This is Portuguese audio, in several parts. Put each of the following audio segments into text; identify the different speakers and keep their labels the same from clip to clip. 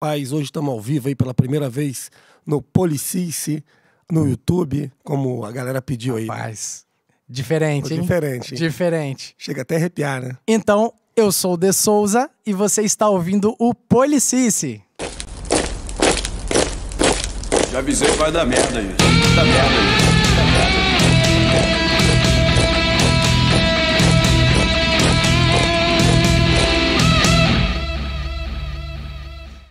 Speaker 1: Paz, hoje estamos ao vivo aí pela primeira vez no Policice, no YouTube, como a galera pediu aí.
Speaker 2: Rapaz, diferente,
Speaker 1: Pô,
Speaker 2: hein?
Speaker 1: diferente, hein?
Speaker 2: Diferente.
Speaker 1: Chega até a arrepiar, né?
Speaker 2: Então, eu sou o De Souza e você está ouvindo o Policice.
Speaker 3: Já avisei que vai dar merda isso. Tá merda isso.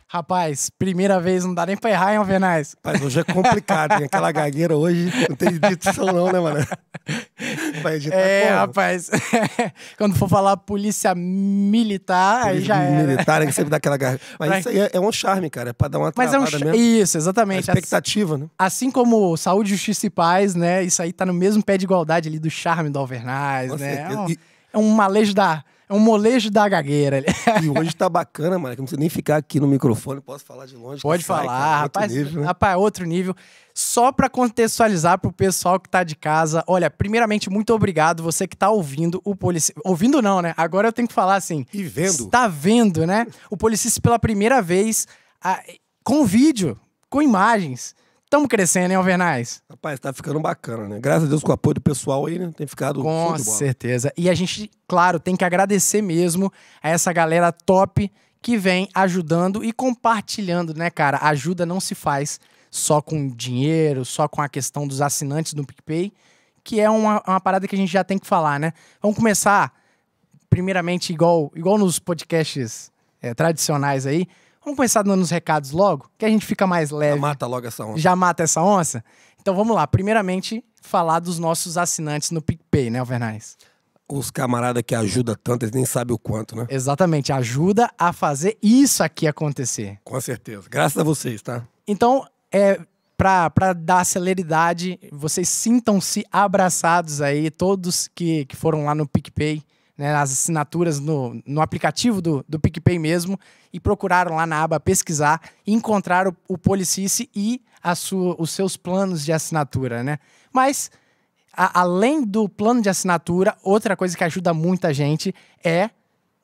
Speaker 2: Rapaz, primeira vez não dá nem pra errar, hein, Alvenaz?
Speaker 1: Paz, hoje é complicado, hein? Aquela gagueira hoje não tem edição não, né, mano? Vai editar
Speaker 2: É,
Speaker 1: tá como?
Speaker 2: rapaz. Quando for falar polícia militar, aí já era.
Speaker 1: Militar, né? Que sempre dá aquela garra. Mas
Speaker 2: Vai.
Speaker 1: isso aí é, é um charme, cara. É pra dar uma
Speaker 2: Mas é um...
Speaker 1: travada
Speaker 2: ch-
Speaker 1: mesmo.
Speaker 2: Isso,
Speaker 1: A
Speaker 2: exatamente. Assim-
Speaker 1: expectativa, né?
Speaker 2: Assim como Saúde, Justiça e Paz, né? Isso aí tá no mesmo pé de igualdade ali do charme do Alvernaz,
Speaker 1: Com
Speaker 2: né? É
Speaker 1: certeza.
Speaker 2: um,
Speaker 1: E-
Speaker 2: é um malejo da... É um molejo da gagueira ali.
Speaker 1: E hoje tá bacana, mano. Que eu não preciso nem ficar aqui no microfone, posso falar de longe. que
Speaker 2: Pode
Speaker 1: sai,
Speaker 2: falar,
Speaker 1: cara, outro
Speaker 2: rapaz,
Speaker 1: nível, né?
Speaker 2: rapaz, outro nível. Só para contextualizar pro pessoal que tá de casa, olha, primeiramente muito obrigado você que tá ouvindo o Polici, ouvindo não, né? Agora eu tenho que falar assim.
Speaker 1: E vendo.
Speaker 2: Está vendo, né? O Policice pela primeira vez ah, com vídeo, com imagens. Estamos crescendo, hein, Alvernais?
Speaker 1: Rapaz, tá ficando bacana, né? Graças a Deus com o apoio do pessoal aí, né? Tem ficado show
Speaker 2: Com
Speaker 1: de bola.
Speaker 2: certeza. E a gente, claro, tem que agradecer mesmo a essa galera top que vem ajudando e compartilhando, né, cara? A ajuda não se faz só com dinheiro, só com a questão dos assinantes do PicPay, que é uma, uma parada que a gente já tem que falar, né? Vamos começar, primeiramente, igual, igual nos podcasts é, tradicionais aí. Vamos começar dando os recados logo, que a gente fica mais
Speaker 1: Já
Speaker 2: leve
Speaker 1: Mata logo essa onda.
Speaker 2: já mata essa onça? Então vamos lá. Primeiramente, falar dos nossos assinantes no PicPay, né, Alvernais?
Speaker 1: Os camaradas que ajudam tanto, eles nem sabem o quanto, né?
Speaker 2: Exatamente. Ajuda a fazer isso aqui acontecer.
Speaker 1: Com certeza. Graças a vocês, tá?
Speaker 2: Então, é pra, pra dar celeridade, vocês sintam-se abraçados aí, todos que, que foram lá no PicPay, né, as assinaturas no, no aplicativo do, do PicPay mesmo, e procuraram lá na aba pesquisar, e encontraram o, o Policice e a sua, os seus planos de assinatura, né? Mas, a- além do plano de assinatura, outra coisa que ajuda muita gente é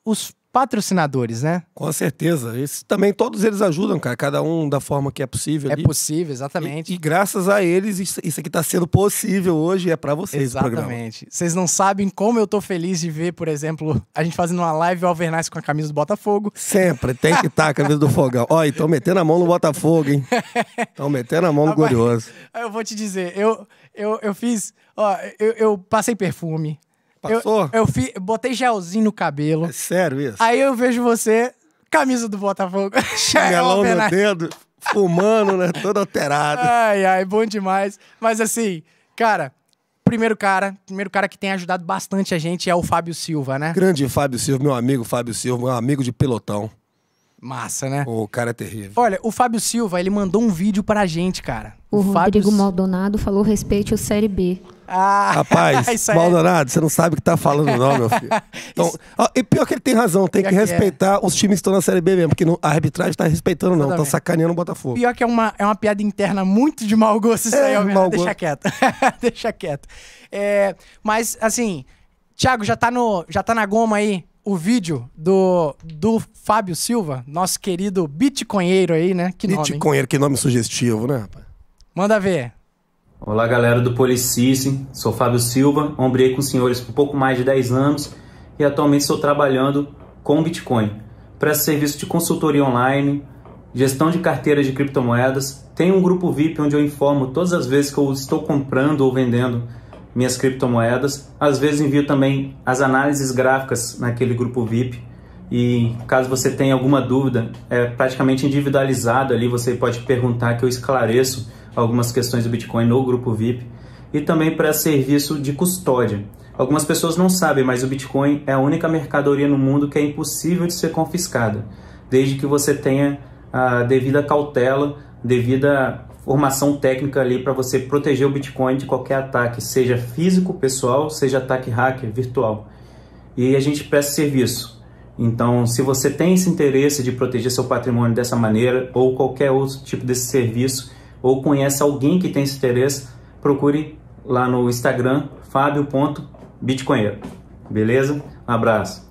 Speaker 2: os patrocinadores, né?
Speaker 1: Com certeza. Esses também, todos eles ajudam, cara. Cada um da forma que é possível.
Speaker 2: É
Speaker 1: ali.
Speaker 2: possível,
Speaker 1: E,
Speaker 2: exatamente.
Speaker 1: e graças a eles, isso, isso aqui tá sendo possível hoje. É pra vocês o programa.
Speaker 2: Exatamente. Vocês não sabem como eu tô feliz de ver, por exemplo, a gente fazendo uma live o Alvernais com a camisa do Botafogo.
Speaker 1: Sempre tem que estar a camisa do fogão. Ó, estão metendo a mão no Botafogo, hein? Estão metendo a mão no
Speaker 2: Rapaz.
Speaker 1: Glorioso.
Speaker 2: Aí Eu vou te dizer, eu, eu, eu fiz. Ó, eu, eu passei perfume. Eu-
Speaker 1: Passou?
Speaker 2: Eu, fi- botei gelzinho no cabelo.
Speaker 1: É sério isso?
Speaker 2: Aí eu vejo você, camisa do Botafogo. É o
Speaker 1: Melão no
Speaker 2: Alvernaz.
Speaker 1: dedo, fumando, né? Todo alterado.
Speaker 2: Ai, ai, bom demais. Mas assim, cara, primeiro cara, primeiro cara que tem ajudado bastante a gente é o Fábio Silva, né?
Speaker 1: Grande Fábio Silva, meu amigo Fábio Silva, meu amigo de pelotão.
Speaker 2: Massa, né?
Speaker 1: O cara é terrível.
Speaker 2: Olha, o Fábio Silva, ele mandou um vídeo pra gente, cara.
Speaker 4: O
Speaker 2: Fábio
Speaker 4: Uhum. Rodrigo Maldonado falou respeite o Série B.
Speaker 2: Ah,
Speaker 1: Rapaz,
Speaker 2: isso aí.
Speaker 1: Maldonado, você não sabe o que tá falando, não, meu filho. Então, ó, e pior que ele tem razão, tem
Speaker 2: Pior
Speaker 1: que
Speaker 2: que é.
Speaker 1: respeitar os times que estão na Série B mesmo, porque não- a arbitragem tá respeitando, não, tá
Speaker 2: Exatamente.
Speaker 1: sacaneando o Botafogo.
Speaker 2: Pior que é uma, é uma piada interna muito de mau gosto isso
Speaker 1: É,
Speaker 2: aí, Alberto.
Speaker 1: mau
Speaker 2: Deixa
Speaker 1: gosto.
Speaker 2: quieto. Deixa quieto. É, mas, assim, Thiago, já tá, no, já tá na goma aí o vídeo do, do Fábio Silva, nosso querido bitcoinheiro aí, né? Que nome, hein?
Speaker 1: Bitcoinheiro, que nome sugestivo, né, rapaz?
Speaker 2: Manda ver.
Speaker 5: Olá, galera do Policice, sou Fábio Silva, ombrei com os senhores por pouco mais de 10 anos e atualmente estou trabalhando com Bitcoin. Presto serviço de consultoria online, gestão de carteiras de criptomoedas, tenho um grupo VIP onde eu informo todas as vezes que eu estou comprando ou vendendo minhas criptomoedas. Às vezes envio também as análises gráficas naquele grupo VIP. E caso você tenha alguma dúvida, é praticamente individualizado ali, você pode perguntar que eu esclareço algumas questões do Bitcoin no grupo VIP e também para serviço de custódia. Algumas pessoas não sabem, mas o Bitcoin é a única mercadoria no mundo que é impossível de ser confiscada, desde que você tenha a devida cautela, devida formação técnica ali para você proteger o Bitcoin de qualquer ataque, seja físico, pessoal, seja ataque hacker, virtual. E a gente presta serviço. Então, se você tem esse interesse de proteger seu patrimônio dessa maneira ou qualquer outro tipo desse serviço, ou conhece alguém que tem esse interesse, procure lá no Instagram fábio.bitcoinheiro. Beleza? Um abraço.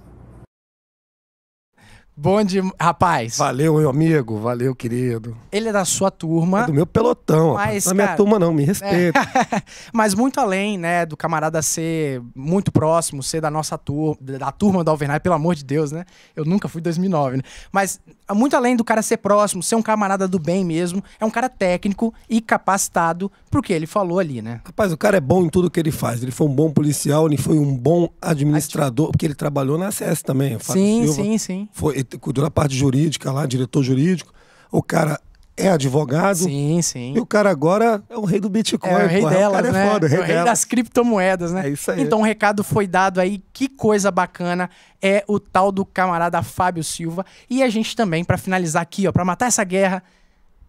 Speaker 2: Bom de rapaz.
Speaker 1: Valeu, meu amigo. Valeu, querido.
Speaker 2: Ele é da sua turma.
Speaker 1: É do meu pelotão. rapaz.
Speaker 2: Mas,
Speaker 1: não é minha
Speaker 2: cara,
Speaker 1: turma, não. Me respeita.
Speaker 2: Mas muito além, né, do camarada ser muito próximo, ser da nossa turma, da turma do Alvernay, pelo amor de Deus, né? Eu nunca fui 2009, né? Mas muito além do cara ser próximo, ser um camarada do bem mesmo, é um cara técnico e capacitado pro que ele falou ali, né?
Speaker 1: Rapaz, o cara é bom em tudo que ele faz. Ele foi um bom policial, ele foi um bom administrador, porque ele trabalhou na CS também. O Fábio
Speaker 2: Sim,
Speaker 1: Silva
Speaker 2: sim, sim.
Speaker 1: Foi, ele cuidou da parte jurídica lá, diretor jurídico. O cara é advogado.
Speaker 2: Sim, sim.
Speaker 1: E o cara agora é o rei do Bitcoin.
Speaker 2: É o rei
Speaker 1: porra.
Speaker 2: delas,
Speaker 1: o cara
Speaker 2: né?
Speaker 1: é foda, o rei, delas.
Speaker 2: das criptomoedas, né?
Speaker 1: É isso aí.
Speaker 2: Então o recado foi dado aí. Que coisa bacana é o tal do camarada Fábio Silva. E a gente também, pra finalizar aqui, ó, pra matar essa guerra,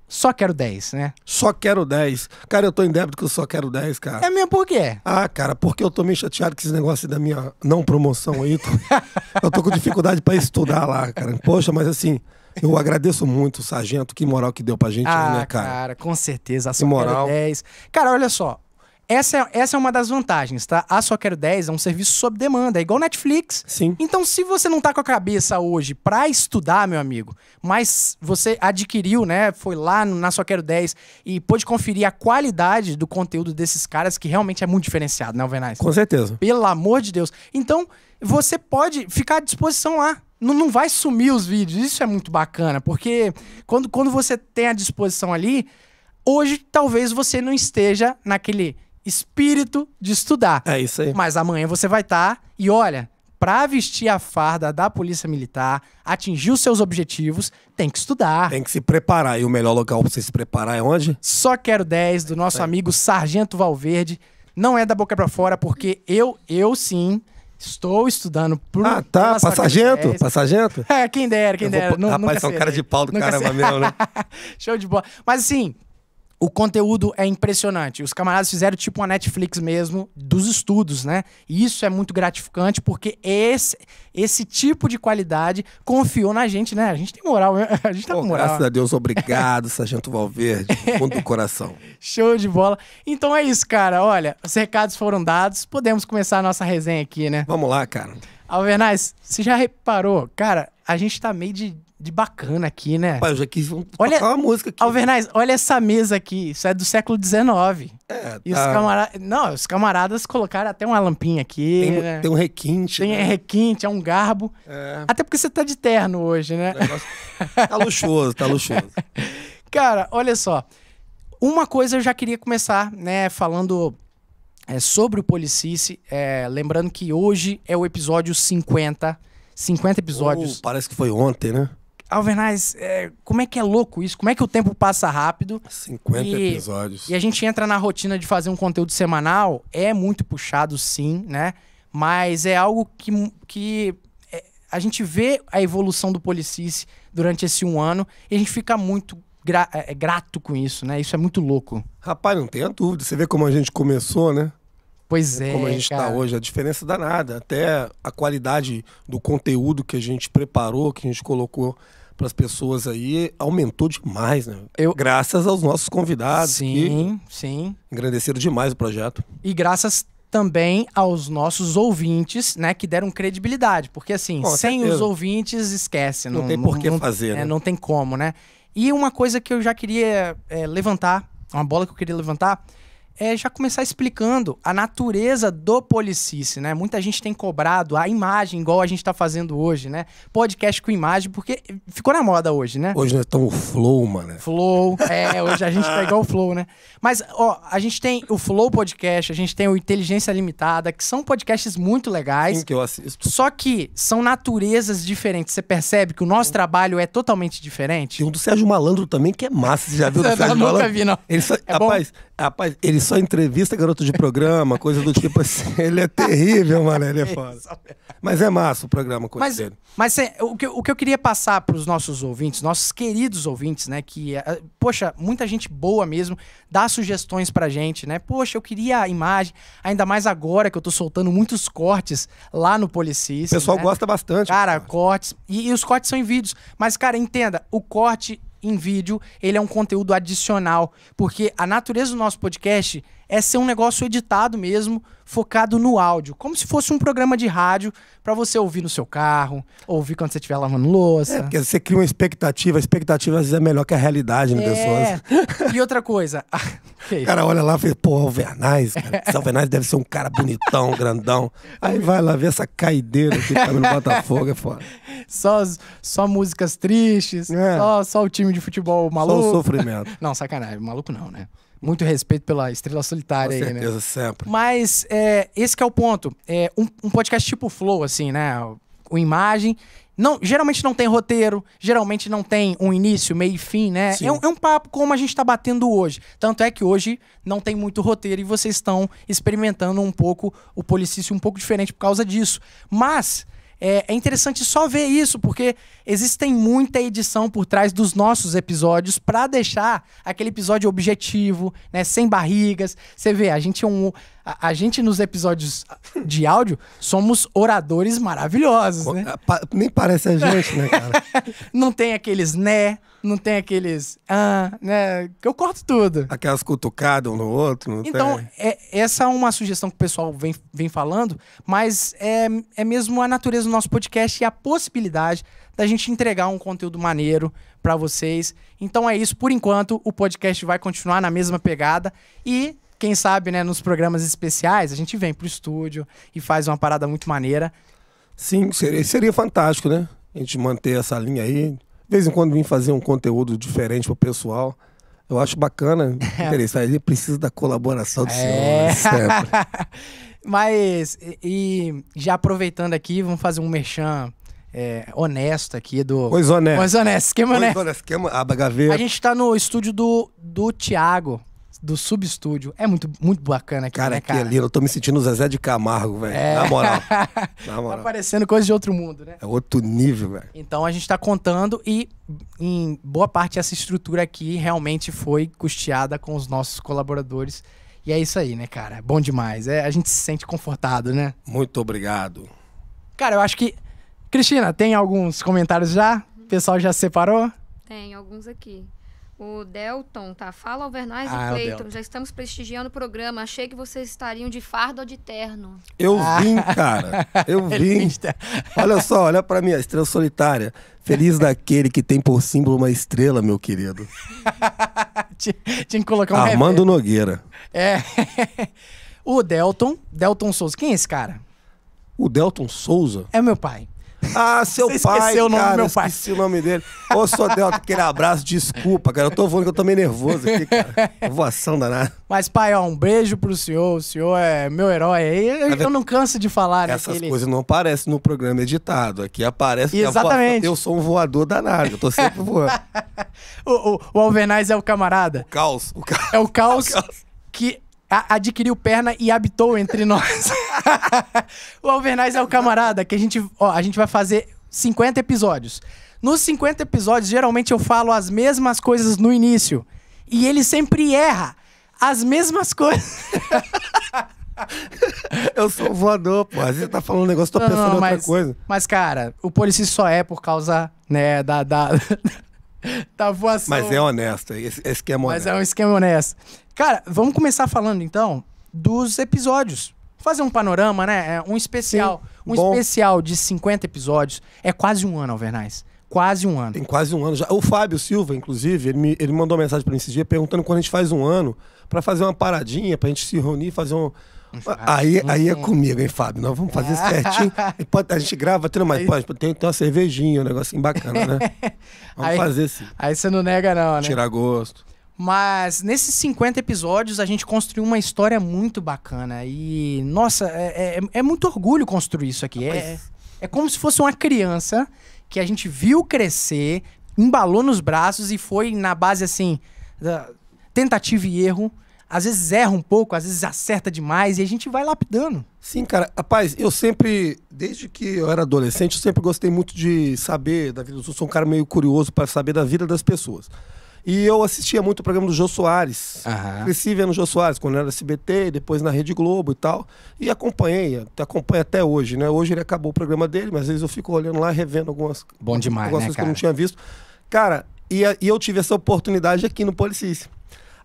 Speaker 2: só quero 10, né?
Speaker 1: Só quero 10. Cara, eu tô em débito que eu só quero 10, cara.
Speaker 2: É mesmo por quê?
Speaker 1: Ah, cara, porque eu tô meio chateado com esse negócio da minha não promoção aí. Tô- eu tô com dificuldade pra estudar lá, cara. Poxa, mas assim, eu agradeço muito o sargento, que moral que deu pra gente, aí,
Speaker 2: Ah,
Speaker 1: né, cara?
Speaker 2: cara, com certeza. A
Speaker 1: Que
Speaker 2: Só Quero
Speaker 1: moral.
Speaker 2: 10. Cara, olha só. Essa é, essa é uma das vantagens, tá? A Só Quero 10 é um serviço sob demanda, é igual Netflix.
Speaker 1: Sim.
Speaker 2: Então, se você não tá com a cabeça hoje pra estudar, meu amigo, mas você adquiriu, né? Foi lá no, na Só Quero 10 e pôde conferir a qualidade do conteúdo desses caras, que realmente é muito diferenciado, né, Alvenaz?
Speaker 1: Com certeza.
Speaker 2: Pelo amor de Deus. Então, você pode ficar à disposição lá. Não, não vai sumir os vídeos. Isso é muito bacana, porque quando, quando você tem à disposição ali, hoje talvez você não esteja naquele espírito de estudar.
Speaker 1: É isso aí.
Speaker 2: Mas amanhã você vai estar. e olha, pra vestir a farda da Polícia Militar, atingir os seus objetivos, tem que estudar.
Speaker 1: Tem que se preparar. E o melhor local pra você se preparar é onde?
Speaker 2: Só Quero 10, do
Speaker 1: Tá
Speaker 2: nosso amigo Sargento Valverde. Não é da boca pra fora, porque eu, eu sim, estou estudando pro.
Speaker 1: Ah, tá.
Speaker 2: pela Só Quero
Speaker 1: Passagento?
Speaker 2: 10.
Speaker 1: Passagento?
Speaker 2: É, quem dera, quem
Speaker 1: Eu vou
Speaker 2: dera.
Speaker 1: pô-
Speaker 2: Nu-
Speaker 1: Rapaz,
Speaker 2: nunca
Speaker 1: você é um
Speaker 2: serei.
Speaker 1: cara de pau do
Speaker 2: Nunca
Speaker 1: caramba
Speaker 2: serei.
Speaker 1: mesmo, né?
Speaker 2: Show de bola. Mas assim, o conteúdo é impressionante. Os camaradas fizeram tipo uma Netflix mesmo dos estudos, né? E isso é muito gratificante porque esse, esse tipo de qualidade confiou na gente, né? A gente tem moral, né? a gente tá
Speaker 1: Pô,
Speaker 2: com moral.
Speaker 1: graças a Deus, obrigado, Sargento Valverde, do fundo do coração.
Speaker 2: Show de bola. Então é isso, cara. Olha, os recados foram dados. Podemos começar a nossa resenha aqui, né?
Speaker 1: Vamos lá, cara.
Speaker 2: Alvernaz, você já reparou? Cara, a gente tá meio de, de bacana aqui, né?
Speaker 1: Rapaz, eu já quis vamos
Speaker 2: Olha-
Speaker 1: tocar uma música aqui.
Speaker 2: Alvernaz, olha essa mesa aqui. Isso é do século XIX.
Speaker 1: É,
Speaker 2: E os
Speaker 1: tá.
Speaker 2: camaradas. Não, os camaradas colocaram até uma lampinha aqui.
Speaker 1: tem,
Speaker 2: né?
Speaker 1: tem um requinte.
Speaker 2: Tem
Speaker 1: né?
Speaker 2: requinte, é um garbo.
Speaker 1: É.
Speaker 2: Até porque você tá de terno hoje, né?
Speaker 1: Tá luxuoso, tá luxuoso.
Speaker 2: Cara, olha só. Uma coisa eu já queria começar, né, falando é, sobre o Policice. É, lembrando que hoje é o episódio 50. 50 episódios.
Speaker 1: Oh, parece que foi ontem, né?
Speaker 2: Alvernaz, é, como é que é louco isso? Como é que o tempo passa rápido?
Speaker 1: 50
Speaker 2: E-
Speaker 1: episódios.
Speaker 2: E a gente entra na rotina de fazer um conteúdo semanal, é muito puxado, sim, né? Mas é algo que, que é, a gente vê a evolução do Policice durante esse um ano e a gente fica muito gra- é, grato com isso, né? Isso é muito louco.
Speaker 1: Rapaz, não tenha dúvida. Você vê como a gente começou, né?
Speaker 2: Pois é.
Speaker 1: como a gente
Speaker 2: cara.
Speaker 1: tá hoje. A diferença danada. Até a qualidade do conteúdo que a gente preparou, que a gente colocou para as pessoas aí, aumentou demais, né?
Speaker 2: Eu-
Speaker 1: Graças aos nossos convidados que
Speaker 2: Sim, sim.
Speaker 1: engrandeceram demais o projeto.
Speaker 2: E graças também aos nossos ouvintes, né, que deram credibilidade, porque assim,
Speaker 1: Com
Speaker 2: sem
Speaker 1: certeza.
Speaker 2: os ouvintes esquece,
Speaker 1: Não tem por que fazer,
Speaker 2: é,
Speaker 1: né?
Speaker 2: não tem como, né? E uma coisa que eu já queria é, levantar, uma bola que eu queria levantar, é já começar explicando a natureza do Policice, né? Muita gente tem cobrado a imagem, igual a gente tá fazendo hoje, né? Podcast com imagem, porque ficou na moda hoje, né?
Speaker 1: Hoje nós estamos flow, mano.
Speaker 2: Flow. É, hoje a gente tá igual o Flow, né? Mas, ó, a gente tem o Flow Podcast, a gente tem o Inteligência Limitada, que são podcasts muito legais.
Speaker 1: Assim que eu assisto.
Speaker 2: Só que são naturezas diferentes. Você percebe que o nosso trabalho é totalmente diferente?
Speaker 1: Tem um do Sérgio Malandro também que é massa. Você já viu do
Speaker 2: Eu
Speaker 1: Sérgio
Speaker 2: nunca
Speaker 1: Malandro?
Speaker 2: vi, não.
Speaker 1: Ele só,
Speaker 2: É
Speaker 1: rapaz, rapaz, ele só entrevista garoto de programa, coisa do tipo assim. Ele é terrível, mano. Ele é foda. Mas é massa o programa com
Speaker 2: Mas,
Speaker 1: ele.
Speaker 2: mas cê- o, que, eu- o que eu queria passar para os nossos ouvintes, nossos queridos ouvintes, né? Que, eh, poxa, muita gente boa mesmo dá sugestões pra gente, né? Poxa, eu queria a imagem, ainda mais agora que eu tô soltando muitos cortes lá no né? Policis.
Speaker 1: O pessoal gosta bastante.
Speaker 2: Cara, cortes. E, e os cortes são em vídeos. Mas, cara, entenda, o corte em vídeo, ele é um conteúdo adicional, porque a natureza do nosso podcast é ser um negócio editado mesmo, focado no áudio, como se fosse um programa de rádio para você ouvir no seu carro, ouvir quando você estiver lavando louça.
Speaker 1: É, porque você cria uma expectativa, a expectativa às vezes é melhor que a realidade, né,
Speaker 2: É.
Speaker 1: pessoas?
Speaker 2: E outra coisa. Ah, que
Speaker 1: O
Speaker 2: isso?
Speaker 1: cara olha lá e fala, pô, Alvernais, cara. Esse Alvernais deve ser um cara bonitão, grandão. Aí vai lá ver essa caideira que tá no Botafogo, é foda.
Speaker 2: só, as- só músicas tristes,
Speaker 1: É.
Speaker 2: só, só o time de futebol
Speaker 1: Só
Speaker 2: maluco.
Speaker 1: o sofrimento.
Speaker 2: Não, sacanagem, maluco não, né? Muito respeito pela estrela
Speaker 1: Com
Speaker 2: solitária aí, né?
Speaker 1: certeza, sempre.
Speaker 2: Mas é, esse que é o ponto. É, um, um podcast tipo Flow, assim, né? Com imagem. Não, geralmente não tem roteiro, geralmente não tem um início, meio e fim, né?
Speaker 1: Sim.
Speaker 2: É um, é um papo como a gente tá batendo hoje. Tanto é que hoje não tem muito roteiro e vocês estão experimentando um pouco o policício um pouco diferente por causa disso. Mas é, é interessante só ver isso, porque existem muita edição por trás dos nossos episódios pra deixar aquele episódio objetivo, né? Sem barrigas. Você vê, a gente é um. A, a gente nos episódios ah, de áudio somos oradores maravilhosos, né?
Speaker 1: Pa- Nem parece a gente, né, cara?
Speaker 2: Não tem aqueles né, não tem aqueles ah, né? Que eu corto tudo.
Speaker 1: Aquelas cutucadas um no outro, não
Speaker 2: Então,
Speaker 1: tem?
Speaker 2: é- essa é uma sugestão que o pessoal vem, vem falando, mas é, é mesmo a natureza do nosso podcast e a possibilidade da gente entregar um conteúdo maneiro pra vocês. Então é isso, por enquanto, o podcast vai continuar na mesma pegada e. Quem sabe, né, nos programas especiais, a gente vem pro estúdio e faz uma parada muito maneira.
Speaker 1: Sim, seria, seria fantástico, né? A gente manter essa linha aí. De vez em quando vir fazer um conteúdo diferente pro pessoal. Eu acho bacana, interessante. Ele precisa da colaboração do senhor, né?
Speaker 2: É.
Speaker 1: sempre.
Speaker 2: Mas, e, e já aproveitando aqui, vamos fazer um merchan é, honesto aqui do.
Speaker 1: Pois honesto.
Speaker 2: Pois honesto, esquema
Speaker 1: Pois
Speaker 2: honesto.
Speaker 1: olha, esquema, ah, aba gaveta.
Speaker 2: Né? A gente tá no estúdio do, do Thiago, do subestúdio. É muito, muito bacana aqui,
Speaker 1: Cara,
Speaker 2: né,
Speaker 1: aqui
Speaker 2: cara? É.
Speaker 1: ali, eu tô me sentindo o Zezé de Camargo, velho. Na moral. Na
Speaker 2: tá
Speaker 1: moral.
Speaker 2: parecendo coisa de outro mundo, né?
Speaker 1: É outro nível, velho.
Speaker 2: Então a gente tá contando e em boa parte essa estrutura aqui realmente foi custeada com os nossos colaboradores. E é isso aí, né, cara? Bom demais. É, a gente se sente confortado, né?
Speaker 1: Muito obrigado.
Speaker 2: Cara, eu acho que. Cristina, tem alguns comentários já? O pessoal já separou?
Speaker 4: Tem alguns aqui. O Delton, tá? Fala, Alvernais
Speaker 2: Ah, é
Speaker 4: e
Speaker 2: o
Speaker 4: Cleiton.
Speaker 2: Delton.
Speaker 4: Já estamos prestigiando o programa. Achei que vocês estariam de fardo ou de terno.
Speaker 1: Eu
Speaker 2: Ah.
Speaker 1: vim, cara. Eu vim. Olha só, olha pra mim, a estrela solitária. Feliz daquele que tem por símbolo uma estrela, meu querido.
Speaker 2: Tinha tinha que colocar um
Speaker 1: Ah,
Speaker 2: reverb.
Speaker 1: Armando Nogueira.
Speaker 2: É. o Delton, Delton Souza. Quem é esse cara?
Speaker 1: O Delton Souza.
Speaker 2: É meu pai.
Speaker 1: Ah, seu
Speaker 2: Você
Speaker 1: pai,
Speaker 2: esqueceu o nome do
Speaker 1: cara,
Speaker 2: meu
Speaker 1: eu
Speaker 2: pai.
Speaker 1: esqueci o nome dele. Ô, seu Delton, aquele abraço, desculpa, cara. Eu tô falando que eu tô meio nervoso aqui, cara. Eu Vou ação danada.
Speaker 2: Mas, pai, ó, um beijo pro senhor. O senhor é meu herói. Eu, eu- eu não canso de falar, né?
Speaker 1: Essas
Speaker 2: que ele-
Speaker 1: coisas não aparecem no programa editado. Aqui aparece que a voa-
Speaker 2: Exatamente.
Speaker 1: eu sou um voador danado. Eu tô sempre voando.
Speaker 2: O, o, o Alvernais é o camarada.
Speaker 1: Caos. O caos.
Speaker 2: É o caos que a- adquiriu perna e habitou entre nós. o Alvernais é o camarada que a gente, ó, a gente vai fazer 50 episódios. Nos 50 episódios, geralmente eu falo as mesmas coisas no início. E ele sempre erra as mesmas coisas. É
Speaker 1: Eu sou um voador, pô. Às vezes você tá falando um negócio, eu tô pensando em outra
Speaker 2: mas,
Speaker 1: coisa.
Speaker 2: Mas, cara, o Policy só é por causa, né, da. Da, da voação.
Speaker 1: Mas é né? honesto. Esse esse esquema
Speaker 2: Mas
Speaker 1: honesto.
Speaker 2: é um esquema honesto. Cara, vamos começar falando então dos episódios. Fazer um panorama, né? É, Um especial.
Speaker 1: Sim,
Speaker 2: um
Speaker 1: bom.
Speaker 2: especial de 50 episódios. É quase um ano, Alvernais. Quase um ano.
Speaker 1: Tem quase um ano já. O Fábio Silva, inclusive, ele, me, ele mandou uma mensagem pra mim esse dia perguntando quando a gente faz um ano pra fazer uma paradinha, pra gente se reunir, fazer um. Aí, aí é comigo, hein, Fábio? Nós vamos fazer certinho. E pode- a gente grava, tira, mas pode, tem, tem uma cervejinha, um negocinho bacana, né? Vamos
Speaker 2: Aí-
Speaker 1: fazer sim.
Speaker 2: Aí você não nega, não, né?
Speaker 1: Tirar gosto.
Speaker 2: Mas nesses 50 episódios a gente construiu uma história muito bacana. E, nossa, é, é- é muito orgulho construir isso aqui. É, é como se fosse uma criança que a gente viu crescer, embalou nos braços e foi na base assim, da tentativa e erro. Às vezes erra um pouco, às vezes acerta demais e a gente vai lapidando.
Speaker 1: Sim, cara. Rapaz, eu sempre, desde que eu era adolescente, eu sempre gostei muito de saber da vida. Eu sou um cara meio curioso para saber da vida das pessoas. E eu assistia muito o programa do Jô Soares.
Speaker 2: Aham.
Speaker 1: Cresci vendo o Jô Soares quando era SBT, depois na Rede Globo e tal. E acompanhei, acompanho até hoje, né? Hoje ele acabou o programa dele, mas às vezes eu fico olhando lá, revendo algumas,
Speaker 2: Bom demais,
Speaker 1: algumas
Speaker 2: né,
Speaker 1: coisas que eu não
Speaker 2: cara?
Speaker 1: tinha visto. Cara, E, a- e eu tive essa oportunidade aqui no Policice.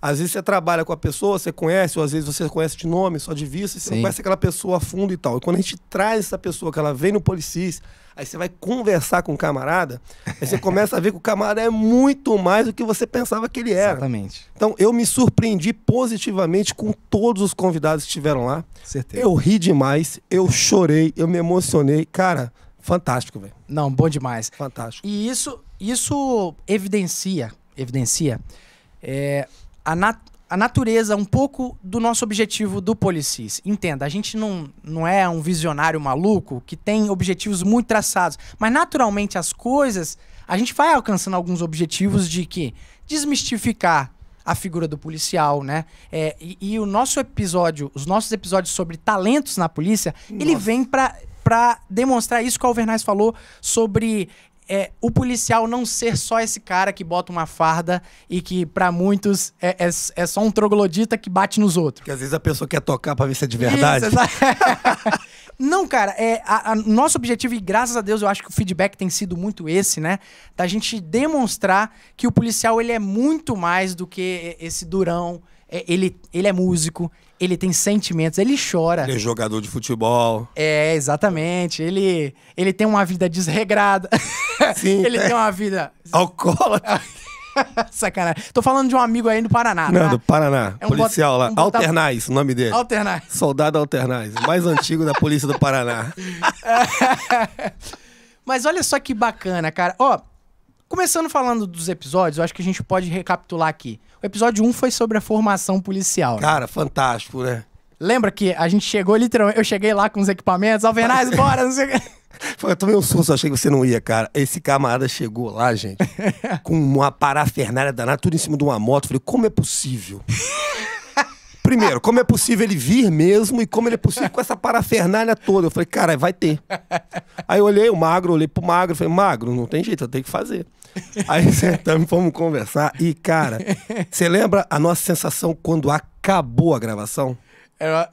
Speaker 1: Às vezes você trabalha com a pessoa, você conhece, ou às vezes você conhece de nome, só de vista, você não
Speaker 2: Sim.
Speaker 1: conhece aquela pessoa a fundo e tal. E quando a gente traz essa pessoa, que ela vem no Policis, aí você vai conversar com o camarada, aí você começa a ver que o camarada é muito mais do que você pensava que ele era.
Speaker 2: Exatamente.
Speaker 1: Então, eu me surpreendi positivamente com todos os convidados que estiveram lá.
Speaker 2: Certeza.
Speaker 1: Eu ri demais, eu chorei, eu me emocionei. Cara, fantástico, velho.
Speaker 2: Não, bom demais.
Speaker 1: Fantástico.
Speaker 2: E isso, isso evidencia, evidencia é, a, nat- a natureza um pouco do nosso objetivo do Policis. Entenda, a gente não, não é um visionário maluco que tem objetivos muito traçados, mas naturalmente as coisas, a gente vai alcançando alguns objetivos de que desmistificar a figura do policial, né? É, e, e o nosso episódio, os nossos episódios sobre talentos na polícia, ele vem pra pra demonstrar isso que o Alvernais falou sobre é, o policial não ser só esse cara que bota uma farda e que pra muitos é, é, é só um troglodita que bate nos outros.
Speaker 1: Porque às vezes a pessoa quer tocar pra ver se é de verdade.
Speaker 2: Isso, exa- Não, cara, é, a, a- nosso objetivo, e graças a Deus eu acho que o feedback tem sido muito esse, né? Da gente demonstrar que o policial ele é muito mais do que esse durão. É, ele, ele é músico, ele tem sentimentos, ele chora.
Speaker 1: Ele é jogador de futebol.
Speaker 2: É, exatamente. Ele, ele tem uma vida desregrada.
Speaker 1: Sim.
Speaker 2: ele tem uma vida.
Speaker 1: Alcoólatra.
Speaker 2: Sacanagem. Tô falando de um amigo aí do Paraná.
Speaker 1: Não,
Speaker 2: tá?
Speaker 1: do Paraná.
Speaker 2: É um
Speaker 1: policial
Speaker 2: bota-
Speaker 1: lá.
Speaker 2: um bota-
Speaker 1: Alternais, o nome dele.
Speaker 2: Alternar.
Speaker 1: Soldado Alternais. O mais antigo da polícia do Paraná.
Speaker 2: Mas olha só que bacana, cara. Ó, começando falando dos episódios, eu acho que a gente pode recapitular aqui. O episódio 1 foi sobre a formação policial. né?
Speaker 1: Cara, fantástico, né?
Speaker 2: Lembra que a gente chegou literalmente. Eu cheguei lá com os equipamentos, Alvernaz, bora, não sei o quê.
Speaker 1: Foi, Eu tomei um susto, achei que você não ia, cara. Esse camarada chegou lá, gente, com uma parafernália danada, tudo em cima de uma moto. Falei, como é possível? Primeiro, como é possível ele vir mesmo e como ele é possível com essa parafernália toda? Eu falei, cara, vai ter. Aí eu olhei o magro, olhei pro magro, falei, magro, não tem jeito, eu tenho que fazer. Aí sentamos, fomos conversar e, cara, você lembra a nossa sensação quando acabou a gravação?
Speaker 2: Eu-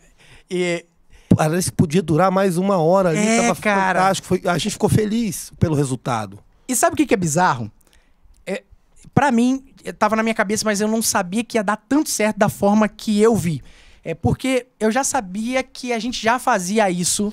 Speaker 2: E.
Speaker 1: Parece que podia durar mais uma hora ali,
Speaker 2: É,
Speaker 1: tava
Speaker 2: cara.
Speaker 1: fantástico. Foi- a gente ficou feliz pelo resultado.
Speaker 2: E sabe o que, que é bizarro? É, para mim, eh, tava na minha cabeça, mas eu não sabia que ia dar tanto certo da forma que eu vi. É porque eu já sabia que a gente já fazia isso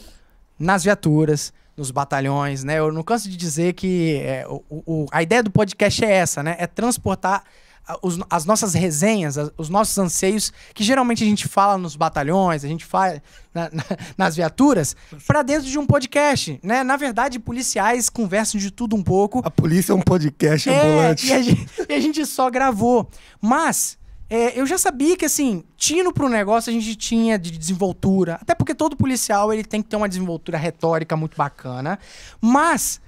Speaker 2: nas viaturas, nos batalhões, né? Eu não canso de dizer que é, o- o- a ideia do podcast é essa, né? É transportar a- os- as nossas resenhas, as- os nossos anseios, que geralmente a gente fala nos batalhões, a gente fala na- na- nas viaturas, pra dentro de um podcast, né? Na verdade, policiais conversam de tudo um pouco.
Speaker 1: A polícia é um podcast ambulante.
Speaker 2: É, e a gente, e a gente só gravou. Mas é, eu já sabia que, assim, tino pro negócio a gente tinha de desenvoltura. Até porque todo policial ele tem que ter uma desenvoltura retórica muito bacana. Mas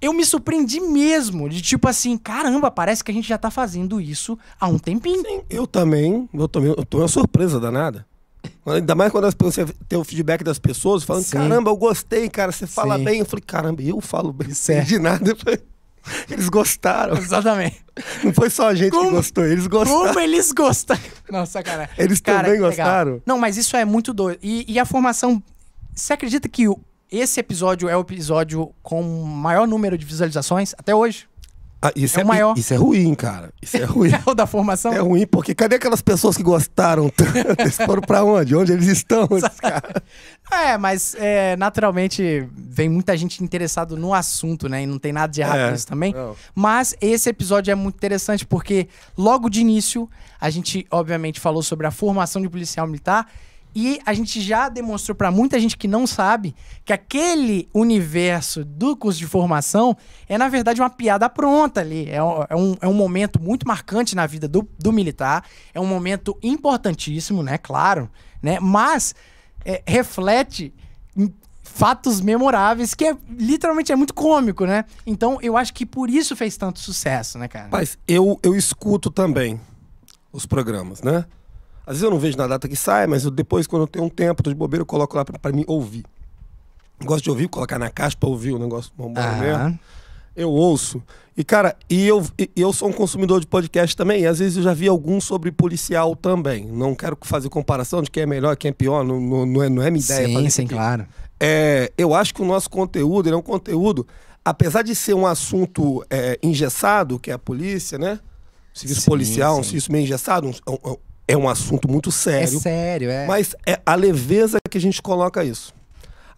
Speaker 2: eu me surpreendi mesmo de tipo assim: caramba, parece que a gente já tá fazendo isso há um tempinho.
Speaker 1: Eu também, eu também, eu tomei uma surpresa danada. Ainda mais quando as, você tem o feedback das pessoas falando,
Speaker 2: Sim.
Speaker 1: caramba, eu gostei, cara, você fala
Speaker 2: Sim.
Speaker 1: bem. Eu falei, caramba, eu falo bem,
Speaker 2: Isso é.
Speaker 1: de nada. Eu falei, Eles gostaram.
Speaker 2: Exatamente.
Speaker 1: Não foi só a gente
Speaker 2: Como-
Speaker 1: que gostou, eles gostaram.
Speaker 2: Como é- eles gostam. Não, sacanagem.
Speaker 1: Eles também
Speaker 2: que legal.
Speaker 1: gostaram?
Speaker 2: Não, mas isso é muito doido. E, e a formação. Você acredita que o- esse episódio é o episódio com o maior número de visualizações até hoje?
Speaker 1: Ah, isso
Speaker 2: É o maior.
Speaker 1: Isso é ruim, cara. Isso é ruim.
Speaker 2: É o da formação?
Speaker 1: É ruim, porque cadê aquelas pessoas que gostaram tanto? Eles foram pra onde? Onde eles estão? esses caras?
Speaker 2: É, mas é, naturalmente vem muita gente interessada no assunto, né? E não tem nada de errado
Speaker 1: É,
Speaker 2: nisso também.
Speaker 1: não.
Speaker 2: Mas esse episódio é muito interessante porque logo de início a gente, obviamente, falou sobre a formação de policial militar e a gente já demonstrou pra muita gente que não sabe que aquele universo do curso de formação é, na verdade, uma piada pronta ali. É um, é um, é um momento muito marcante na vida do, do militar. É um momento importantíssimo, né? Claro, né? Mas é, reflete em fatos memoráveis, que é literalmente é muito cômico, né? Então eu acho que por isso fez tanto sucesso, né, cara?
Speaker 1: Mas eu, eu escuto também os programas, né? Às vezes eu não vejo na data que sai, mas eu depois, quando eu tenho um tempo, tô de bobeira, eu coloco lá pra, pra mim ouvir. Gosto de ouvir, colocar na caixa pra ouvir o negócio. bom,
Speaker 2: Ah,
Speaker 1: bom mesmo. Eu ouço. E, cara, e eu, e eu sou um consumidor de podcast também. E às vezes eu já vi algum sobre policial também. Não quero fazer comparação de quem é melhor, quem é pior. Não, não, não é, não é minha ideia. fazer
Speaker 2: sim, sim, claro.
Speaker 1: é, eu acho que o nosso conteúdo ele é um conteúdo apesar de ser um assunto é, engessado, que é a polícia, né? Serviço
Speaker 2: Sim,
Speaker 1: policial, um
Speaker 2: sim.
Speaker 1: serviço meio engessado, um- um- é um assunto muito
Speaker 2: É
Speaker 1: sério.
Speaker 2: sério, é.
Speaker 1: Mas é a leveza que a gente coloca isso.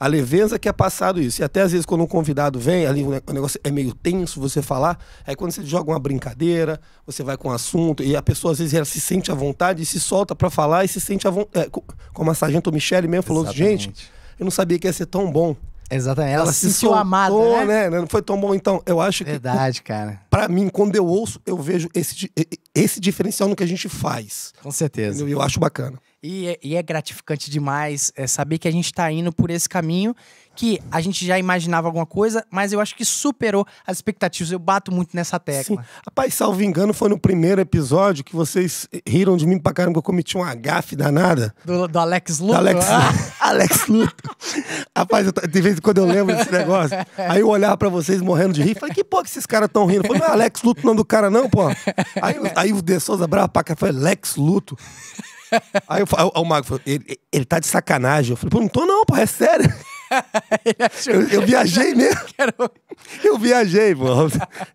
Speaker 1: A leveza que é passado isso. E até às vezes quando um convidado vem, ali o ne- o negócio é meio tenso você falar. Aí quando você joga uma brincadeira, você vai com o assunto, e a pessoa às vezes ela se sente à vontade e se solta pra falar e se sente à vontade. como a sargento Michele mesmo falou,
Speaker 2: Exatamente.
Speaker 1: gente, eu não sabia que ia ser tão bom.
Speaker 2: Exatamente. Ela, se sentiu
Speaker 1: soltou,
Speaker 2: amada, né?
Speaker 1: Não foi tão bom então. Eu acho que
Speaker 2: Verdade, cara.
Speaker 1: pra mim quando eu ouço, eu vejo esse di- e- e- esse diferencial no que a gente faz.
Speaker 2: Com certeza.
Speaker 1: Entendeu? E eu acho bacana.
Speaker 2: E é, e é gratificante demais é, saber que a gente tá indo por esse caminho que a gente já imaginava alguma coisa, mas eu acho que superou as expectativas. Eu bato muito nessa
Speaker 1: Sim.
Speaker 2: tecla.
Speaker 1: Rapaz, salvo engano, foi no primeiro episódio que vocês riram de mim pra caramba que eu cometi uma gafe danada.
Speaker 2: Do, do Alex
Speaker 1: Da
Speaker 2: Luthor.
Speaker 1: Alex,
Speaker 2: Ah,
Speaker 1: Alex Luthor. Rapaz, eu ta- de vez em quando eu lembro desse negócio. Aí eu olhava pra vocês morrendo de rir. Falei, que porra que esses caras tão rindo? Eu Falei, não é Alex Luthor o nome do cara não, pô. Aí, aí o De Souza brava pra cá. Falei, Lex Luthor. Aí, eu, fa- aí o Mago falou, ele, ele tá de sacanagem. Eu falei, pô, não tô não, pô, é sério.
Speaker 2: ele achou
Speaker 1: Eu, eu viajei mesmo.
Speaker 2: que era o-
Speaker 1: Eu viajei, pô.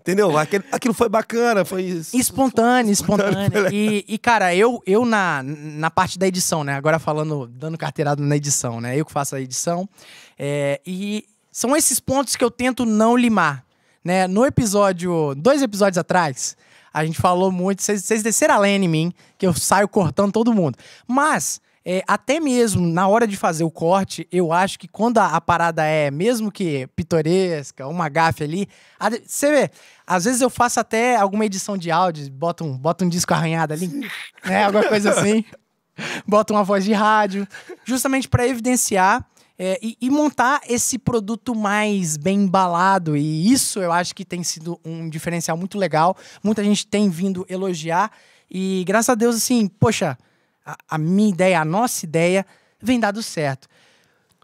Speaker 1: Entendeu? Aquele- aquilo foi bacana, foi isso.
Speaker 2: Espontâneo, espontâneo. E, e, cara, eu, eu na, na parte da edição, né? Agora falando, dando carteirada na edição, né? Eu que faço a edição. É, e são esses pontos que eu tento não limar. Né? No episódio, dois episódios atrás, a gente falou muito, vocês vocês desceram a lenha em mim, que eu saio cortando todo mundo. Mas, é, até mesmo na hora de fazer o corte, eu acho que quando a, a parada é, mesmo que pitoresca, uma gafe ali, a de- você vê, às vezes eu faço até alguma edição de áudio, boto um, boto um disco arranhado ali, né, alguma coisa assim, boto uma voz de rádio, justamente para evidenciar é, e, e montar esse produto mais bem embalado. E isso eu acho que tem sido um diferencial muito legal. Muita gente tem vindo elogiar. E graças a Deus, assim, poxa, a, a minha ideia, a nossa ideia, vem dado certo.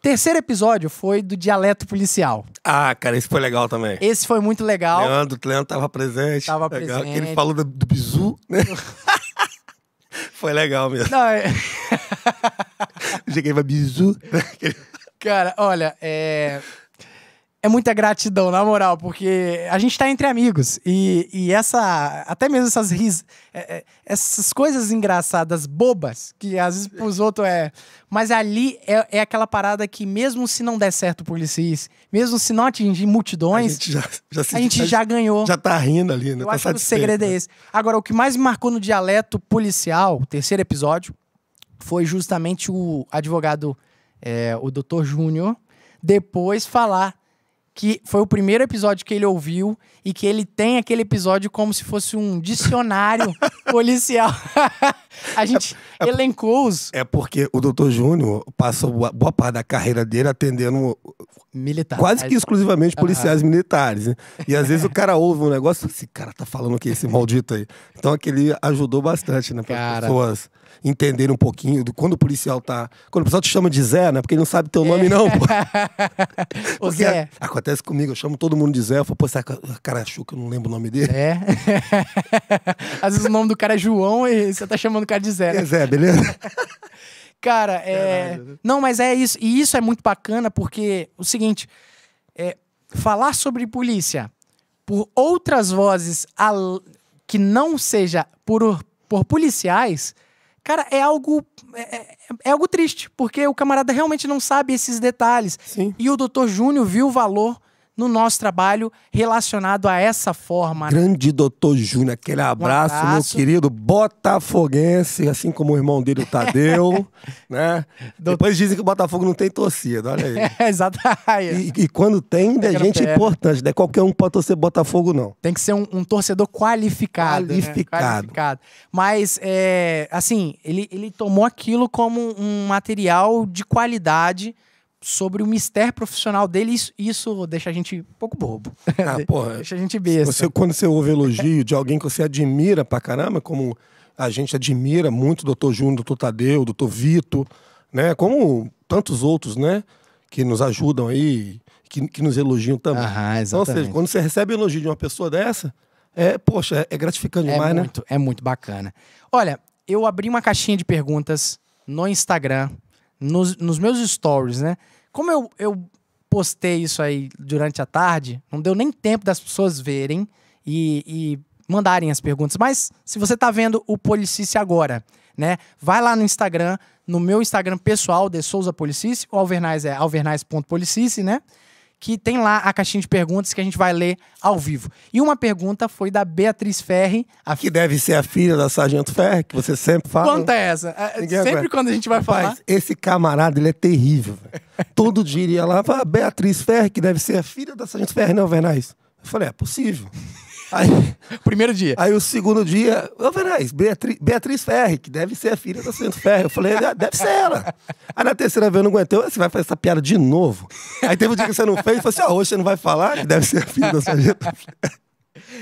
Speaker 2: Terceiro episódio foi do dialeto policial.
Speaker 1: Ah, cara, isso foi legal também.
Speaker 2: Esse foi muito legal.
Speaker 1: Leandro, Leandro tava presente.
Speaker 2: Tava
Speaker 1: Legal, que
Speaker 2: presente.
Speaker 1: Ele falou do, do bizu, né? Foi legal mesmo.
Speaker 2: Não, é-
Speaker 1: Cheguei pra bizu.
Speaker 2: Cara, olha, é. É muita gratidão, na moral, porque a gente tá entre amigos. E, e essa. Até mesmo essas ris. é, é, essas coisas engraçadas, bobas, que às vezes pros outros é. Mas ali é, é aquela parada que, mesmo se não der certo o Policis, mesmo se não atingir
Speaker 1: A
Speaker 2: multidões,
Speaker 1: gente já, já, se-
Speaker 2: a gente já ganhou.
Speaker 1: já tá rindo ali, né?
Speaker 2: Eu
Speaker 1: tá
Speaker 2: acho que o
Speaker 1: satisfeito,
Speaker 2: segredo é
Speaker 1: né?
Speaker 2: esse. Agora, o que mais me marcou no dialeto policial, o terceiro episódio, foi justamente o advogado, é, o doutor Júnior, depois falar que foi o primeiro episódio que ele ouviu e que ele tem aquele episódio como se fosse um dicionário policial. A gente elencou os
Speaker 1: É porque o doutor Júnior passou boa, boa parte da carreira dele atendendo
Speaker 2: militares.
Speaker 1: quase que exclusivamente policiais militares. Né? E às vezes o cara ouve um negócio e fala, esse cara tá falando o que esse maldito aí. Então aquele ajudou bastante, né? Para as
Speaker 2: Cara.
Speaker 1: pessoas entenderem um pouquinho do quando o policial tá. Quando o pessoal te chama de Zé, né? Porque ele não sabe teu
Speaker 2: É.
Speaker 1: nome, não, pô.
Speaker 2: Ô,
Speaker 1: Porque
Speaker 2: Zé.
Speaker 1: Tipo assim, a- Acontece comigo, eu chamo todo mundo de Zé, eu falo, pô, será que o cara achou que eu não lembro o nome dele?
Speaker 2: É. Às vezes o nome do cara é João e você tá chamando o cara de Zé. né?
Speaker 1: É Zé, beleza?
Speaker 2: Cara, é.
Speaker 1: né?
Speaker 2: Não, mas é isso. E isso é muito bacana porque o seguinte: é, falar sobre polícia por outras vozes al- que não seja por, por policiais, cara, é algo. É, é- é algo triste, porque o camarada realmente não sabe esses detalhes.
Speaker 1: Sim.
Speaker 2: E o doutor Júnior viu o valor no nosso trabalho relacionado a essa forma. né?
Speaker 1: Grande doutor Júnior, aquele abraço, meu
Speaker 2: Um abraço.
Speaker 1: querido botafoguense, assim como o irmão dele, o Tadeu, né? Depois dizem que o Botafogo não tem torcida, olha aí.
Speaker 2: Exato. É.
Speaker 1: E, e quando tem, ainda é
Speaker 2: Pega no
Speaker 1: gente
Speaker 2: pé.
Speaker 1: importante, não é qualquer um que pode torcer Botafogo, não.
Speaker 2: Tem que ser um, um torcedor qualificado. né?
Speaker 1: Qualificado.
Speaker 2: Qualificado. Mas, é, assim, ele, ele tomou aquilo como um material de qualidade sobre o mistério profissional dele. Isso, isso deixa a gente um pouco bobo.
Speaker 1: Ah, porra,
Speaker 2: deixa a gente besta.
Speaker 1: Você, quando você ouve elogio de alguém que você admira pra caramba, como a gente admira muito o doutor Júnior, doutor Tadeu, o doutor Vito, né? Como tantos outros, né? Que nos ajudam aí, que, que nos elogiam também.
Speaker 2: Aham,
Speaker 1: Então, ou seja,
Speaker 2: exatamente.
Speaker 1: quando você recebe elogio de uma pessoa dessa, é, poxa, é, é gratificante demais,
Speaker 2: é
Speaker 1: né?
Speaker 2: muito, É muito bacana. Olha, eu abri uma caixinha de perguntas no Instagram, nos, nos meus stories, né? Como eu, eu postei isso aí durante a tarde, não deu nem tempo das pessoas verem e, e mandarem as perguntas. Mas se você tá vendo o Policice agora, né? Vai lá no Instagram, no meu Instagram pessoal, de Souza Policice, o Alvernais é alvernais.policice, né? Que tem lá a caixinha de perguntas que a gente vai ler ao vivo. E uma pergunta foi da Beatriz Ferri, a
Speaker 1: Que deve ser a filha da Sargento Ferre, que você sempre fala.
Speaker 2: Quanto é essa? É,
Speaker 1: Ninguém
Speaker 2: Sempre
Speaker 1: aguenta.
Speaker 2: quando a gente vai falar.
Speaker 1: Rapaz, esse camarada, ele é terrível. velho. Todo dia ele ia lá, "Ah, Beatriz Ferre, que deve ser a filha da Sargento Ferre, não, Vernais? Eu falei, é possível. Aí,
Speaker 2: Primeiro dia.
Speaker 1: aí o segundo dia, ô Vernais, Beatri- Beatriz Ferre, que deve ser a filha da Sargento Ferre. Eu falei, "Ah, deve ser ela. Aí na terceira vez eu não aguentei, "Ué, você vai fazer essa piada de novo. Aí teve um dia que você não fez, eu falei assim, ó, hoje você não vai falar que deve ser a filha da Sargento Ferre.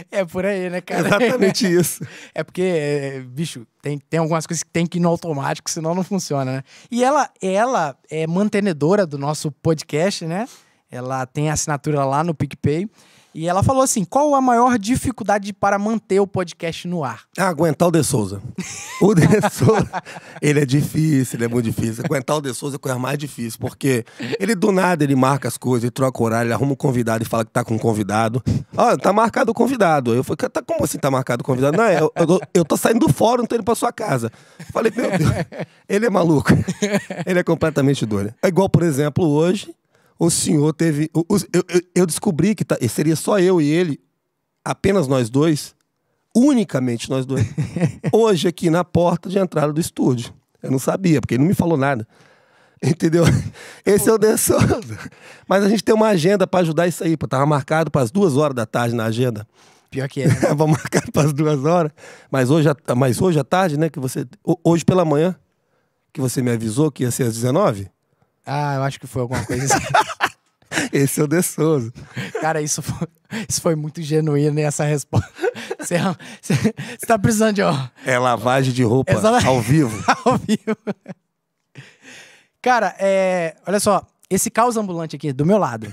Speaker 2: É por aí, né, cara?
Speaker 1: Exatamente isso.
Speaker 2: É porque, é, bicho, tem, tem algumas coisas que tem que ir no automático, senão não funciona, né? E ela, ela é mantenedora do nosso podcast, né? Ela tem assinatura lá no PicPay. E ela falou assim: qual a maior dificuldade para manter o podcast no ar?
Speaker 1: Ah, aguentar o De Souza. O De Souza, ele é difícil, ele é muito difícil. Aguentar o De Souza é a coisa mais difícil, porque ele do nada ele marca as coisas, ele troca o horário, ele arruma um convidado e fala que tá com um convidado. Ó, tá marcado o convidado. Eu falei, tá, como assim tá marcado o convidado? Não, eu, eu, tô- eu tô saindo do fórum, tô indo pra sua casa. Falei, meu Deus, ele é maluco. Ele é completamente doido. É igual, por exemplo, hoje, o senhor teve. o- o- eu, eu- eu descobri que tá- seria só eu e ele, apenas nós dois unicamente nós dois, hoje aqui na porta de entrada do estúdio. Eu não sabia, porque ele não me falou nada. Entendeu? Esse é o De Souza. Mas a gente tem uma agenda para ajudar isso aí, pô. Tava marcado para as duas horas da tarde na agenda.
Speaker 2: Pior que é. né?
Speaker 1: Tava marcado para as duas horas. Mas hoje, à- mas hoje à tarde, né? Que você. ho- Hoje pela manhã, que você me avisou que ia ser às 19.
Speaker 2: Ah, eu acho que foi alguma coisa. assim.
Speaker 1: Esse é o De Souza.
Speaker 2: Cara, isso foi, isso foi muito genuíno, né, essa resposta. Você, é um, você, você tá precisando de, ó,
Speaker 1: É lavagem de roupa
Speaker 2: Exatamente.
Speaker 1: ao vivo.
Speaker 2: tá ao vivo. Cara, é, olha só, esse caos ambulante aqui do meu lado,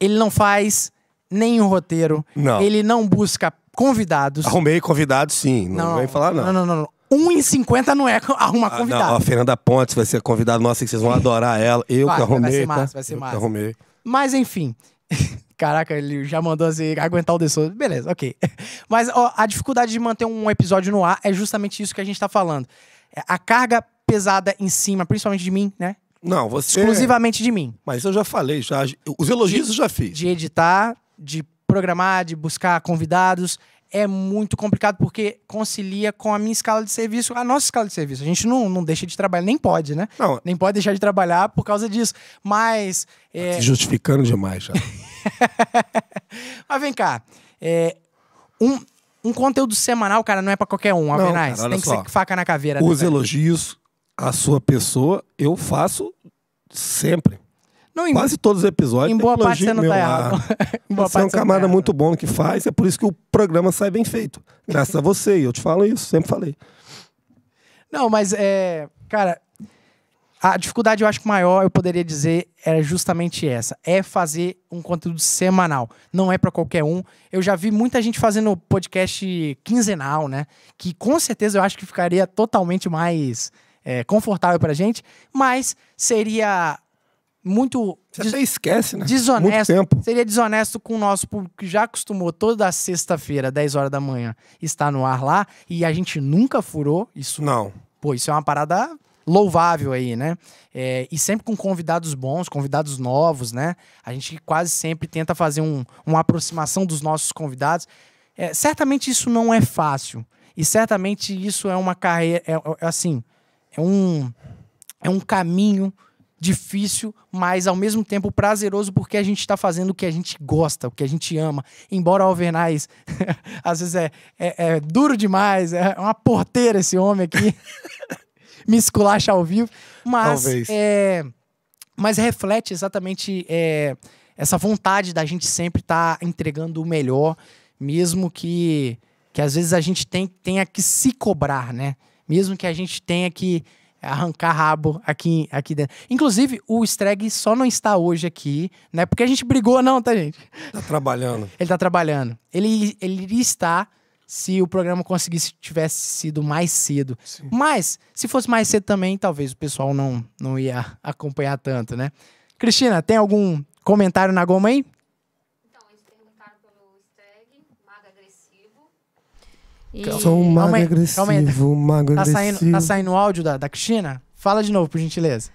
Speaker 2: ele não faz nenhum roteiro,
Speaker 1: Não.
Speaker 2: ele não busca convidados.
Speaker 1: Arrumei convidado, sim. Não, vem falar,
Speaker 2: Não, não, não. não. 1 em 50 não é co- arrumar
Speaker 1: Ah,
Speaker 2: convidado.
Speaker 1: não, a Fernanda Pontes vai ser convidada nossa, que vocês vão adorar ela. Eu
Speaker 2: Vai,
Speaker 1: que
Speaker 2: vai
Speaker 1: arrumei.
Speaker 2: ser
Speaker 1: tá?
Speaker 2: massa, vai ser
Speaker 1: Eu que
Speaker 2: massa.
Speaker 1: arrumei.
Speaker 2: Mas enfim. Caraca, ele já mandou assim, aguentar o The Souza. Beleza, ok. Mas ó, a dificuldade de manter um episódio no ar é justamente isso que a gente tá falando. É A carga pesada em cima, principalmente de mim, né?
Speaker 1: Não, você.
Speaker 2: Exclusivamente de mim.
Speaker 1: Mas eu já falei, já. Os elogios eu já fiz.
Speaker 2: de editar, de programar, de buscar convidados. É muito complicado porque concilia com a minha escala de serviço, a nossa escala de serviço. A gente não, não deixa de trabalhar, nem pode, né?
Speaker 1: Não,
Speaker 2: Nem pode deixar de trabalhar por causa disso. Mas. é,
Speaker 1: se justificando demais já.
Speaker 2: mas vem cá. é, um, um conteúdo semanal, cara, não é pra qualquer um, Alvernais.
Speaker 1: cara, olha
Speaker 2: Tem que
Speaker 1: só.
Speaker 2: ser faca na caveira. né,
Speaker 1: Os
Speaker 2: velho?
Speaker 1: elogios à sua pessoa, eu faço sempre.
Speaker 2: não, em,
Speaker 1: Quase todos os episódios.
Speaker 2: em
Speaker 1: tem
Speaker 2: boa parte
Speaker 1: elogio
Speaker 2: você não
Speaker 1: meu
Speaker 2: tá
Speaker 1: lá.
Speaker 2: errado. Em boa
Speaker 1: Você é um
Speaker 2: parte você não tá
Speaker 1: camarada
Speaker 2: errado.
Speaker 1: muito bom no que faz, é por isso que o programa sai bem feito. Graças a você, e eu te falo isso, sempre falei.
Speaker 2: Não, mas é. Cara, a dificuldade eu acho que maior, eu poderia dizer, era justamente essa: é fazer um conteúdo semanal. Não é pra qualquer um. Eu já vi muita gente fazendo podcast quinzenal, né? Que com certeza eu acho que ficaria totalmente mais é, confortável pra gente, mas seria muito.
Speaker 1: Você até esquece, né? Muito
Speaker 2: Desonesto.
Speaker 1: tempo.
Speaker 2: Seria desonesto com o nosso público que já acostumou toda sexta-feira, 10 horas da manhã, estar no ar lá e a gente nunca furou. Isso
Speaker 1: Não.
Speaker 2: pô, isso é uma parada louvável aí, né? É, e sempre com convidados bons, convidados novos, né? A gente quase sempre tenta fazer um- uma aproximação dos nossos convidados. É, certamente isso não é fácil. E certamente isso é uma carreira. É, é- assim, é um, é um caminho difícil, mas ao mesmo tempo prazeroso, porque a gente está fazendo o que a gente gosta, o que a gente ama. Embora o Alvernais, às vezes, é, é, é duro demais, é uma porteira esse homem aqui, me esculacha ao vivo, mas,
Speaker 1: Talvez.
Speaker 2: é, mas reflete exatamente é, essa vontade da gente sempre estar entregando o melhor, mesmo que, que às vezes a gente tem, tenha que se cobrar, né? Mesmo que a gente tenha que arrancar rabo aqui, aqui dentro. Inclusive, o Streg só não está hoje aqui, né? Porque a gente brigou, não, tá, gente?
Speaker 1: Tá trabalhando.
Speaker 2: Ele tá trabalhando. Ele, ele iria estar se o programa conseguisse tivesse sido mais cedo. Mas, se fosse mais cedo também, talvez o pessoal não, não ia acompanhar tanto, né? Cristina, tem algum Comentário na goma aí?
Speaker 4: Então, eles perguntaram pelo hashtag Maga Agressivo.
Speaker 1: Sou um mago
Speaker 2: Calma aí,
Speaker 1: agressivo, um
Speaker 2: calma aí.
Speaker 1: mago
Speaker 2: Então, Tá
Speaker 1: agressivo.
Speaker 2: saindo, tá saindo o áudio da, da Cristina? Fala de novo, por gentileza.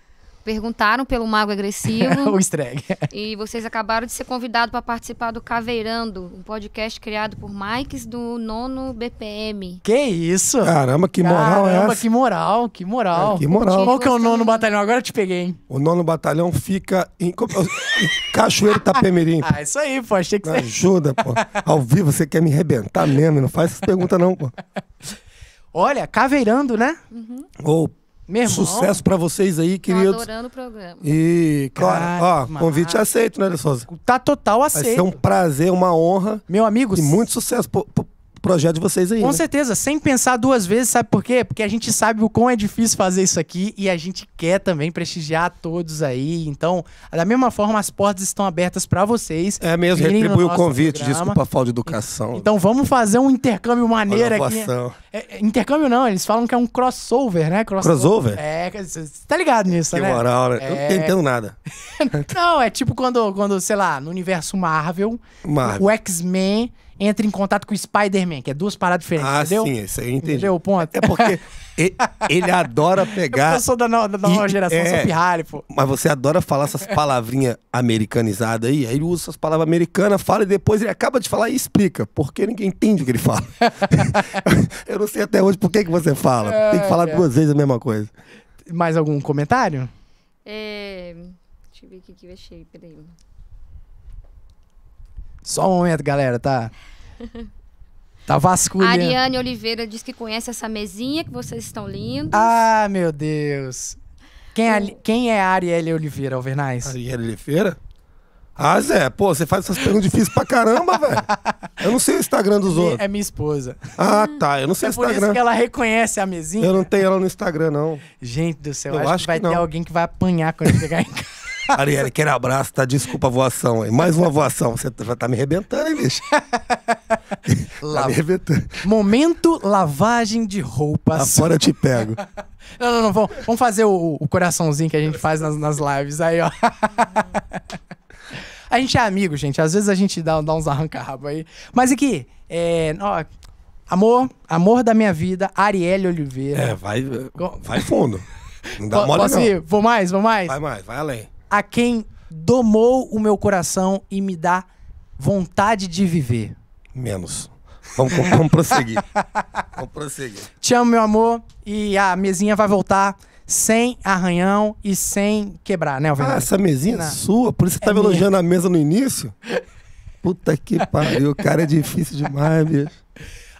Speaker 4: Perguntaram pelo Mago
Speaker 2: É o
Speaker 4: Agressivo.
Speaker 2: estreg.
Speaker 4: e vocês acabaram de ser convidados para participar do Caveirando, um podcast criado por Mikes do nono BPM.
Speaker 2: Que isso?
Speaker 1: Caramba, que moral é
Speaker 2: Caramba,
Speaker 1: essa?
Speaker 2: que moral, que moral.
Speaker 1: Que moral.
Speaker 2: Qual que é o nono batalhão? Agora eu te peguei, hein?
Speaker 1: O nono batalhão fica em, Co- em Cachoeiro Itapemirim. pô.
Speaker 2: Ah, isso aí, pô. Achei que
Speaker 1: Me
Speaker 2: você...
Speaker 1: ajuda, pô. Ao vivo você quer me arrebentar mesmo. Não faz essas perguntas, não, pô.
Speaker 2: Olha, caveirando, né?
Speaker 1: Ô,
Speaker 2: Meu irmão.
Speaker 1: sucesso pra vocês aí,
Speaker 4: Tô
Speaker 1: queridos.
Speaker 4: adorando o programa.
Speaker 1: E, claro,
Speaker 2: Caraca,
Speaker 1: ó, convite aceito, né, De Souza?
Speaker 2: Tá total
Speaker 1: Vai ser
Speaker 2: aceito.
Speaker 1: um prazer, uma honra
Speaker 2: Meu amigo,
Speaker 1: e muito sucesso pro, pro projeto de vocês aí.
Speaker 2: com
Speaker 1: né?
Speaker 2: certeza, sem pensar duas vezes, sabe por quê? Porque a gente sabe o quão é difícil fazer isso aqui e a gente quer também prestigiar todos aí. Então, da mesma forma, as portas estão abertas pra vocês.
Speaker 1: É mesmo,
Speaker 2: Virem no
Speaker 1: retribui o
Speaker 2: nosso
Speaker 1: convite,
Speaker 2: programa.
Speaker 1: desculpa a falta de educação.
Speaker 2: Então vamos fazer um intercâmbio maneiro aqui.
Speaker 1: Inovação.
Speaker 2: É, é, intercâmbio não, eles falam que é um crossover, né?
Speaker 1: Crossover?
Speaker 2: É, você tá ligado nisso,
Speaker 1: que
Speaker 2: né?
Speaker 1: moral, né?
Speaker 2: É.
Speaker 1: Eu não entendo nada.
Speaker 2: Não, é tipo quando, quando, sei lá, no universo Marvel,
Speaker 1: Marvel.
Speaker 2: o X-Men entra em contato com o Spider-Man, que é duas paradas diferentes,
Speaker 1: Ah,
Speaker 2: entendeu?
Speaker 1: sim, isso aí eu entendi.
Speaker 2: Entendeu o ponto?
Speaker 1: É porque e- ele adora pegar.
Speaker 2: Eu sou da, no- da nova
Speaker 1: E-
Speaker 2: geração,
Speaker 1: é.
Speaker 2: sou pirralho, pô.
Speaker 1: Mas você adora falar essas palavrinhas americanizadas aí, aí ele usa essas palavras americanas, fala e depois ele acaba de falar e explica, porque ninguém entende o que ele fala. eu não sei até hoje por que, que você fala.
Speaker 2: É,
Speaker 1: Tem que falar duas vezes a mesma coisa.
Speaker 2: Mais algum comentário?
Speaker 4: É, deixa eu ver o que que eu achei, peraí.
Speaker 2: Só um momento, galera, tá? Tá
Speaker 4: A
Speaker 2: vasculhando.
Speaker 4: Ariane Oliveira diz que conhece essa mesinha, que vocês estão lindos.
Speaker 2: Ah, meu Deus. Quem é, a- quem é a Arielle Oliveira, Alvernais?
Speaker 1: Ariel Oliveira? Ah, Zé, pô, você faz essas perguntas difíceis pra caramba, velho. Eu não sei o Instagram dos outros.
Speaker 2: É minha esposa.
Speaker 1: Ah, tá, eu não sei
Speaker 2: É
Speaker 1: o
Speaker 2: por isso
Speaker 1: Instagram.
Speaker 2: que ela reconhece a mesinha.
Speaker 1: Eu não tenho ela no Instagram, não.
Speaker 2: Gente do céu,
Speaker 1: Eu
Speaker 2: acho,
Speaker 1: acho
Speaker 2: que
Speaker 1: que
Speaker 2: vai ter
Speaker 1: não.
Speaker 2: alguém que vai apanhar quando chegar em casa.
Speaker 1: Ariel, quero abraço, tá? Desculpa a voação aí. Mais uma voação. Você já tá me arrebentando, hein, bicho? Tá
Speaker 2: Lá-
Speaker 1: me arrebentando.
Speaker 2: Momento lavagem de
Speaker 1: Lá
Speaker 2: roupas.
Speaker 1: fora eu te pego.
Speaker 2: Não, não, não, vamos, vamos fazer o, o coraçãozinho que a gente faz nas, nas lives aí, ó. A gente é amigo, gente. Às vezes a gente dá, dá uns arranca-rabo aí. Mas aqui, é, ó, amor, amor da minha vida, Arielle Oliveira.
Speaker 1: É, vai, vai fundo. Não dá
Speaker 2: Po-
Speaker 1: mole,
Speaker 2: Posso
Speaker 1: não.
Speaker 2: ir? Vou mais, vou mais?
Speaker 1: Vai mais, vai além.
Speaker 2: A quem domou o meu coração e me dá vontade de viver.
Speaker 1: Menos. Vamos, vamos, vamos prosseguir. Vamos prosseguir.
Speaker 2: Te amo, meu amor. E a mesinha vai voltar sem arranhão e sem quebrar, né,
Speaker 1: Ah,
Speaker 2: Alvernaz?
Speaker 1: essa mesinha é
Speaker 2: Não.
Speaker 1: sua? Por isso você tava
Speaker 2: É minha.
Speaker 1: elogiando a mesa no início? Puta que pariu, o cara é difícil demais, bicho.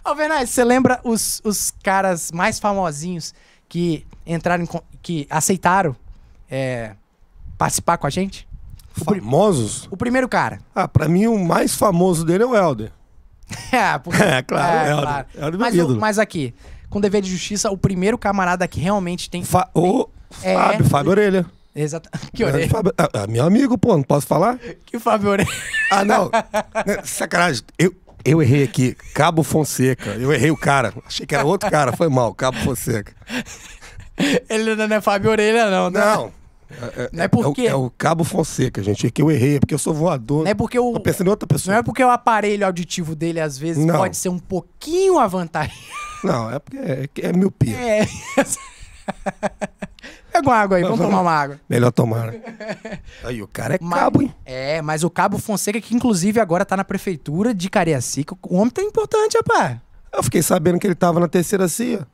Speaker 2: Alvernaz, você lembra os, os caras mais famosinhos que entraram, em con- que aceitaram é, participar com a gente?
Speaker 1: Famosos?
Speaker 2: O primeiro cara.
Speaker 1: Ah, pra mim o mais famoso dele é o Helder.
Speaker 2: é, porque-
Speaker 1: É, claro, é o- é o meu
Speaker 2: Mas, o-
Speaker 1: ídolo.
Speaker 2: mas aqui, com dever de justiça, o primeiro camarada que realmente tem...
Speaker 1: Fa o
Speaker 2: É.
Speaker 1: Fábio, Fábio Orelha.
Speaker 2: Exata... Que
Speaker 1: Grande
Speaker 2: orelha.
Speaker 1: Fábio- Ah, ah, meu amigo, pô, não posso falar?
Speaker 2: Que Fábio Orelha.
Speaker 1: Ah, não. Né, Sacanagem. Eu, eu errei aqui. Cabo Fonseca. Eu errei o cara. Achei que era outro cara. Foi mal. Cabo Fonseca.
Speaker 2: Ele não é Fábio Orelha, não. né?
Speaker 1: Não.
Speaker 2: Não é porque...
Speaker 1: É, o, é o Cabo Fonseca, gente. É que eu errei. É porque eu sou voador.
Speaker 2: Não é porque o...
Speaker 1: Tô pensando em outra pessoa.
Speaker 2: Não é porque o aparelho auditivo dele, às vezes,
Speaker 1: Não.
Speaker 2: pode ser um pouquinho a vantagem.
Speaker 1: Não, é porque é, que é miopia.
Speaker 2: É. Pega uma água aí, vamos
Speaker 1: Vamos.
Speaker 2: tomar uma água.
Speaker 1: Melhor tomar. né? Aí o cara é
Speaker 2: Mas-
Speaker 1: cabo, hein?
Speaker 2: É, mas o Cabo Fonseca, que inclusive agora tá na prefeitura de Cariacica, o homem tá importante, rapaz.
Speaker 1: Eu fiquei sabendo que ele tava na terceira CIA.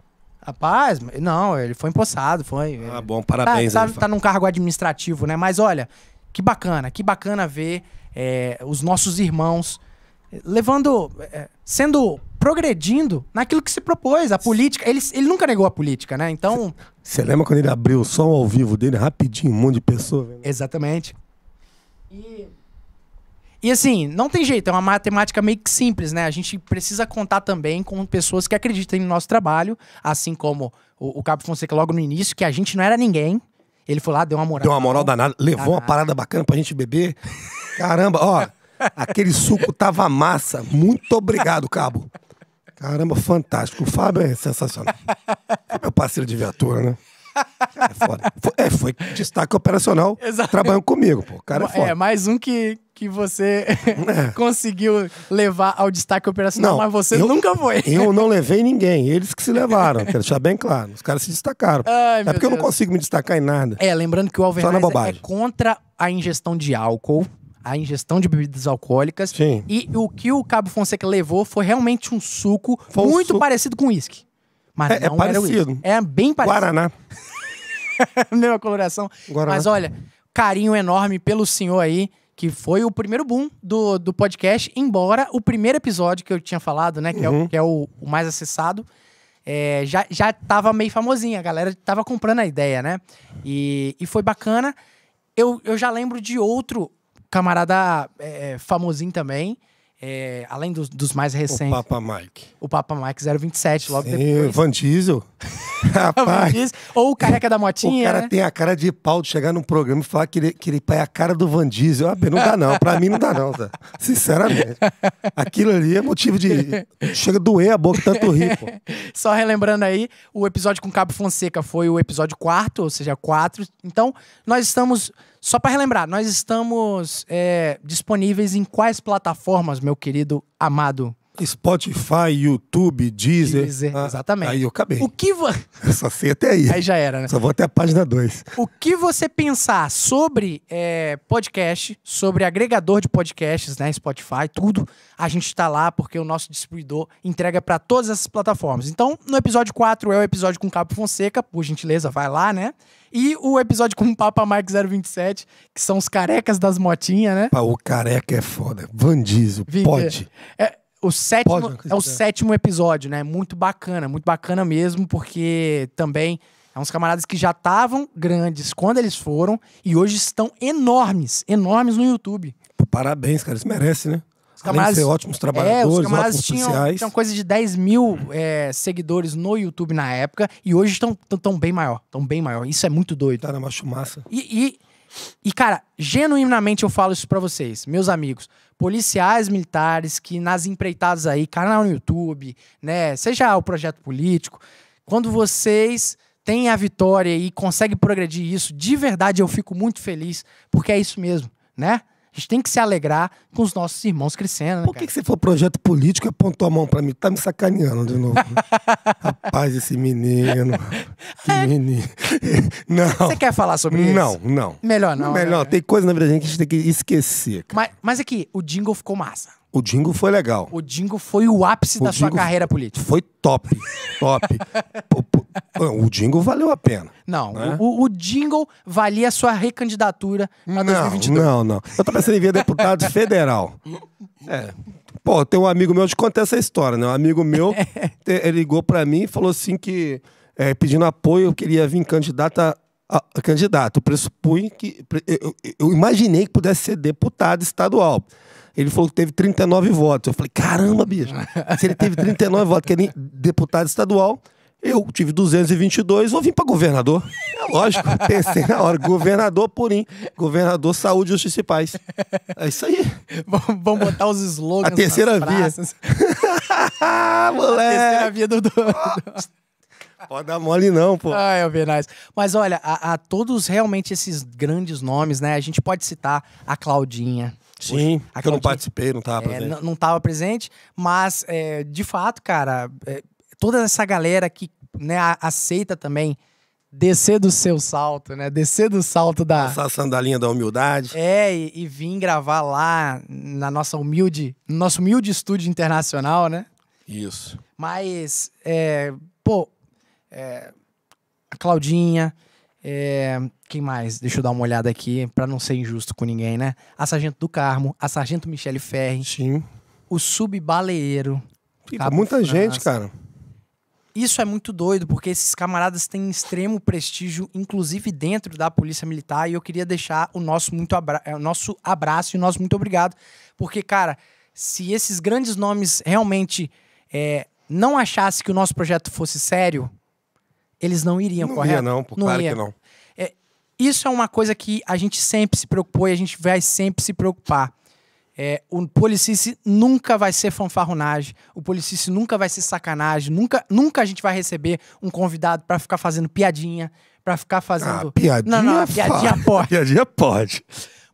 Speaker 2: Rapaz, não, ele foi empossado, foi.
Speaker 1: Ah, bom, parabéns,
Speaker 2: Tá,
Speaker 1: ele
Speaker 2: tá,
Speaker 1: fala.
Speaker 2: tá num cargo administrativo, né? Mas olha, que bacana, que bacana ver é, os nossos irmãos eh, levando, é, sendo progredindo naquilo que se propôs, a política. Ele, ele nunca negou a política, né? Então,
Speaker 1: Você lembra quando ele abriu o som ao vivo dele? Rapidinho, um monte de pessoa. vendo?
Speaker 2: Exatamente. E... e assim, não tem jeito, é uma matemática meio que simples, né? A gente precisa contar também com pessoas que acreditem no nosso trabalho, assim como o, o Cabo Fonseca logo no início, que a gente não era ninguém. Ele foi lá, deu uma moral.
Speaker 1: Deu uma moral danada. Levou uma parada bacana pra gente beber. Caramba, ó. Aquele suco tava massa. Muito obrigado, Cabo. Caramba, fantástico. O Fábio é sensacional. É meu parceiro de viatura, né? É foda. Foi, é, foi destaque operacional
Speaker 2: Exato.
Speaker 1: trabalhando comigo, pô. O cara é foda.
Speaker 2: É, mais um que, que você conseguiu levar ao destaque operacional, mas você
Speaker 1: eu-
Speaker 2: nunca foi.
Speaker 1: Eu não levei ninguém, eles que se levaram, quero deixar bem claro. Os caras se destacaram.
Speaker 2: Ai,
Speaker 1: é
Speaker 2: meu
Speaker 1: porque eu não
Speaker 2: Deus.
Speaker 1: consigo me destacar em nada.
Speaker 2: É, lembrando que o
Speaker 1: Só na
Speaker 2: Alvernais é
Speaker 1: bobagem.
Speaker 2: contra a ingestão de álcool, a ingestão de bebidas alcoólicas.
Speaker 1: Sim.
Speaker 2: E o que o Cabo Fonseca levou foi realmente um suco
Speaker 1: Foi um
Speaker 2: muito
Speaker 1: suco.
Speaker 2: parecido com uísque. Mas
Speaker 1: É- é
Speaker 2: não era
Speaker 1: parecido.
Speaker 2: uísque. É bem parecido.
Speaker 1: Guaraná.
Speaker 2: a mesma coloração.
Speaker 1: Guaraná.
Speaker 2: Mas olha, carinho enorme pelo senhor aí, que foi o primeiro boom do, do podcast, embora o primeiro episódio que eu tinha falado, né, que é
Speaker 1: Uhum.
Speaker 2: o, que é o, o mais acessado, é, já, já tava meio famosinho, a galera tava comprando a ideia, né? E, e foi bacana. Eu, eu já lembro de outro camarada é, famosinho também, é, além dos, dos mais
Speaker 1: O
Speaker 2: recentes,
Speaker 1: Papa Mike.
Speaker 2: o Papa, Mike 027, logo
Speaker 1: Sim, Van Diesel.
Speaker 2: depois.
Speaker 1: Rapaz.
Speaker 2: disso. Ou o Careca da Motinha,
Speaker 1: O cara
Speaker 2: né?
Speaker 1: tem a cara de pau de chegar num programa e falar que ele, que ele pai é a cara do Van Diesel. Ah, não dá não, pra mim não dá não, tá? sinceramente. Aquilo ali é motivo de... Chega a doer a boca de tanto rir, pô.
Speaker 2: Só relembrando aí, o episódio com Cabo Fonseca foi o episódio 4, ou seja, 4. Então, nós estamos. Só para relembrar, nós estamos é, disponíveis em quais plataformas, meu querido amado?
Speaker 1: Spotify, YouTube, Deezer.
Speaker 2: Deezer,
Speaker 1: Ah,
Speaker 2: exatamente.
Speaker 1: Aí eu acabei.
Speaker 2: O que vo...
Speaker 1: Eu só sei até aí.
Speaker 2: Aí já era, né?
Speaker 1: Só vou até a página 2.
Speaker 2: O que você pensar sobre é, podcast, sobre agregador de podcasts, né, Spotify, tudo, a gente está lá porque o nosso distribuidor entrega para todas essas plataformas. Então, no episódio 4 é o episódio com Cabo Fonseca, por gentileza, vai lá, né? E o episódio com Papa Mike 027, que são os carecas das motinhas, né?
Speaker 1: Pá, o careca é foda. Van Diesel,
Speaker 2: Viver.
Speaker 1: pode.
Speaker 2: É, o sétimo,
Speaker 1: Pode, uma coisa
Speaker 2: é o
Speaker 1: que é.
Speaker 2: sétimo episódio, né? Muito bacana, muito bacana mesmo, porque também é uns camaradas que já estavam grandes quando eles foram e hoje estão enormes, enormes no YouTube.
Speaker 1: Pô, Parabéns, cara. Isso merece, né?
Speaker 2: Os
Speaker 1: Além de ser ótimos
Speaker 2: é, os
Speaker 1: trabalhadores,
Speaker 2: camaradas
Speaker 1: ótimos
Speaker 2: tinham,
Speaker 1: sociais.
Speaker 2: tinham coisa de 10 mil é, seguidores no YouTube na época e hoje estão tão, tão bem maior, tão bem maior. Isso é muito doido.
Speaker 1: Tá na macho massa.
Speaker 2: E, e, e, cara, genuinamente eu falo isso pra vocês, meus amigos. Policiais militares que nas empreitadas aí, canal no YouTube, né? Seja o projeto político, quando vocês têm a vitória e conseguem progredir isso, de verdade eu fico muito feliz, porque é isso mesmo, né? A gente tem que se alegrar com os nossos irmãos crescendo, né,
Speaker 1: Por que,
Speaker 2: cara?
Speaker 1: que você for projeto político e apontou a mão pra mim? Tá me sacaneando de novo. Rapaz, esse menino. Que menino. Não.
Speaker 2: É. Você quer falar sobre isso?
Speaker 1: Não, não.
Speaker 2: Melhor não.
Speaker 1: Melhor,
Speaker 2: né?
Speaker 1: tem coisa na vida da gente que a gente tem que esquecer. cara.
Speaker 2: Mas, mas aqui, o Dingo ficou massa.
Speaker 1: O Dingo foi legal.
Speaker 2: O Dingo foi o ápice
Speaker 1: O
Speaker 2: da sua
Speaker 1: Dingo-
Speaker 2: carreira política.
Speaker 1: Foi top. Top. Pô, pô, O Dingo valeu a pena.
Speaker 2: Não,
Speaker 1: Né?
Speaker 2: o, o jingle valia a sua recandidatura pra
Speaker 1: Não,
Speaker 2: 2022.
Speaker 1: não, não. Eu tô pensando em ver deputado federal. É. Pô, tem um amigo meu, eu te contei essa história, né? Um amigo meu, te- ele ligou pra mim e falou assim que, é, pedindo apoio, eu queria vir candidata a, a candidato. Eu pressupunha que... pre- Eu, eu- eu imaginei que pudesse ser deputado estadual. Ele falou que teve 39 votos. Eu falei, caramba, bicho. Se ele teve 39 votos, que ele é deputado estadual... Eu tive 222, vou vir pra governador. É lógico, pensei na hora. Governador Purim, governador Saúde e Justiça e Paz. É isso aí.
Speaker 2: Vão vão botar os slogans.
Speaker 1: A terceira
Speaker 2: nas
Speaker 1: via.
Speaker 2: praças.
Speaker 1: Ah,
Speaker 2: A terceira
Speaker 1: moleque!
Speaker 2: via do. do...
Speaker 1: Pode dar mole não, pô.
Speaker 2: Ai, Alvernais. Mas olha, a, a todos realmente esses grandes nomes, né? A gente pode citar a Claudinha.
Speaker 1: Sim,
Speaker 2: a
Speaker 1: que eu não
Speaker 2: Claudinha-
Speaker 1: participei, não tava
Speaker 2: É,
Speaker 1: presente.
Speaker 2: n- não estava presente, mas é, de fato, cara, é, toda essa galera que né, a- aceita também descer do seu salto, né? Descer do salto da.
Speaker 1: Essa sandalinha da humildade.
Speaker 2: É, e, e vim gravar lá na nossa humilde, no nosso humilde estúdio internacional, né?
Speaker 1: Isso.
Speaker 2: Mas, é, pô, é, a Claudinha, é, quem mais? Deixa eu dar uma olhada aqui, pra não ser injusto com ninguém, né? A Sargento do Carmo, a Sargento Michele Ferri,
Speaker 1: Sim.
Speaker 2: o Subbaleeiro.
Speaker 1: Sim,
Speaker 2: Cabo
Speaker 1: muita
Speaker 2: França.
Speaker 1: gente, cara.
Speaker 2: Isso é muito doido, porque esses camaradas têm extremo prestígio, inclusive dentro da Polícia Militar, e eu queria deixar o nosso, muito abra eh, o nosso abraço e o nosso muito obrigado, porque, cara, se esses grandes nomes realmente eh, não achassem que o nosso projeto fosse sério, eles não iriam,
Speaker 1: Não
Speaker 2: correto?
Speaker 1: ia não, pô. Claro
Speaker 2: ia.
Speaker 1: que não.
Speaker 2: Isso é uma coisa que a gente sempre se preocupou e a gente vai sempre se preocupar. É, o policice nunca vai ser fanfarronagem, o policice nunca vai ser sacanagem, nunca, nunca a gente vai receber um convidado para ficar fazendo piadinha, para ficar fazendo.
Speaker 1: Ah, piadinha,
Speaker 2: não, não,
Speaker 1: fa-
Speaker 2: piadinha pode.
Speaker 1: Piadinha pode.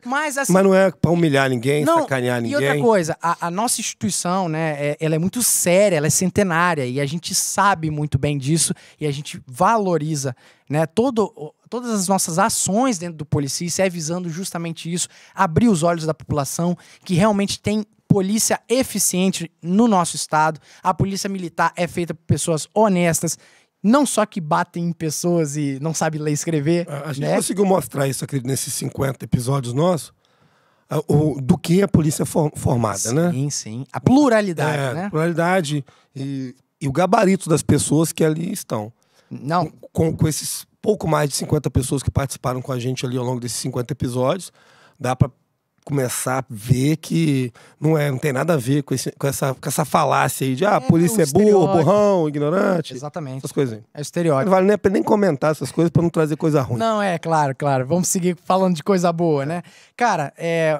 Speaker 2: Mas assim,
Speaker 1: Mas não é pra humilhar ninguém,
Speaker 2: não,
Speaker 1: sacanear ninguém.
Speaker 2: E outra coisa, a, a nossa instituição, né, é- ela é muito séria, ela é centenária e a gente sabe muito bem disso e a gente valoriza, né, todo, o- todas as nossas ações dentro do Policícia é visando justamente isso, abrir os olhos da população que realmente tem polícia eficiente no nosso estado. A polícia militar é feita por pessoas honestas, não só que batem em pessoas e não sabe ler e escrever,
Speaker 1: A a gente
Speaker 2: né?
Speaker 1: conseguiu mostrar isso, acredito, nesses 50 episódios nossos, a- o, do que a polícia é for- formada, né?
Speaker 2: Sim, sim. A pluralidade,
Speaker 1: É,
Speaker 2: né?
Speaker 1: pluralidade e, e o gabarito das pessoas que ali estão.
Speaker 2: Não,
Speaker 1: Com, com esses pouco mais de 50 pessoas que participaram com a gente ali ao longo desses 50 episódios, dá para começar a ver que não, é, não tem nada a ver com, esse- com essa, com essa falácia aí de ah, a polícia
Speaker 2: um
Speaker 1: é burra,
Speaker 2: estereótipo.
Speaker 1: burrão, ignorante,
Speaker 2: Exatamente.
Speaker 1: essas coisas aí.
Speaker 2: É o
Speaker 1: Não
Speaker 2: estereótipo.
Speaker 1: vale nem a pena nem comentar essas coisas para não trazer coisa ruim.
Speaker 2: Não, é, claro, claro. Vamos seguir falando de coisa boa, né? Cara, é,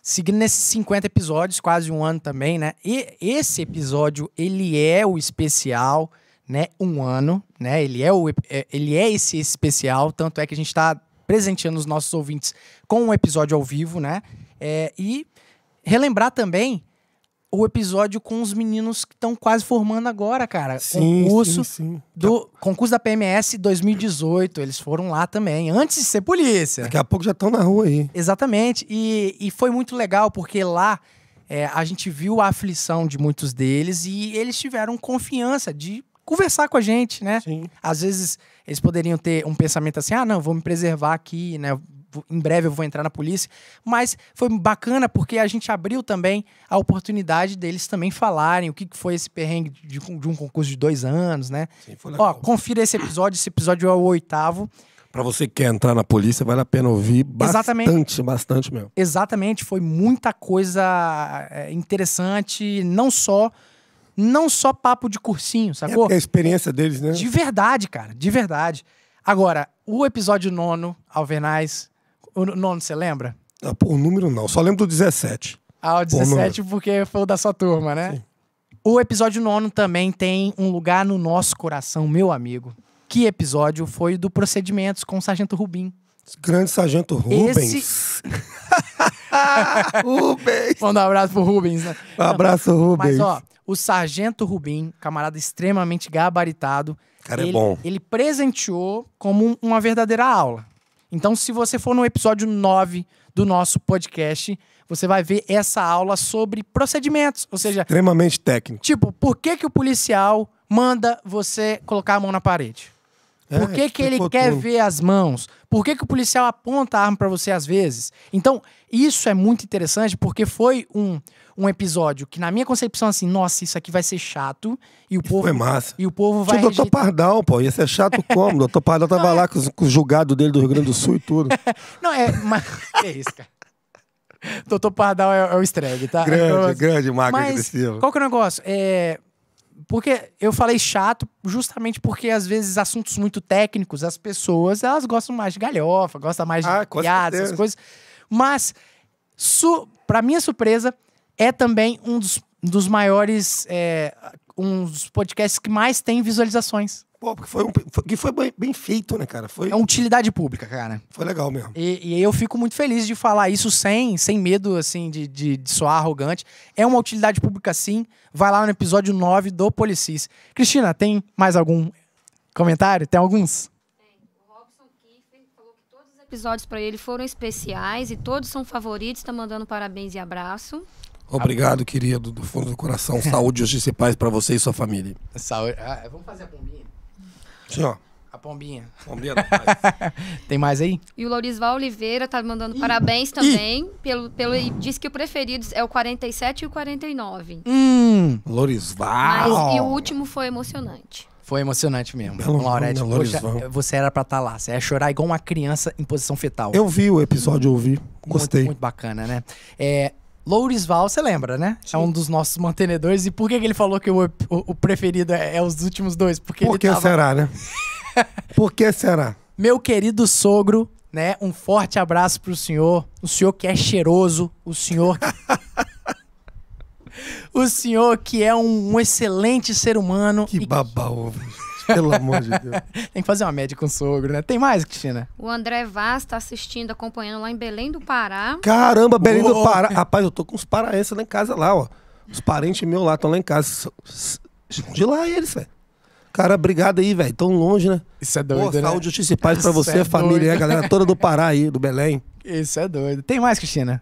Speaker 2: seguindo nesses 50 episódios, quase um ano também, né? E esse episódio, ele é o especial, né? Um ano, né? Ele é, o, ep- é- ele é esse especial, tanto é que a gente tá presenteando os nossos ouvintes com um episódio ao vivo, né? É, e relembrar também o episódio com os meninos que estão quase formando agora, cara. Concurso
Speaker 1: sim, sim.
Speaker 2: do concurso da PMS 2018. Eles foram lá também, antes de ser polícia.
Speaker 1: Daqui a pouco já estão na rua aí.
Speaker 2: Exatamente. E, e foi muito legal, porque lá é, a gente viu a aflição de muitos deles e eles tiveram confiança de conversar com a gente, né?
Speaker 1: Sim.
Speaker 2: Às vezes eles poderiam ter um pensamento assim: ah, não, vou me preservar aqui, né? Vou- Em breve eu vou entrar na polícia. Mas foi bacana porque a gente abriu também a oportunidade deles também falarem o que que foi esse perrengue de, con- de um concurso de dois anos, né?
Speaker 1: foi
Speaker 2: Ó, confira esse episódio, esse episódio é o oitavo.
Speaker 1: Pra você que quer entrar na polícia, vale a pena ouvir bastante,
Speaker 2: Exatamente.
Speaker 1: bastante mesmo.
Speaker 2: Exatamente, foi muita coisa é, interessante, não só não só papo de cursinho,
Speaker 1: É
Speaker 2: sacou?
Speaker 1: porque a experiência deles, né?
Speaker 2: De verdade, cara, de verdade. Agora, o episódio nono, Alvernais, o nono, você lembra?
Speaker 1: Ah, Por número não, só lembro do 17.
Speaker 2: Ah, o
Speaker 1: Pô, mano.
Speaker 2: 17, porque foi o da sua turma, né? O episódio nono também tem um lugar no nosso coração, meu amigo. Que episódio foi o do Procedimentos com o Sargento Rubim?
Speaker 1: Grande Sargento Rubens. Rubens!
Speaker 2: Manda um abraço pro Rubens, né?
Speaker 1: Um abraço, Rubens.
Speaker 2: Mas, ó, o Sargento Rubim, camarada extremamente gabaritado.
Speaker 1: Cara, é
Speaker 2: ele,
Speaker 1: bom.
Speaker 2: Ele presenteou como um- uma verdadeira aula. Então, se você for no episódio 9 do nosso podcast, você vai ver essa aula sobre procedimentos. Ou seja,
Speaker 1: Extremamente técnico.
Speaker 2: tipo, por que, que o policial manda você colocar a mão na parede?
Speaker 1: É,
Speaker 2: Por que, que ele
Speaker 1: explicou
Speaker 2: quer
Speaker 1: tudo.
Speaker 2: ver as mãos? Por que, que o policial aponta a arma pra você às vezes? Então, isso é muito interessante porque foi um, um episódio que, na minha concepção, assim, nossa, isso aqui vai ser chato e o povo,
Speaker 1: Foi massa.
Speaker 2: e o povo vai. é.
Speaker 1: Tinha o doutor
Speaker 2: rejeitar.
Speaker 1: Pardal, pô. Ia ser chato como? O doutor Pardal tava lá com, os- com o julgado dele do Rio Grande do Sul e tudo.
Speaker 2: Não, é. Mas, que isso, cara. Doutor Pardal é, é o Streg, tá?
Speaker 1: grande,
Speaker 2: Então,
Speaker 1: grande, magro
Speaker 2: Mas
Speaker 1: agressivo.
Speaker 2: qual que é o negócio? É, porque eu falei chato justamente porque às vezes assuntos muito técnicos, as pessoas, elas gostam mais de galhofa, gostam mais de
Speaker 1: Ah, com
Speaker 2: piada,
Speaker 1: certeza.
Speaker 2: essas coisas. Mas, su, pra minha surpresa, é também um dos, dos maiores, é, um dos podcasts que mais tem visualizações.
Speaker 1: Pô, porque foi, um, foi- que foi bem, bem feito, né, cara? Foi,
Speaker 2: É uma utilidade pública, cara.
Speaker 1: foi legal mesmo.
Speaker 2: E, e eu fico muito feliz de falar isso sem, sem medo, assim, de, de, de soar arrogante. É uma utilidade pública, sim. Vai lá no episódio 9 do Policis. Cristina, tem mais algum comentário? Tem alguns?
Speaker 4: Robson Kiefer falou que todos os episódios pra ele foram especiais e todos são favoritos, tá mandando parabéns e abraço.
Speaker 1: Obrigado, querido, do fundo do coração. Saúde e justiça e paz pra você e sua família.
Speaker 2: Ah, vamos fazer a pombinha.
Speaker 1: Sim, Assim, ó.
Speaker 2: A pombinha.
Speaker 1: Palmeira, rapaz.
Speaker 2: Tem mais aí?
Speaker 4: E o Lorisval Oliveira tá mandando parabéns também. Pelo, pelo, e diz que o preferido é o 47 e o 49.
Speaker 2: Hum,
Speaker 4: Mas,
Speaker 1: Lorisval.
Speaker 4: E o último foi emocionante.
Speaker 2: foi emocionante mesmo.
Speaker 1: Belo
Speaker 2: Laurete,
Speaker 1: nome,
Speaker 2: poxa,
Speaker 1: Lorisval.
Speaker 2: você era pra estar lá. Você ia chorar igual uma criança em posição fetal.
Speaker 1: Eu vi o episódio, ouvi. Gostei.
Speaker 2: Muito, muito bacana, né? É, Lourisval, você lembra, né? É um dos nossos mantenedores. E por que, que ele falou que o, o- o preferido é, é os últimos dois? Porque
Speaker 1: Por né?
Speaker 2: ele
Speaker 1: que
Speaker 2: tava...
Speaker 1: será, né? Por que será?
Speaker 2: Meu querido sogro né? Um forte abraço pro senhor. O senhor que é cheiroso, o senhor que... O senhor que é um, um excelente ser humano.
Speaker 1: Que
Speaker 2: e-
Speaker 1: baba ovo. Pelo amor de Deus.
Speaker 2: Tem que fazer uma média com o sogro, né? Tem mais, Cristina?
Speaker 4: O André Vaz tá assistindo, acompanhando lá em Belém do Pará.
Speaker 1: Caramba, Belém do
Speaker 2: Ô.
Speaker 1: Pará. Rapaz, eu tô com uns paraenses lá em casa, lá, ó. Os parentes meus lá estão lá em casa. São- s- São de lá eles, velho. Cara, obrigado aí, velho. Tão longe, né?
Speaker 2: Isso é
Speaker 1: Pô,
Speaker 2: né?
Speaker 1: saúde, justiça e paz pra
Speaker 2: Isso
Speaker 1: você,
Speaker 2: é
Speaker 1: família e a
Speaker 2: doido.
Speaker 1: galera toda do Pará aí, do Belém.
Speaker 2: Isso é doido. Tem mais, Cristina?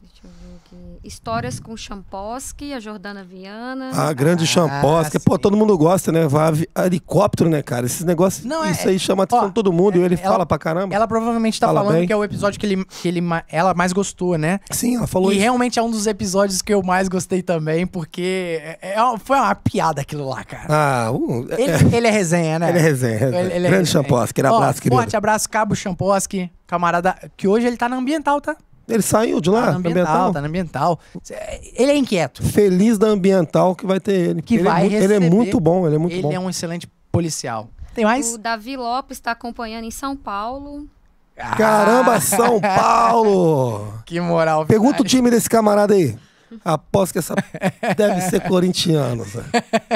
Speaker 4: Deixa eu ver aqui. Histórias com Champoski, a Jordana Viana.
Speaker 1: A Ah, grande champosca. Pô,
Speaker 2: Ah, sim.
Speaker 1: todo mundo gosta, né? Vai avi- helicóptero, né, cara? Esses negócios,
Speaker 2: Não, é-
Speaker 1: isso aí chama atenção
Speaker 2: ó, é-
Speaker 1: de todo mundo. e ele
Speaker 2: ela-
Speaker 1: fala pra caramba.
Speaker 2: Ela provavelmente tá
Speaker 1: Fala
Speaker 2: falando
Speaker 1: bem.
Speaker 2: que é o episódio que, ele, que ele, ma- ela mais gostou, né?
Speaker 1: Sim, ela falou
Speaker 2: e
Speaker 1: isso.
Speaker 2: realmente é um dos episódios que eu mais gostei também, porque é- é- foi uma piada aquilo lá, cara.
Speaker 1: Ah, uh, é-
Speaker 2: Ele, ele é resenha, né?
Speaker 1: Ele é resenha, resenha. Grande Champoski, aquele
Speaker 2: Ó,
Speaker 1: abraço, querido.
Speaker 2: Forte abraço, Cabo Champoski, camarada, que hoje ele tá na Ambiental, tá?
Speaker 1: ele saiu de lá,
Speaker 2: tá na Ambiental,
Speaker 1: Ah, ambiental.
Speaker 2: tá na Ambiental. Cê- Ele é inquieto.
Speaker 1: Feliz da Ambiental que vai ter ele.
Speaker 2: Que
Speaker 1: ele, é,
Speaker 2: vai
Speaker 1: mu- ele é
Speaker 2: receber-
Speaker 1: muito bom, ele é muito
Speaker 2: ele
Speaker 1: bom.
Speaker 2: é um excelente policial. Tem mais?
Speaker 4: O Davi Lopes está acompanhando em São Paulo.
Speaker 1: Caramba,
Speaker 2: Ah,
Speaker 1: São Paulo!
Speaker 2: que moral.
Speaker 1: Pergunta o
Speaker 2: verdade.
Speaker 1: time desse camarada aí. Aposto que essa deve ser corintiano, Zé.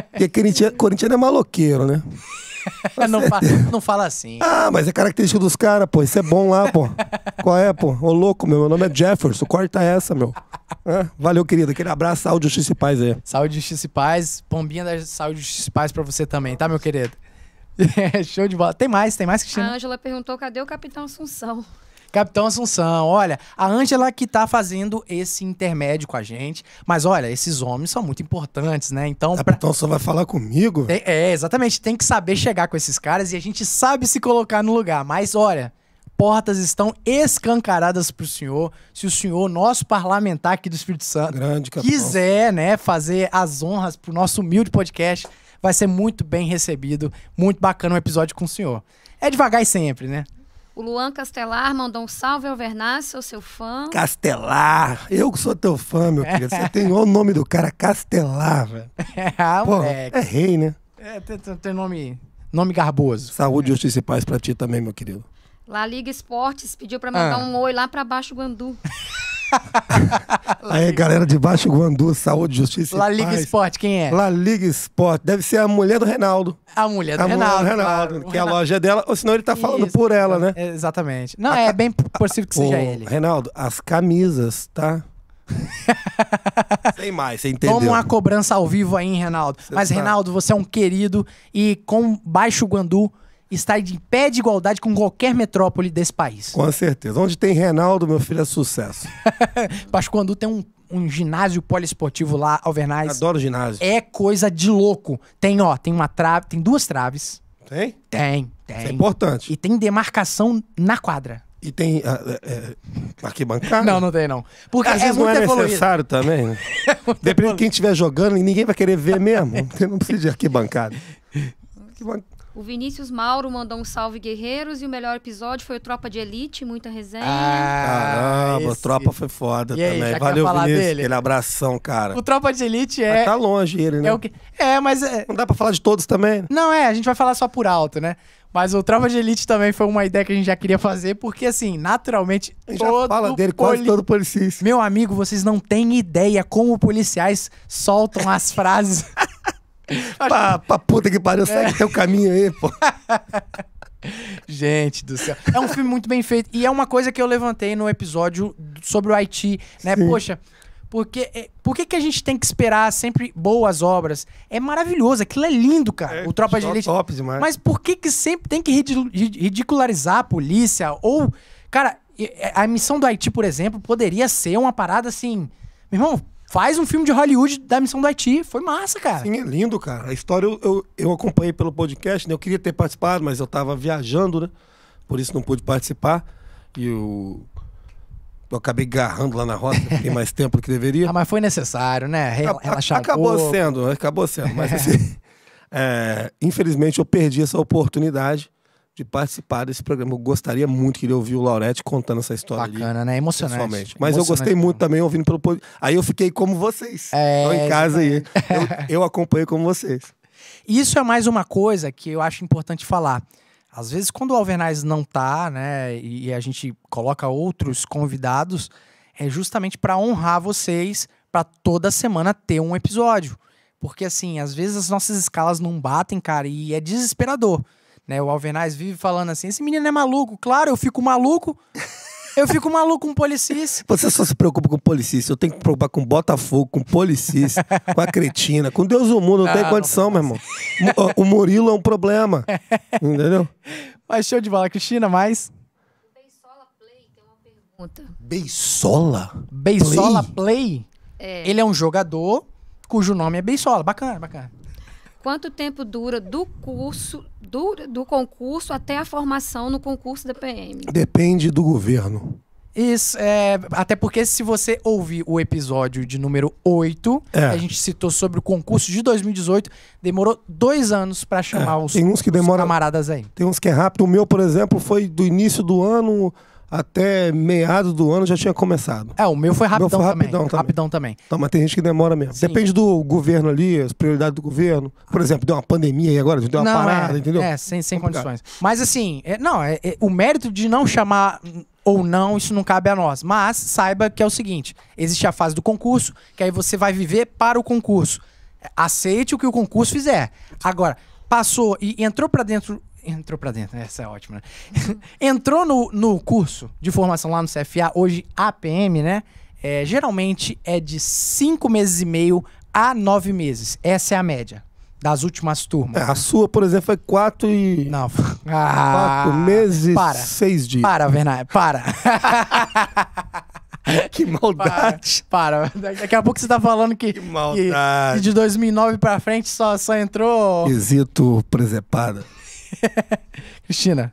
Speaker 1: Porque corintiano, corintiano é maloqueiro, né?
Speaker 2: não, fa- não fala assim.
Speaker 1: Ah, mas é característica dos caras, pô. Isso é bom lá, pô. Qual é, pô? Ô, louco, meu. Meu nome é Jefferson. Corta essa, meu. Hã? valeu, querido. Aquele abraço, saúde, justiça e paz aí.
Speaker 2: Saúde, justiça e paz. Pombinha da saúde, justiça e paz pra você também, tá, meu querido? Show de bola. Tem mais, tem mais,
Speaker 4: A
Speaker 2: Cristina?
Speaker 4: Ângela perguntou cadê o Capitão Assunção.
Speaker 2: Capitão Assunção, olha, a Ângela que tá fazendo esse intermédio com a gente. Mas olha, esses homens são muito importantes, né? Então, pra-
Speaker 1: Capitão só vai falar comigo?
Speaker 2: Tem- é, exatamente. Tem que saber chegar com esses caras e a gente sabe se colocar no lugar. Mas olha, portas estão escancaradas pro senhor. Se o senhor, nosso parlamentar aqui do Espírito Santo,
Speaker 1: Grande, Capitão.
Speaker 2: quiser, né, fazer as honras pro nosso humilde podcast, vai ser muito bem recebido. Muito bacana um episódio com o senhor. É devagar e sempre, né?
Speaker 4: O Luan Castelar mandou um salve ao Vernácio, sou seu fã.
Speaker 1: Castelar. Eu que sou teu fã, meu querido. Você tem o nome do cara, Castelar, velho.
Speaker 2: ah,
Speaker 1: Pô, é,
Speaker 2: moleque.
Speaker 1: rei, né?
Speaker 2: É, tem, tem- tem nome, nome garboso.
Speaker 1: Saúde, justiça e paz pra ti também, meu querido.
Speaker 4: La Liga Esportes pediu para mandar
Speaker 2: Ah.
Speaker 4: um oi lá para Baixo Guandu.
Speaker 1: Aí, galera de Baixo Guandu, saúde, justiça e
Speaker 2: La
Speaker 1: paz.
Speaker 2: Liga Esporte, quem é?
Speaker 1: La Liga Sport. Deve ser a mulher do Reinaldo.
Speaker 2: A mulher É do
Speaker 1: a mulher
Speaker 2: Renato.
Speaker 1: do Reinaldo,
Speaker 2: claro.
Speaker 1: que
Speaker 2: O Renato-
Speaker 1: a loja é dela, ou senão ele tá falando
Speaker 2: Isso.
Speaker 1: por ela, né?
Speaker 2: É, Exatamente. Não, é bem possível que seja
Speaker 1: Ô,
Speaker 2: ele.
Speaker 1: Reinaldo, as camisas, tá? Sem mais, você entendeu.
Speaker 2: Toma uma cobrança ao vivo aí, hein, Reinaldo. Mas,
Speaker 1: sabe.
Speaker 2: Reinaldo, você é um querido e com baixo Guandu está de pé de igualdade com qualquer metrópole desse país.
Speaker 1: Com certeza. Onde tem Reinaldo, meu filho, é sucesso.
Speaker 2: Baixo Guandu É, tem um, um ginásio poliesportivo lá, Alvernais.
Speaker 1: Adoro ginásio.
Speaker 2: É coisa de louco. Tem, ó, tem uma trave, tem duas traves.
Speaker 1: Tem?
Speaker 2: Tem,
Speaker 1: Isso é
Speaker 2: tem.
Speaker 1: importante.
Speaker 2: E tem demarcação na quadra.
Speaker 1: E tem ah, é, é, arquibancada?
Speaker 2: Não, não tem, não. Porque
Speaker 1: Às
Speaker 2: é
Speaker 1: vezes não
Speaker 2: muito
Speaker 1: é
Speaker 2: evoluído. É
Speaker 1: necessário também. né? Depende de quem estiver jogando, ninguém vai querer ver mesmo. Você não precisa de arquibancada. Arquiban-
Speaker 4: O Vinícius Mauro mandou um salve guerreiros e o melhor episódio foi o Tropa de Elite, muita resenha.
Speaker 2: Ah,
Speaker 1: Caramba,
Speaker 2: esse-
Speaker 1: tropa foi foda
Speaker 2: E aí,
Speaker 1: também.
Speaker 2: já quer
Speaker 1: Valeu,
Speaker 2: falar
Speaker 1: Vinícius.
Speaker 2: dele?
Speaker 1: Aquele abração, cara.
Speaker 2: O Tropa de Elite é,
Speaker 1: Mas tá longe ele, né?
Speaker 2: é o que. É, mas é.
Speaker 1: Não dá pra falar de todos também?
Speaker 2: Não, é, a gente vai falar só por alto, né? Mas o Tropa de Elite também foi uma ideia que a gente já queria fazer, porque assim, naturalmente.
Speaker 1: A gente já
Speaker 2: todo
Speaker 1: fala dele, quase
Speaker 2: poli-
Speaker 1: todo policista.
Speaker 2: Meu amigo, vocês não têm ideia como policiais soltam as frases.
Speaker 1: Pra, pra puta que pariu, segue
Speaker 2: É.
Speaker 1: teu caminho aí, pô.
Speaker 2: Gente do céu. É um filme muito bem feito. E é uma coisa que eu levantei no episódio sobre o Haiti, né? Poxa, porque, é, por que, que a gente tem que esperar sempre boas obras? É maravilhoso, aquilo é né? lindo, cara. o Tropa de
Speaker 1: Só
Speaker 2: Elite.
Speaker 1: Top demais.
Speaker 2: Mas por que que sempre tem que ridilu- ri- ridicularizar a polícia? Ou, cara, e- e- a missão do Haiti, por exemplo, poderia ser uma parada assim... Meu irmão, faz um filme de Hollywood da missão do Haiti. Foi massa, cara.
Speaker 1: Sim, é lindo, cara. A história eu, eu, eu acompanhei pelo podcast, né? Eu queria ter participado, mas eu tava viajando, né? Por isso não pude participar. E eu, eu acabei garrando lá na roça, fiquei mais tempo do que deveria.
Speaker 2: Ah, mas foi necessário, né? Re-
Speaker 1: Ac- ac-
Speaker 2: Relaxar um
Speaker 1: acabou
Speaker 2: pouco.
Speaker 1: sendo, acabou sendo. Mas assim, é, infelizmente eu perdi essa oportunidade de participar desse programa. Eu gostaria muito, queria ouvir o Laurete contando essa história ali.
Speaker 2: Bacana, né? Emocionante.
Speaker 1: pessoalmente. Mas eu
Speaker 2: Emocionante
Speaker 1: gostei muito
Speaker 2: mesmo.
Speaker 1: também ouvindo pelo podcast. Aí eu fiquei como vocês.
Speaker 2: É,
Speaker 1: Tô em casa aí. Eu, eu acompanhei como vocês.
Speaker 2: Isso é mais uma coisa que eu acho importante falar. Às vezes, quando o Alvernais não tá, né, e a gente coloca outros convidados, é justamente para honrar vocês, para toda semana ter um episódio. Porque, assim, às vezes as nossas escalas não batem, cara, e é desesperador. Né? O Alvernais vive falando assim: esse menino é maluco. Claro, eu fico maluco. Eu fico maluco com um policice.
Speaker 1: Você só se preocupa com policista. Eu tenho que me preocupar com Botafogo, com policista, com a cretina, com Deus do mundo. Não,
Speaker 2: Ah,
Speaker 1: tem
Speaker 2: não
Speaker 1: condição, meu irmão. O o Murilo é um problema. Entendeu?
Speaker 2: Mas show de bola, Cristina, mas.
Speaker 4: Pergunta.
Speaker 1: Beisola?
Speaker 2: Beisola Play, ele é um jogador cujo nome é Beisola. Bacana, bacana.
Speaker 4: Quanto tempo dura do curso, dura do concurso até a formação no concurso da PM?
Speaker 1: Depende do governo.
Speaker 2: Isso, é, até porque se você ouvir o episódio de número 8,
Speaker 1: É.
Speaker 2: a gente citou sobre o concurso de 2018, demorou dois anos pra chamar os,
Speaker 1: É, tem uns que
Speaker 2: os
Speaker 1: demora-
Speaker 2: camaradas aí.
Speaker 1: Tem uns que é rápido. O meu, por exemplo, foi do início do ano até meados do ano já tinha começado.
Speaker 2: É, o meu foi rapidão,
Speaker 1: foi
Speaker 2: também,
Speaker 1: rapidão também.
Speaker 2: Rapidão também.
Speaker 1: Então, mas tem gente que demora mesmo.
Speaker 2: Sim.
Speaker 1: Depende do governo ali, as prioridades do governo. Por exemplo, deu uma pandemia aí agora, deu uma
Speaker 2: Não,
Speaker 1: parada,
Speaker 2: é,
Speaker 1: entendeu?
Speaker 2: É, sem, sem
Speaker 1: Complicado.
Speaker 2: condições. Mas assim, é- não, é, é- o mérito de não chamar hum, ou não, isso não cabe a nós. Mas saiba que é o seguinte: existe a fase do concurso, que aí você vai viver para o concurso. Aceite o que o concurso fizer. Agora, passou e entrou pra dentro. Entrou pra dentro, né? essa é ótima, né? entrou no, no curso de formação lá no CFA, hoje APM, né? É, geralmente é de cinco meses e meio a nove meses. Essa é a média das últimas turmas.
Speaker 1: É, a sua, por exemplo, foi quatro e.
Speaker 2: Não. Ah,
Speaker 1: Quatro meses e
Speaker 2: Para.
Speaker 1: seis dias.
Speaker 2: Para, Bernardo, para.
Speaker 1: Que
Speaker 2: para. Para. Daqui a pouco você tá falando que, que,
Speaker 1: maldade.
Speaker 2: que de 2009 pra frente só, só entrou.
Speaker 1: Quesito presepada.
Speaker 2: Cristina.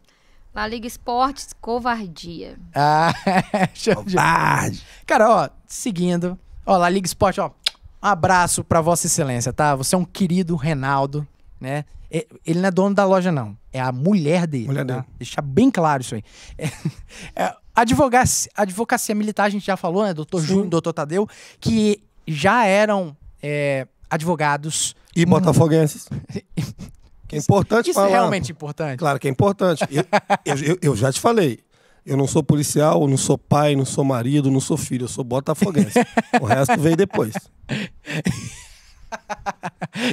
Speaker 4: La Liga Esportes, covardia.
Speaker 2: Ah, show de-
Speaker 1: Maldade.
Speaker 2: Cara, ó, seguindo. Ó, La Liga Esporte, ó. Um abraço pra Vossa Excelência, tá? Você é um querido Reinaldo, né? E- Ele não é dono da loja, não. É a mulher dele.
Speaker 1: Mulher
Speaker 2: tá?
Speaker 1: dele.
Speaker 2: Deixar bem claro isso aí. É, é, advogacia, advocacia militar, a gente já falou, né? Doutor Júnior, doutor Tadeu, que já eram é, advogados.
Speaker 1: E botafoguenses. Hum. Que é importante
Speaker 2: Isso
Speaker 1: falar.
Speaker 2: é realmente importante.
Speaker 1: Claro que é importante. Eu, eu, eu- eu já te falei. Eu não sou policial, eu não sou pai, não sou marido, não sou filho, eu sou botafoguense. o resto veio depois.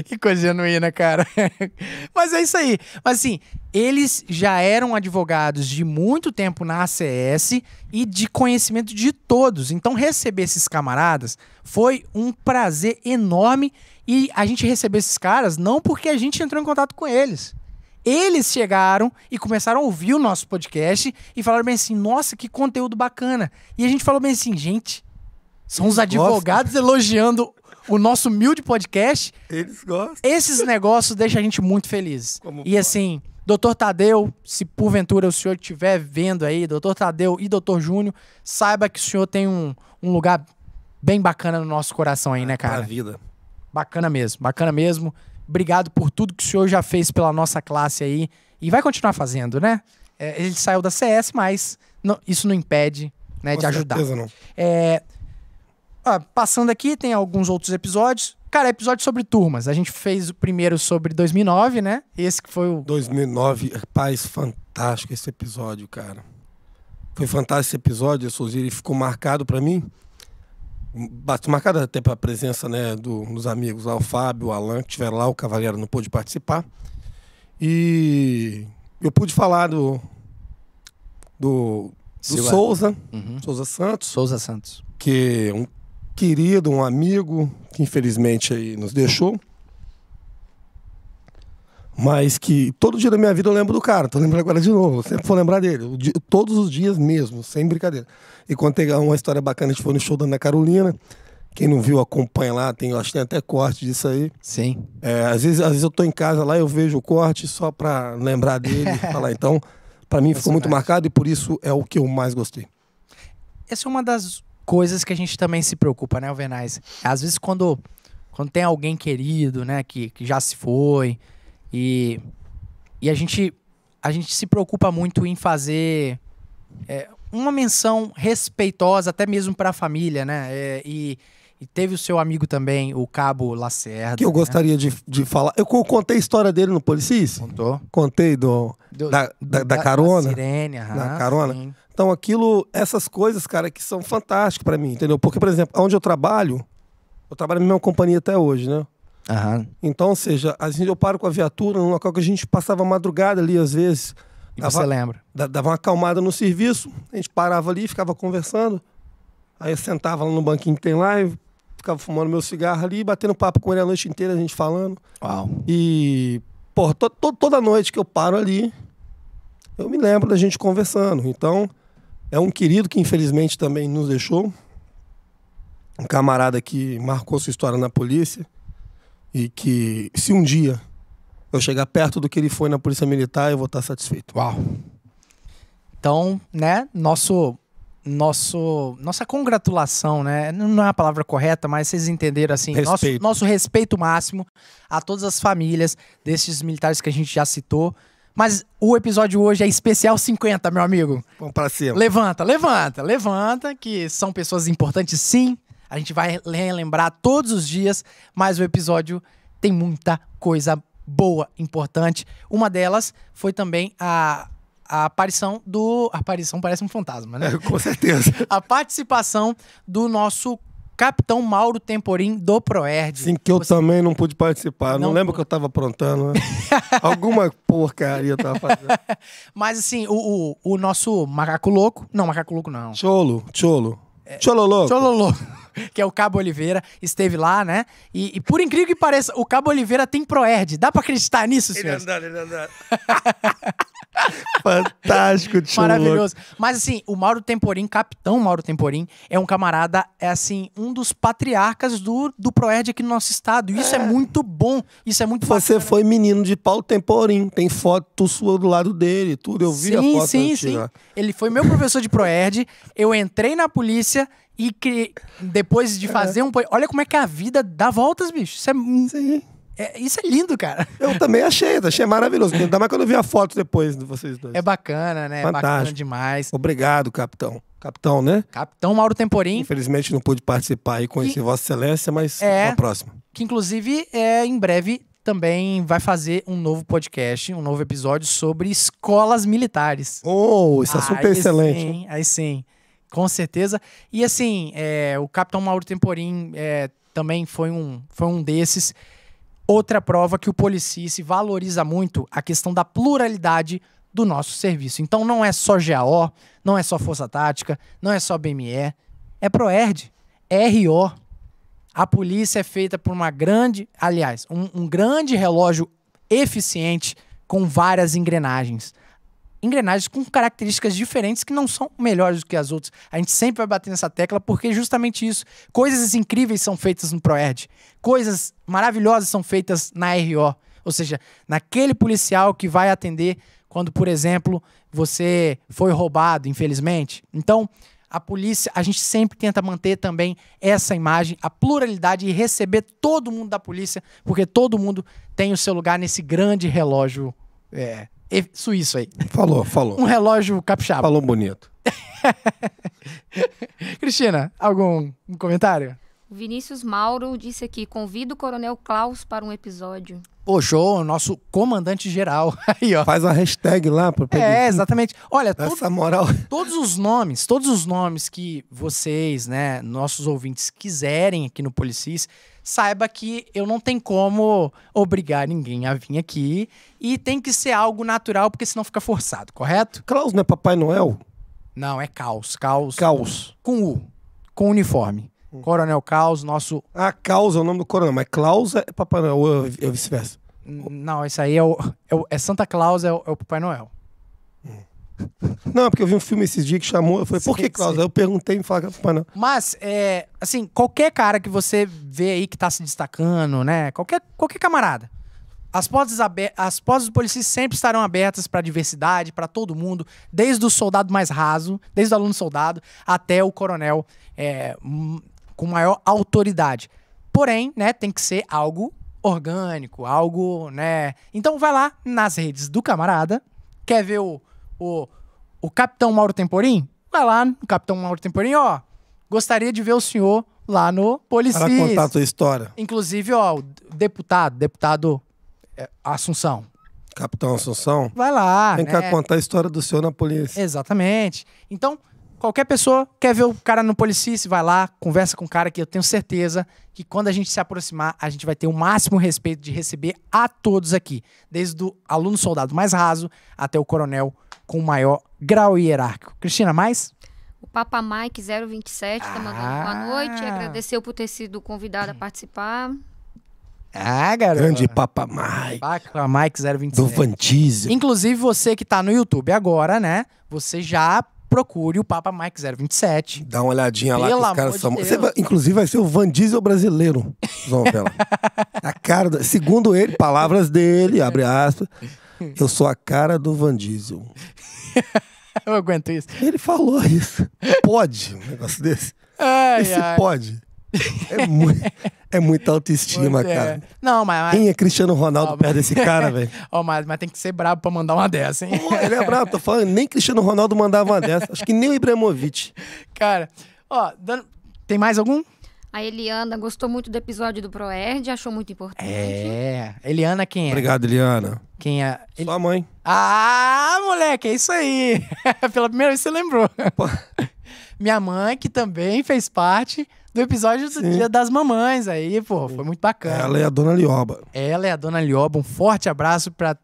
Speaker 2: que coisa genuína, né, cara. Mas é isso aí. Mas assim, eles já eram advogados de muito tempo na ACS e de conhecimento de todos. Então, receber esses camaradas foi um prazer enorme. E a gente recebeu esses caras não porque a gente entrou em contato com eles. Eles chegaram e começaram a ouvir o nosso podcast e falaram bem assim: nossa, que conteúdo bacana. E a gente falou bem assim, gente. São os advogados elogiando o nosso humilde podcast
Speaker 1: Eles gostam.
Speaker 2: esses negócios deixam a gente muito feliz.
Speaker 1: Como
Speaker 2: e
Speaker 1: pode?
Speaker 2: assim, doutor Tadeu, se porventura o senhor estiver vendo aí, doutor Tadeu e doutor Júnior, saiba que o senhor tem um, um lugar bem bacana no nosso coração aí, né,
Speaker 1: Pra
Speaker 2: cara?
Speaker 1: vida.
Speaker 2: Bacana mesmo, bacana mesmo. Obrigado por tudo que o senhor já fez pela nossa classe aí. E vai continuar fazendo, né? É, ele saiu da CS, mas não- isso não impede né,
Speaker 1: Com
Speaker 2: de ajudar.
Speaker 1: certeza não.
Speaker 2: É, ah, passando aqui, tem alguns outros episódios. Cara, é episódio sobre turmas. A gente fez o primeiro sobre 2009, né? Esse que foi o.
Speaker 1: 2009, rapaz, fantástico esse episódio, cara. Foi fantástico esse episódio, Souza, ele ficou marcado pra mim. Bate marcado até pra presença né, do- dos amigos lá, o Fábio, o Alan, que estiveram lá, o Cavaleiro não pôde participar. E eu pude falar do, do, do
Speaker 2: Silva.
Speaker 1: Souza, Souza Santos,
Speaker 2: Souza Santos.
Speaker 1: que é um querido, um amigo, que infelizmente aí nos deixou. Mas que todo dia da minha vida eu lembro do cara, tô lembrando agora de novo, eu sempre vou lembrar dele, o di- todos os dias mesmo, sem brincadeira. E quando tem uma história bacana, a gente foi no show da Ana Carolina, quem não viu acompanha lá, tem, eu acho que tem até corte disso aí.
Speaker 2: Sim.
Speaker 1: É, às, vezes, às vezes eu tô em casa lá, eu vejo o corte só pra lembrar dele, falar então, pra mim ficou muito marcado e por isso é o que eu mais gostei.
Speaker 2: Essa é uma das coisas que a gente também se preocupa, né, Alvenaz? Às vezes, quando, quando tem alguém querido, né, que, que já se foi, e, e a, gente, a gente se preocupa muito em fazer é, uma menção respeitosa, até mesmo para a família, né? É, e, e teve o seu amigo também, o Cabo Lacerda.
Speaker 1: que eu
Speaker 2: né?
Speaker 1: gostaria de, de falar. Eu co- contei a história dele no Policice?
Speaker 2: Contou.
Speaker 1: Contei do.
Speaker 2: Do-
Speaker 1: Da- da- da
Speaker 2: Da
Speaker 1: carona?
Speaker 2: sirene, aham,
Speaker 1: Na carona.
Speaker 2: sim.
Speaker 1: Então, aquilo, essas coisas, cara, que são fantásticas pra mim, entendeu? Porque, por exemplo, onde eu trabalho, eu trabalho na mesma companhia até hoje, né?
Speaker 2: Aham.
Speaker 1: Então, ou seja, a gente, eu paro com a viatura num local que a gente passava a madrugada ali, às vezes.
Speaker 2: E
Speaker 1: Dava-
Speaker 2: você lembra?
Speaker 1: da- dava uma acalmada no serviço, a gente parava ali, ficava conversando. Aí eu sentava lá no banquinho que tem lá, eu ficava fumando meu cigarro ali, batendo papo com ele a noite inteira, a gente falando.
Speaker 2: Uau.
Speaker 1: E, porra, to- to- toda noite que eu paro ali, eu me lembro da gente conversando. Então, é um querido que infelizmente também nos deixou. Um camarada que marcou sua história na polícia. E que, se um dia eu chegar perto do que ele foi na Polícia Militar, eu vou estar satisfeito.
Speaker 2: Uau. Então, né, nosso nosso nossa congratulação, né? Não não é a palavra correta, mas vocês entenderam assim, nosso,
Speaker 1: Respeito.
Speaker 2: nosso respeito máximo a todas as famílias desses militares que a gente já citou. Mas o episódio hoje é especial 50, meu amigo.
Speaker 1: Vamos pra cima.
Speaker 2: Levanta, levanta, levanta, que são pessoas importantes sim. A gente vai relembrar todos os dias, mas o episódio tem muita coisa boa, importante. Uma delas foi também a, a aparição do. A aparição parece um fantasma, né?
Speaker 1: É, com certeza.
Speaker 2: A participação do nosso capitão Mauro Temporim do Proerd.
Speaker 1: Sim, Assim que eu também não pude participar. Não,
Speaker 2: Não
Speaker 1: lembro
Speaker 2: pôde.
Speaker 1: que eu tava aprontando. né? Alguma porcaria eu tava fazendo.
Speaker 2: Mas assim, o, o, o nosso macaco louco. Não, macaco louco não.
Speaker 1: Cholo, cholo. Chololô.
Speaker 2: Chololô, que é o Cabo Oliveira, esteve lá, né? E, e por incrível que pareça, o Cabo Oliveira tem Proerd. Dá pra acreditar nisso, senhores?
Speaker 1: Fantástico, cholo.
Speaker 2: Maravilhoso. Mas assim, o Mauro Temporim, capitão Mauro Temporim, é um camarada, é assim, um dos patriarcas do, do Proerd aqui no nosso estado. Isso é, muito bom. Isso é muito
Speaker 1: Você
Speaker 2: bacana.
Speaker 1: foi menino de Paulo Temporim. Tem foto sua do lado dele, tudo. Eu vi a
Speaker 2: sim,
Speaker 1: foto
Speaker 2: sim,
Speaker 1: antiga.
Speaker 2: sim. Ele foi meu professor de Proerd. Eu entrei na polícia e cri... depois de fazer um. po- Olha como é que a vida dá voltas, bicho. Isso é,
Speaker 1: Sim.
Speaker 2: é- isso é lindo, cara.
Speaker 1: Eu também achei, achei maravilhoso. Ainda mais quando eu vi a foto depois de vocês dois.
Speaker 2: É bacana, né? É
Speaker 1: Fantástico.
Speaker 2: bacana demais.
Speaker 1: Obrigado, capitão. Capitão, né?
Speaker 2: Capitão Mauro Temporim,
Speaker 1: Infelizmente não pude participar aí com esse Vossa Excelência, mas
Speaker 2: É.
Speaker 1: na próxima.
Speaker 2: que inclusive é, em breve também vai fazer um novo podcast, um novo episódio sobre escolas militares.
Speaker 1: Oh, esse assunto é
Speaker 2: Ah, Aí
Speaker 1: excelente.
Speaker 2: Sim, aí sim, com certeza. E assim, é, o Capitão Mauro Temporim é, também foi um, foi um desses. Outra prova que o Policice valoriza muito a questão da pluralidade do nosso serviço. Então não é só GAO, não é só Força Tática, não é só BME, é ProERD, é RO. A polícia é feita por uma grande, aliás, um, um grande relógio eficiente com várias engrenagens. Engrenagens com características diferentes que não são melhores do que as outras. A gente sempre vai bater nessa tecla porque é justamente isso. Coisas incríveis são feitas no ProErd. Coisas maravilhosas são feitas na RO. Ou seja, naquele policial que vai atender quando, por exemplo, você foi roubado, infelizmente. Então, a polícia, a gente sempre tenta manter também essa imagem, a pluralidade e receber todo mundo da polícia, porque todo mundo tem o seu lugar nesse grande relógio é, e- suíço aí.
Speaker 1: Falou, falou.
Speaker 2: Um relógio capixaba.
Speaker 1: Falou bonito.
Speaker 2: Cristina, algum comentário?
Speaker 4: O Vinícius Mauro disse aqui: convido o Coronel Klaus para um episódio.
Speaker 2: Pô, show, nosso comandante geral. Aí, ó.
Speaker 1: Faz a hashtag lá pra pedir.
Speaker 2: É, exatamente. Olha, todo,
Speaker 1: Essa moral.
Speaker 2: Todos os nomes, todos os nomes que vocês, né, nossos ouvintes quiserem aqui no Policis, saiba que eu não tenho como obrigar ninguém a vir aqui e tem que ser algo natural, porque senão fica forçado, correto?
Speaker 1: Klaus não é Papai Noel?
Speaker 2: Não, é caos, caos Hum.
Speaker 1: Caos.
Speaker 2: com U, com uniforme. Coronel Caos, nosso,
Speaker 1: Ah, Caos é o nome do coronel, mas Klaus é Papai Noel ou é- é vice-versa.
Speaker 2: não, isso aí é, o, é, o- é Santa Claus, é o, é o Papai Noel.
Speaker 1: Não, porque eu vi um filme esses dias que chamou. Eu falei, por
Speaker 2: Sim,
Speaker 1: que Klaus?
Speaker 2: sim.
Speaker 1: Aí eu perguntei e me falaram que é Papai Noel.
Speaker 2: Mas, é, assim, qualquer cara que você vê aí que tá se destacando, né? Qualquer, qualquer camarada. As portas, abe- as portas do policiais sempre estarão abertas para diversidade, para todo mundo, desde o soldado mais raso, desde o aluno soldado, até o coronel é, m- com maior autoridade. Porém, né, tem que ser algo orgânico, algo, né? Então vai lá nas redes do camarada, quer ver o, o, o Capitão Mauro Temporim? Vai lá no Capitão Mauro Temporim, ó, gostaria de ver o senhor lá no
Speaker 1: Para
Speaker 2: Policis.
Speaker 1: contar a tua história.
Speaker 2: Inclusive, ó, o deputado, deputado é, Assunção.
Speaker 1: Capitão Assunção,
Speaker 2: Vai lá.
Speaker 1: vem cá
Speaker 2: né?
Speaker 1: contar a história do senhor na polícia.
Speaker 2: Exatamente. Então, qualquer pessoa quer ver o cara no policice, vai lá, conversa com o cara que eu tenho certeza que quando a gente se aproximar, a gente vai ter o máximo respeito de receber a todos aqui, desde o aluno soldado mais raso até o coronel com o maior grau hierárquico. Cristina, mais?
Speaker 4: O Papa Mike 027 tá mandando
Speaker 2: Ah.
Speaker 4: boa noite. Agradeceu por ter sido convidado a participar.
Speaker 2: Ah, garoto.
Speaker 1: Grande papamai,
Speaker 2: Baca, Mike 027.
Speaker 1: do Van Diesel.
Speaker 2: Inclusive, você que tá no YouTube agora, né? Você já procure o Papa Mike 027.
Speaker 1: Dá uma olhadinha lá
Speaker 2: Pelo
Speaker 1: que os caras
Speaker 2: amor
Speaker 1: são.
Speaker 2: de
Speaker 1: Você
Speaker 2: Deus.
Speaker 1: vai- inclusive vai ser o Van Diesel brasileiro, João Vela. a cara do... Segundo ele, palavras dele, abre aspas. Eu sou a cara do Van Diesel.
Speaker 2: Eu aguento isso.
Speaker 1: Ele falou isso. Pode um negócio desse.
Speaker 2: Ai,
Speaker 1: Esse
Speaker 2: ai.
Speaker 1: pode. É, muito, é muita autoestima,
Speaker 2: Pois é.
Speaker 1: cara.
Speaker 2: Não, mas, mas-
Speaker 1: Quem é Cristiano Ronaldo perto desse cara, velho?
Speaker 2: Ó, mas, mas tem que ser brabo pra mandar uma dessa, hein?
Speaker 1: Pô, Ele é brabo, tô falando. Nem Cristiano Ronaldo mandava uma dessa. Acho que nem o Ibrahimovic.
Speaker 2: Cara, ó, dando- tem mais algum?
Speaker 4: A Eliana gostou muito do episódio do Proerd, achou muito importante.
Speaker 2: É. Eliana, quem é?
Speaker 1: Obrigado, Eliana.
Speaker 2: Quem é? Ele-
Speaker 1: Sua mãe.
Speaker 2: Ah, moleque, é isso aí. Pela primeira vez você lembrou.
Speaker 1: Pô.
Speaker 2: Minha mãe, que também fez parte do episódio do Dia das Mamães aí, pô. Foi muito bacana.
Speaker 1: Ela é a dona Lioba.
Speaker 2: Ela e a dona Lioba, um forte abraço pra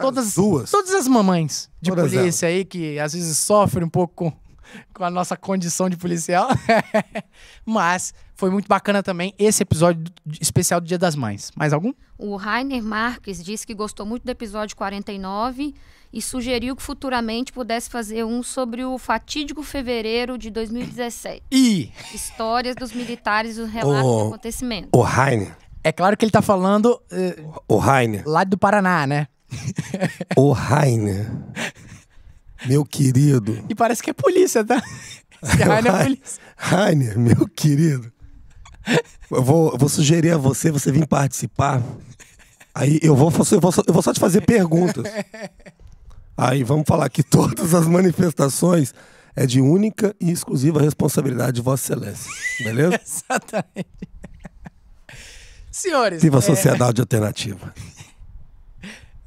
Speaker 2: todas,
Speaker 1: duas.
Speaker 2: todas as mamães de
Speaker 1: Todas
Speaker 2: polícia aí que às vezes sofrem um pouco com, com a nossa condição de policial. Mas foi muito bacana também esse episódio do- especial do Dia das Mães. Mais algum?
Speaker 4: O Rainer Marques disse que gostou muito do episódio 49 e sugeriu que futuramente pudesse fazer um sobre o fatídico fevereiro de 2017.
Speaker 2: E
Speaker 4: Histórias dos militares e os relatos
Speaker 1: Oh.
Speaker 4: do acontecimento.
Speaker 1: O Heine.
Speaker 2: é claro que ele tá falando eh,
Speaker 1: O Heine.
Speaker 2: lá do Paraná, né?
Speaker 1: O Heine. Meu querido.
Speaker 2: E parece que é polícia, tá? Esse Rainer é polícia.
Speaker 1: Heine, meu querido. Eu vou, eu vou sugerir a você, você vir participar. Aí eu vou, eu vou, só- eu vou só te fazer perguntas. Aí vamos falar que todas as manifestações é de única e exclusiva responsabilidade de Vossa Excelência. Beleza?
Speaker 2: Exatamente. Senhores.
Speaker 1: Viva a
Speaker 2: eh,
Speaker 1: sociedade alternativa.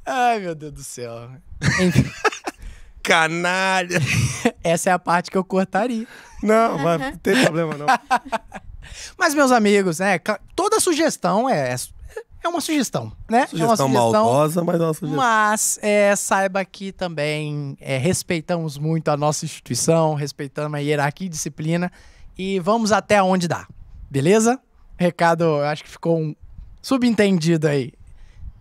Speaker 2: Ai, meu Deus do céu.
Speaker 1: Canalha!
Speaker 2: Essa é a parte que eu cortaria.
Speaker 1: Não, mas não tem problema não.
Speaker 2: Mas, meus amigos, né? cla- Toda sugestão é, é uma sugestão, né? é uma
Speaker 1: Sugestão maldosa, mas é uma sugestão.
Speaker 2: Mas é, saiba que também é, respeitamos muito a nossa instituição, respeitamos a hierarquia e disciplina e vamos até onde dá, beleza? Recado, eu acho que ficou um subentendido aí.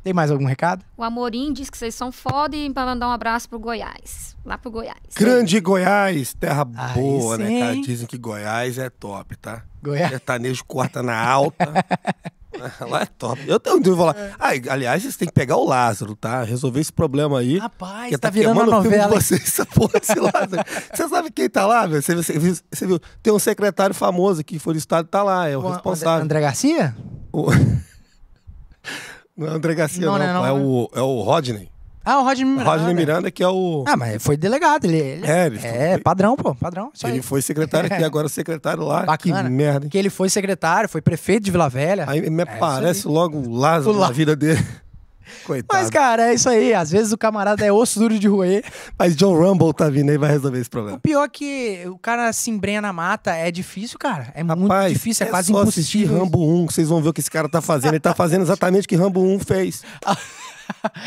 Speaker 2: Tem mais algum recado?
Speaker 4: O Amorim diz que vocês são foda e para mandar um abraço pro Goiás. Lá pro Goiás.
Speaker 1: Grande Goiás, terra
Speaker 2: Aí
Speaker 1: boa,
Speaker 2: sim.
Speaker 1: né, cara? Dizem que Goiás é top, tá?
Speaker 2: Goiás.
Speaker 1: Sertanejo corta na alta. lá é top. Eu tenho dúvida lá.
Speaker 2: É.
Speaker 1: Ah, e, aliás, vocês têm que pegar o Lázaro, tá? Resolver esse problema aí.
Speaker 2: Rapaz,
Speaker 1: Porque
Speaker 2: tá virando uma
Speaker 1: queimando o filme de
Speaker 2: novela. hein?
Speaker 1: Vocês, essa porra desse Lázaro. Você sabe quem tá lá, velho? Você, viu- você viu, você viu? Tem um secretário famoso aqui, que foi do estado, tá lá, é o,
Speaker 2: O André-
Speaker 1: responsável.
Speaker 2: André Garcia?
Speaker 1: O- Não é o André Garcia,
Speaker 2: Não,
Speaker 1: não.
Speaker 2: né, não,
Speaker 1: é,
Speaker 2: né?
Speaker 1: o, é o Rodney.
Speaker 2: Ah, o Rodney
Speaker 1: O
Speaker 2: Miranda.
Speaker 1: Rodney Miranda, que é o.
Speaker 2: Ah, mas foi delegado, ele... ele-
Speaker 1: É, ele-
Speaker 2: é, padrão, pô, padrão. isso aí.
Speaker 1: Ele foi secretário aqui, agora é secretário lá.
Speaker 2: Bacana.
Speaker 1: Que merda, hein?
Speaker 2: Que ele foi secretário, foi prefeito de Vila Velha.
Speaker 1: Aí me
Speaker 2: isso
Speaker 1: aparece logo o Lázaro
Speaker 2: O
Speaker 1: na
Speaker 2: Lá-
Speaker 1: vida dele. Coitado. Mas,
Speaker 2: Mas, cara, é isso aí. Às vezes o camarada é osso duro de roer.
Speaker 1: John Rumble tá vindo aí vai resolver esse
Speaker 2: O
Speaker 1: problema.
Speaker 2: pior é que o cara se embrenha na mata é difícil, cara. É muito
Speaker 1: Rapaz,
Speaker 2: difícil, é, quase
Speaker 1: só assistir
Speaker 2: impossível.
Speaker 1: Rambo 1, que vocês vão ver o que esse cara tá fazendo. Ele tá fazendo exatamente o que Rambo 1 fez.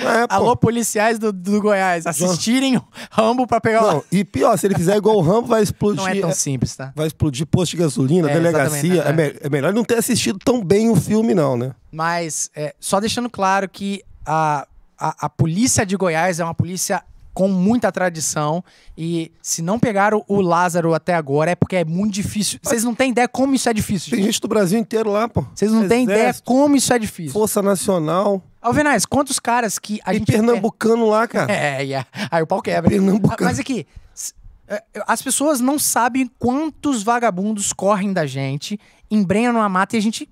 Speaker 1: É, pô.
Speaker 2: Alô, policiais do, do Goiás, assistirem Rambo pra pegar o...
Speaker 1: Não, e pior, se ele fizer igual o Rambo, vai explodir.
Speaker 2: Não é tão simples, tá?
Speaker 1: Vai explodir posto de gasolina,
Speaker 2: É,
Speaker 1: delegacia. É,
Speaker 2: exatamente,
Speaker 1: me- é melhor não ter assistido tão bem o filme, não, né?
Speaker 2: Mas é, só deixando claro que a, a, a polícia de Goiás é uma polícia com muita tradição e se não pegaram o Lázaro até agora é porque é muito difícil. Vocês não têm ideia como isso é difícil.
Speaker 1: Tem
Speaker 2: gente.
Speaker 1: gente do Brasil inteiro lá, pô.
Speaker 2: Vocês não têm ideia
Speaker 1: Exército,
Speaker 2: como isso é difícil.
Speaker 1: Força Nacional.
Speaker 2: Alvenaz, quantos caras que a
Speaker 1: e
Speaker 2: gente.
Speaker 1: pernambucano lá, cara.
Speaker 2: É, é, é. aí o pau quebra.
Speaker 1: Pernambucano.
Speaker 2: Mas aqui, s- é, as pessoas não sabem quantos vagabundos correm da gente, embrenham na mata e a gente.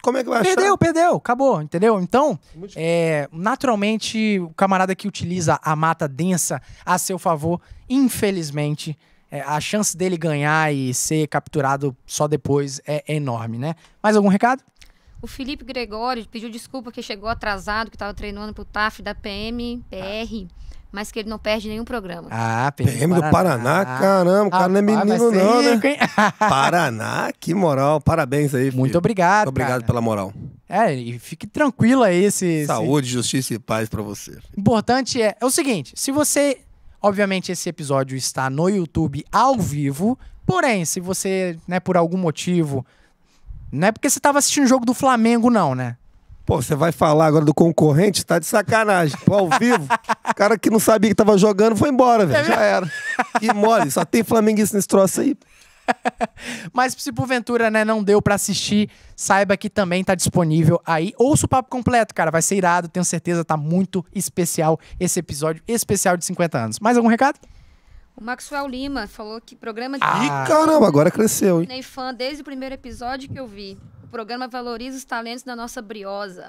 Speaker 1: Como é que vai achar?
Speaker 2: Perdeu, perdeu, acabou, entendeu? Então,
Speaker 1: Muito-
Speaker 2: é, naturalmente, o camarada que utiliza a mata densa a seu favor, infelizmente, é, a chance dele ganhar e ser capturado só depois é enorme, né? Mais algum recado?
Speaker 4: O Felipe Gregório pediu desculpa que chegou atrasado, que estava treinando para o TAF da PM, PR, mas que ele não perde nenhum programa.
Speaker 2: Ah,
Speaker 1: PM do Paraná, caramba, o cara não é
Speaker 2: Rapaz, Ah, vai
Speaker 1: menino
Speaker 2: ser
Speaker 1: não, né?
Speaker 2: rico, hein?
Speaker 1: Paraná, que moral. Parabéns aí, filho.
Speaker 2: Muito obrigado.
Speaker 1: Muito obrigado
Speaker 2: cara.
Speaker 1: pela moral.
Speaker 2: É, e fique tranquilo aí. Se, se-
Speaker 1: Saúde, justiça e paz pra você. filho.
Speaker 2: O importante é, é o seguinte: se você. Obviamente, esse episódio está no YouTube ao vivo. Porém, se você, né, por algum motivo. Não é porque você estava assistindo o jogo do Flamengo, não, né?
Speaker 1: Pô, você vai falar agora do concorrente? Tá de sacanagem. Pô, ao vivo, o cara que não sabia que tava jogando foi embora, velho. Já era. Que mole, só tem flamenguista nesse troço aí.
Speaker 2: Mas se porventura, né, não deu pra assistir, saiba que também tá disponível aí. Ouça o papo completo, cara, vai ser irado, tenho certeza, tá muito especial esse episódio especial de 50 anos. Mais algum recado?
Speaker 4: O Maxwell Lima falou que programa de
Speaker 1: Ih,
Speaker 2: Ah.
Speaker 1: caramba, agora cresceu, hein?
Speaker 4: nem fã desde o primeiro episódio que eu vi. O programa valoriza os talentos da nossa briosa.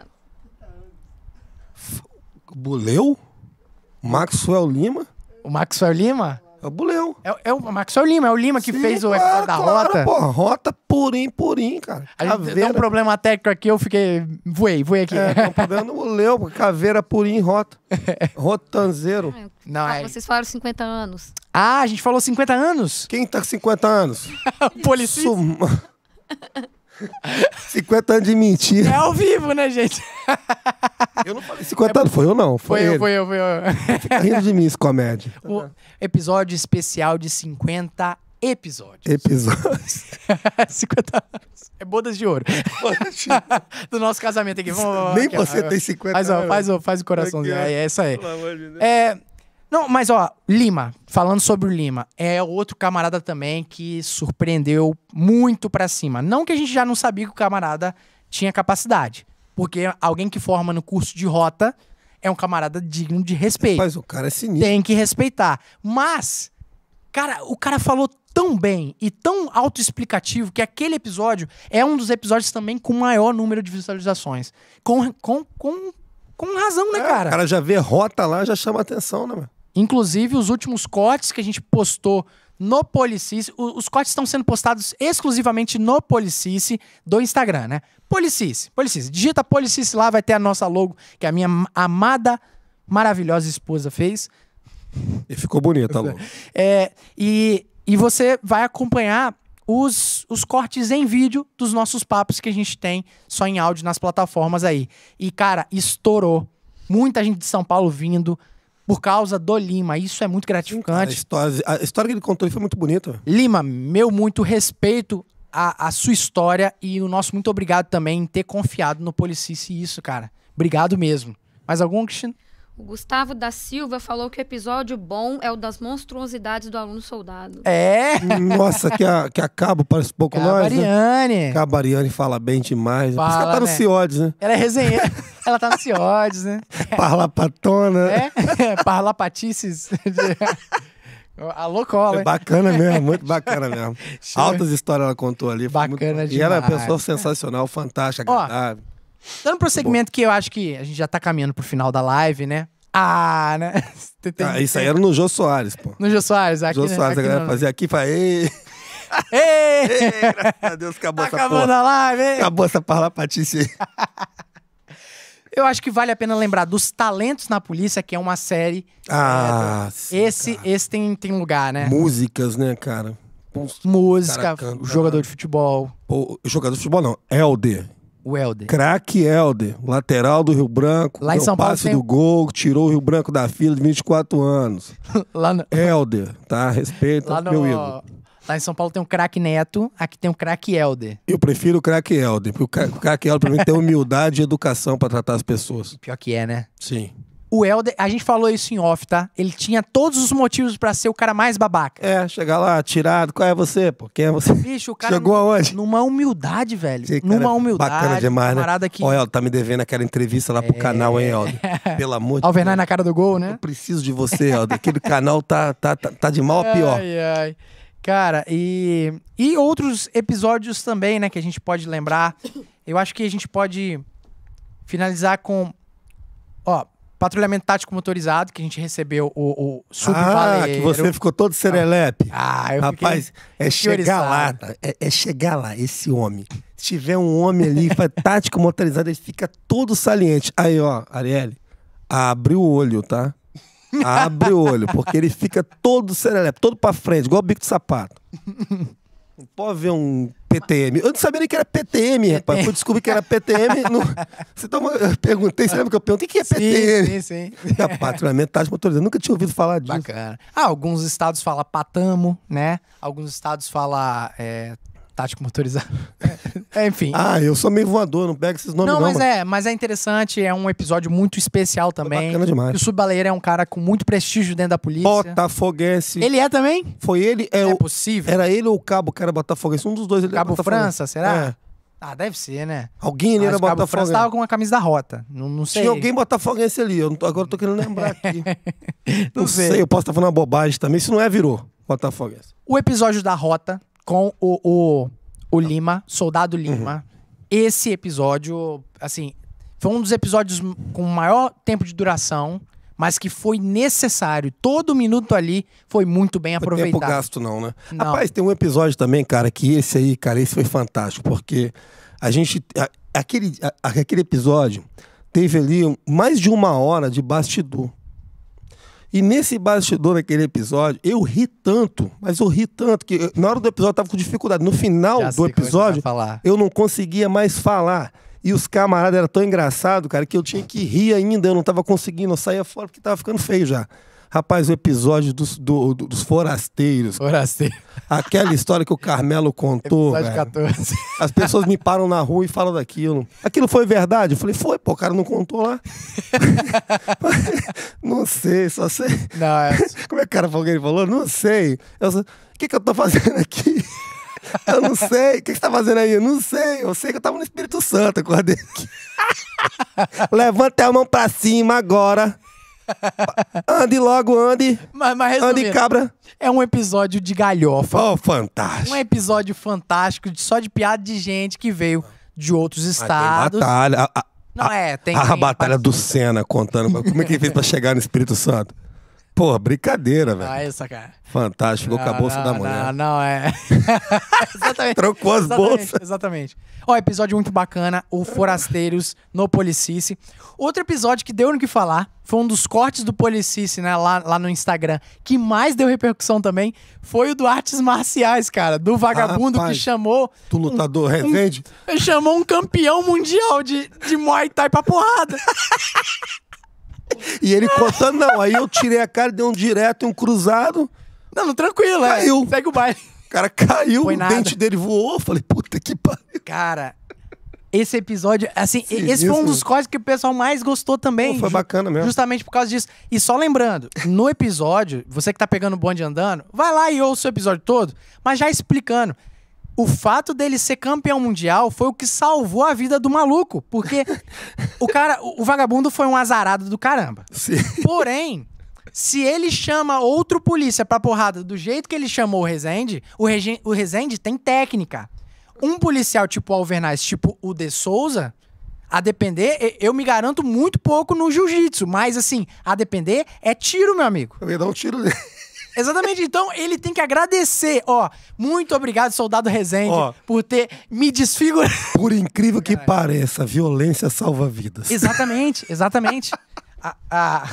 Speaker 1: Buleu? Maxwell Lima?
Speaker 2: O Maxwell Lima?
Speaker 1: É o Buleu.
Speaker 2: É, é o Maxwell Lima, é o Lima que
Speaker 1: Sim,
Speaker 2: fez o
Speaker 1: claro,
Speaker 2: episódio da
Speaker 1: claro,
Speaker 2: rota.
Speaker 1: Pô, rota purim, purim, cara.
Speaker 2: A gente deu um
Speaker 1: Caveira.
Speaker 2: problema técnico aqui, eu fiquei. Voei, voei aqui.
Speaker 1: É, tem um problema no Buleu, pô. caveira purim, rota. Rotanzeiro.
Speaker 2: Não,
Speaker 4: Ah,
Speaker 2: é.
Speaker 4: Vocês falaram 50 anos.
Speaker 2: Ah, a gente falou 50 anos?
Speaker 1: Quem tá com 50 anos?
Speaker 2: Polícia.
Speaker 1: Sum- 50 anos de mentira.
Speaker 2: É ao vivo, né, gente?
Speaker 1: Eu não falei 50 anos, foi eu não. Foi,
Speaker 2: É, Foi
Speaker 1: ele.
Speaker 2: eu, foi eu, foi eu.
Speaker 1: Fica rindo de mim esse comédia.
Speaker 2: o episódio especial de 50 episódios.
Speaker 1: Episódios.
Speaker 2: 50 anos. É bodas de ouro. Do nosso casamento aqui. Vamos, vamos,
Speaker 1: Nem
Speaker 2: aqui, ó.
Speaker 1: você tem 50
Speaker 2: faz, ó,
Speaker 1: anos.
Speaker 2: faz, ó, faz o coraçãozinho.
Speaker 1: Aqui, ó.
Speaker 2: É, é isso aí.
Speaker 1: Pelo amor de Deus.
Speaker 2: É, não, mas ó, Lima, falando sobre o Lima, é outro camarada também que surpreendeu muito pra cima. Não que a gente já não sabia que o camarada tinha capacidade, porque alguém que forma no curso de rota é um camarada digno de respeito.
Speaker 1: Mas o cara é sinistro.
Speaker 2: Tem que respeitar. Mas, cara, o cara falou tão bem e tão autoexplicativo que aquele episódio é um dos episódios também com maior número de visualizações. Com, com, com, com razão, né,
Speaker 1: É, O
Speaker 2: cara?
Speaker 1: cara já vê rota lá, já chama atenção, né, mano?
Speaker 2: Inclusive, os últimos cortes que a gente postou no Policice, o- os cortes estão sendo postados exclusivamente no Policice do Instagram, né? Policice, Policice. Digita Policice lá, vai ter a nossa logo que a minha amada, maravilhosa esposa fez.
Speaker 1: E ficou bonito, tá alô.
Speaker 2: É, e, e você vai acompanhar os, os cortes em vídeo dos nossos papos que a gente tem só em áudio nas plataformas aí. E, cara, estourou. Muita gente de São Paulo vindo por causa do Lima. Isso é muito
Speaker 1: A
Speaker 2: gratificante.
Speaker 1: história, a história que ele contou ali foi muito bonita. velho.
Speaker 2: Lima, meu muito respeito à, à sua história e o nosso muito obrigado também em ter confiado no Policice e isso, cara. Obrigado mesmo. Mais algum, Cristina?
Speaker 4: O Gustavo da Silva falou que o episódio bom é o das monstruosidades do aluno soldado.
Speaker 2: É!
Speaker 1: Nossa, que a, que a Cabo parece um pouco nós, né?
Speaker 2: Mariane.
Speaker 1: Cabariani fala bem demais. Por isso que
Speaker 2: Fala,
Speaker 1: ela tá no
Speaker 2: né?
Speaker 1: Ciodes, né?
Speaker 2: Ela é resenheira. Ela tá ansiosa, né?
Speaker 1: Parla patona.
Speaker 2: É? Parlapatices. Alô, cola,
Speaker 1: É
Speaker 2: hein?
Speaker 1: bacana mesmo, muito bacana mesmo. Altas histórias ela contou ali. foi muito-
Speaker 2: Bacana
Speaker 1: E ela é uma
Speaker 2: demais.
Speaker 1: pessoa sensacional, fantástica,
Speaker 2: Ó,
Speaker 1: agradável.
Speaker 2: Dando prosseguimento que eu acho que a gente já tá caminhando pro final da live, né? Ah, né? Tem- tem-
Speaker 1: Ah, isso aí era no Jô Soares, pô.
Speaker 2: No Jô Soares, aqui,
Speaker 1: Jô
Speaker 2: né?
Speaker 1: Soares, a
Speaker 2: Aqui
Speaker 1: galera
Speaker 2: não.
Speaker 1: fazia aqui e fala, ei,
Speaker 2: Ei! Tá
Speaker 1: ei, graças a Deus, acabou essa
Speaker 2: Acabando
Speaker 1: porra. Tá
Speaker 2: a live, hein?
Speaker 1: Acabou essa
Speaker 2: É,
Speaker 1: parlapatice aí.
Speaker 2: Eu acho que vale a pena lembrar dos Talentos na Polícia, que é uma série.
Speaker 1: Ah, sim,
Speaker 2: Esse, é.
Speaker 1: cara.
Speaker 2: esse tem, tem lugar, né?
Speaker 1: Músicas, né, cara? Pô,
Speaker 2: Música,
Speaker 1: Cara, canta. né?
Speaker 2: jogador de futebol,
Speaker 1: pô, jogador de futebol não, Helder.
Speaker 2: o Helder.
Speaker 1: Craque Helder, lateral do Rio Branco.
Speaker 2: Lá em
Speaker 1: deu
Speaker 2: São Paulo
Speaker 1: passe
Speaker 2: tem-
Speaker 1: do gol, tirou o Rio Branco da fila de 24 anos.
Speaker 2: Lá no,
Speaker 1: Helder, tá? Respeita,
Speaker 2: lá
Speaker 1: meu ídolo.
Speaker 2: no, lá em São Paulo tem um craque Neto, aqui tem um craque Helder.
Speaker 1: Eu prefiro o craque Helder, porque o cra- o craque Helder pra mim tem humildade e educação pra tratar as pessoas.
Speaker 2: Pior que é, né?
Speaker 1: Sim.
Speaker 2: O Helder, a gente falou isso em off, tá? Ele tinha todos os motivos pra ser o cara mais babaca.
Speaker 1: É, chegar lá, tirado, qual é você, pô? Quem é você?
Speaker 2: Bicho, o cara.
Speaker 1: Chegou aonde?
Speaker 2: Numa humildade, velho.
Speaker 1: Esse cara
Speaker 2: numa
Speaker 1: é
Speaker 2: humildade.
Speaker 1: Bacana demais, né?
Speaker 2: camarada que.
Speaker 1: Ó, Helder, tá me devendo aquela entrevista lá pro canal, hein, Helder? Pelo amor de
Speaker 2: Alvernay na cara do gol,
Speaker 1: Eu
Speaker 2: né?
Speaker 1: preciso de você, Helder. Aquele canal tá, tá, tá, tá de mal a pior.
Speaker 2: Ai, ai. Cara, e, e outros episódios também, né, que a gente pode lembrar. Eu acho que a gente pode finalizar com. Ó, patrulhamento tático motorizado, que a gente recebeu o, o
Speaker 1: Ah, que
Speaker 2: subvaleiro.
Speaker 1: você ficou todo serelepe.
Speaker 2: Ah, eu fiquei
Speaker 1: Rapaz, é chegar lá,
Speaker 2: fioriçado.
Speaker 1: tá? é, é chegar lá, esse homem. tiver um homem ali, faz tático motorizado, ele fica todo saliente. Aí, ó, Arielle, abre o olho, tá? Abre o olho, porque ele fica todo serelepe, todo pra frente, igual bico de sapato. Não pode ver um PTM. Eu não sabia nem que era PTM, rapaz. Eu descobri que era PTM. No... Você tá... Eu perguntei, você lembra que eu perguntei? O que que é PTM?
Speaker 2: Sim, sim, sim.
Speaker 1: É patrulhamento tático motorizado. Nunca tinha ouvido falar disso.
Speaker 2: Bacana. Ah, alguns estados fala patamo, né? Alguns estados fala é, tático motorizado. É, enfim.
Speaker 1: Ah, eu sou meio voador, não pega esses nomes não.
Speaker 2: não, mas
Speaker 1: mano. Tá
Speaker 2: é, mas é interessante, é um episódio muito especial também.
Speaker 1: bacana demais.
Speaker 2: E O Subbaleiro é um cara com muito prestígio dentro da polícia.
Speaker 1: Botafoguense.
Speaker 2: Ele é também?
Speaker 1: Foi ele? É,
Speaker 2: Não é
Speaker 1: o...
Speaker 2: possível.
Speaker 1: Era ele ou o Cabo que era Botafoguense? Um dos dois ele era
Speaker 2: Cabo
Speaker 1: Botafoguense.
Speaker 2: França, será?
Speaker 1: É.
Speaker 2: Ah, deve ser, né?
Speaker 1: Alguém ali
Speaker 2: Mas
Speaker 1: era
Speaker 2: o Cabo França
Speaker 1: Botafoguense.
Speaker 2: tava com a camisa da rota. Não, não sei.
Speaker 1: né? Tinha alguém Botafoguense ali. Eu não tô- agora eu tô querendo lembrar aqui.
Speaker 2: Não sei.
Speaker 1: eu posso estar falando uma bobagem também. Se não é, virou Botafoguense.
Speaker 2: O episódio da Rota com o, o,
Speaker 1: Tá.
Speaker 2: o Lima, Soldado Lima.
Speaker 1: Uhum.
Speaker 2: Esse episódio, assim, foi um dos episódios m- com maior tempo de duração, mas que foi necessário. Todo minuto ali foi muito bem
Speaker 1: Não é tempo
Speaker 2: aproveitado.
Speaker 1: gasto, não, né?
Speaker 2: Não.
Speaker 1: Rapaz, tem um episódio também, cara, que esse aí, cara, esse foi fantástico, porque a gente. a- aquele, a- aquele episódio teve ali um- mais de uma hora de bastidor. E nesse bastidor daquele episódio, eu ri tanto, mas eu ri tanto, que eu- na hora do episódio eu tava com dificuldade. No final
Speaker 2: Já
Speaker 1: do
Speaker 2: sei como é que você vai
Speaker 1: episódio,
Speaker 2: falar.
Speaker 1: eu não conseguia mais falar. E os camaradas eram tão engraçados, cara, que eu tinha que rir ainda. Eu não tava conseguindo, eu saía fora porque tava ficando feio já. Rapaz, o episódio dos, do- do- dos forasteiros.
Speaker 2: Horácio,
Speaker 1: Aquela história que o Carmelo contou.
Speaker 2: episódio
Speaker 1: velho.
Speaker 2: 14.
Speaker 1: As pessoas me param na rua e falam daquilo. Aquilo foi verdade? Eu falei, foi, pô, o cara não contou lá. não sei, só sei.
Speaker 2: Não, é-
Speaker 1: Como é que o cara falou que ele falou? Não sei. Eu só- o que, que eu tô fazendo aqui? Eu não sei. O que, que você tá fazendo aí? Eu não sei. Eu sei que eu tava no Espírito Santo, acordei aqui. Levante a mão pra cima agora. Ande logo, ande.
Speaker 2: mas, mas
Speaker 1: Ande,
Speaker 2: resumindo,
Speaker 1: cabra.
Speaker 2: é um episódio de galhofa.
Speaker 1: Oh,
Speaker 2: Um
Speaker 1: fantástico.
Speaker 2: episódio fantástico, de- só de piada de gente que veio de outros
Speaker 1: Ah, tem
Speaker 2: estados.
Speaker 1: batalha. A, a-
Speaker 2: Não é, tem.
Speaker 1: a
Speaker 2: tem
Speaker 1: batalha do Senna contando. Como é que ele fez pra chegar no Espírito Santo? Pô, brincadeira, velho.
Speaker 2: Ah, essa, cara.
Speaker 1: Fantástico. Ficou com a bolsa
Speaker 2: não,
Speaker 1: da mulher.
Speaker 2: Não, não, é. exatamente.
Speaker 1: Trocou as
Speaker 2: exatamente,
Speaker 1: bolsas.
Speaker 2: Exatamente. Ó, episódio muito bacana, o Forasteiros no Policice. Outro episódio que deu no que falar, foi um dos cortes do Policice, né, lá, lá no Instagram, que mais deu repercussão também, foi o do Artes Marciais, cara, do vagabundo
Speaker 1: Rapaz.
Speaker 2: que chamou...
Speaker 1: Tu lutador
Speaker 2: Um,
Speaker 1: Rezende?
Speaker 2: Chamou um campeão mundial de, de Muay Thai pra porrada.
Speaker 1: E ele contando, não. Aí eu tirei a cara, dei um direto e um cruzado.
Speaker 2: Não, não, tranquilo, é.
Speaker 1: Caiu.
Speaker 2: Segue o baile.
Speaker 1: O cara caiu,
Speaker 2: Foi
Speaker 1: o
Speaker 2: nada.
Speaker 1: dente dele voou. Eu Falei, puta que pariu.
Speaker 2: Cara, esse episódio, assim, esse foi um
Speaker 1: isso,
Speaker 2: dos
Speaker 1: né?
Speaker 2: cortes que o pessoal mais gostou também.
Speaker 1: Pô, foi
Speaker 2: ju-
Speaker 1: bacana mesmo.
Speaker 2: Justamente por causa disso. E só lembrando, no episódio, você que tá pegando o bonde andando, vai lá e ouça o episódio todo, mas já explicando. O fato dele ser campeão mundial foi o que salvou a vida do maluco. Porque o cara, o o vagabundo foi um azarado do caramba.
Speaker 1: Sim.
Speaker 2: Porém, se ele chama outro polícia pra porrada do jeito que ele chamou o Rezende, o, Regen- o Rezende tem técnica. Um policial tipo Alvernais, tipo o De Souza, a depender, e- eu me garanto muito pouco no jiu-jitsu, mas assim, a depender é tiro, meu amigo.
Speaker 1: Eu ia dar um tiro nele.
Speaker 2: Exatamente, então ele tem que agradecer, ó. Muito obrigado, soldado Rezende,
Speaker 1: Ó.
Speaker 2: por ter me desfigurado.
Speaker 1: Por incrível que pareça, violência salva vidas.
Speaker 2: Exatamente, exatamente. a, a-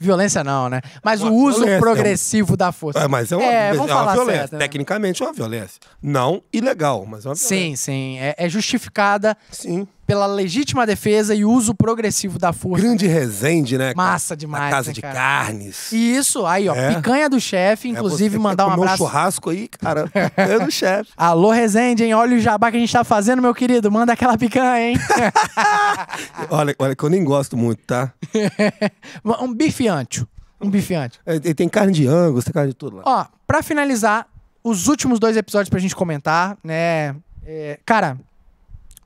Speaker 2: Violência não, né? Mas o uso
Speaker 1: violência é um-
Speaker 2: progressivo da força.
Speaker 1: É, mas é uma, é
Speaker 2: vamos
Speaker 1: uma
Speaker 2: falar
Speaker 1: violência.
Speaker 2: certo, né?
Speaker 1: Tecnicamente é uma violência. Não ilegal, mas é uma violência.
Speaker 2: Sim, sim. É, é justificada
Speaker 1: Sim.
Speaker 2: pela legítima defesa e uso progressivo da força.
Speaker 1: Grande Resende, né? cara?
Speaker 2: Massa demais,
Speaker 1: A casa
Speaker 2: né,
Speaker 1: de
Speaker 2: cara?
Speaker 1: carnes.
Speaker 2: E isso, aí, ó.
Speaker 1: É.
Speaker 2: Picanha do chefe,
Speaker 1: É,
Speaker 2: inclusive,
Speaker 1: você
Speaker 2: mandar
Speaker 1: quer
Speaker 2: um
Speaker 1: comer
Speaker 2: abraço.
Speaker 1: churrasco aí, cara. É do chefe.
Speaker 2: Alô, Rezende, hein? Olha o jabá que a gente tá fazendo, meu querido. Manda aquela picanha, hein?
Speaker 1: Olha, olha, que eu nem gosto muito, tá?
Speaker 2: um bife ancho. Um bife ancho.
Speaker 1: É, e Tem carne de angus, tem carne de tudo lá.
Speaker 2: Ó, pra finalizar, os últimos dois episódios pra gente comentar, né? É, cara,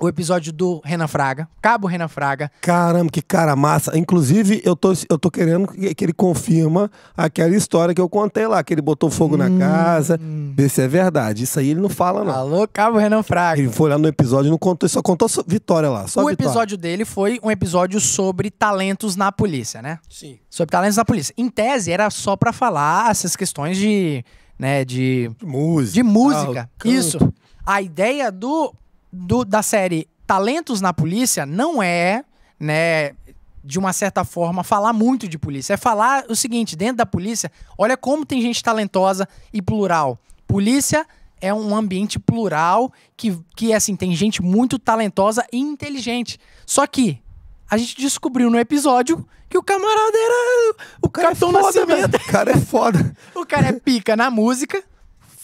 Speaker 2: o episódio do Renan Fraga, Cabo Renan Fraga.
Speaker 1: Caramba, que cara massa. Inclusive, eu tô, eu tô querendo que, que ele confirma aquela história que eu contei lá, que ele botou fogo
Speaker 2: Hum.
Speaker 1: na casa. Vê se é verdade. Isso aí ele não fala, não.
Speaker 2: Alô, Cabo Renan Fraga.
Speaker 1: Ele foi lá no episódio e não contou, só contou só- vitória lá. Só
Speaker 2: o
Speaker 1: vitória.
Speaker 2: episódio dele foi um episódio sobre talentos na polícia, né?
Speaker 1: Sim.
Speaker 2: Sobre talentos na polícia. Em tese, era só pra falar essas questões de, né, de
Speaker 1: Música.
Speaker 2: de música.
Speaker 1: tal, Ah, canto.
Speaker 2: Isso. A ideia do do- da série Talentos na Polícia não é, né, de uma certa forma, falar muito de polícia. É falar o seguinte: dentro da polícia, olha como tem gente talentosa e plural. Polícia é um ambiente plural que, que assim, tem gente muito talentosa e inteligente. Só que a gente descobriu no episódio que o camarada era o Capitão
Speaker 1: é velho.
Speaker 2: Nascimento.
Speaker 1: O cara é foda.
Speaker 2: O cara é pica na música.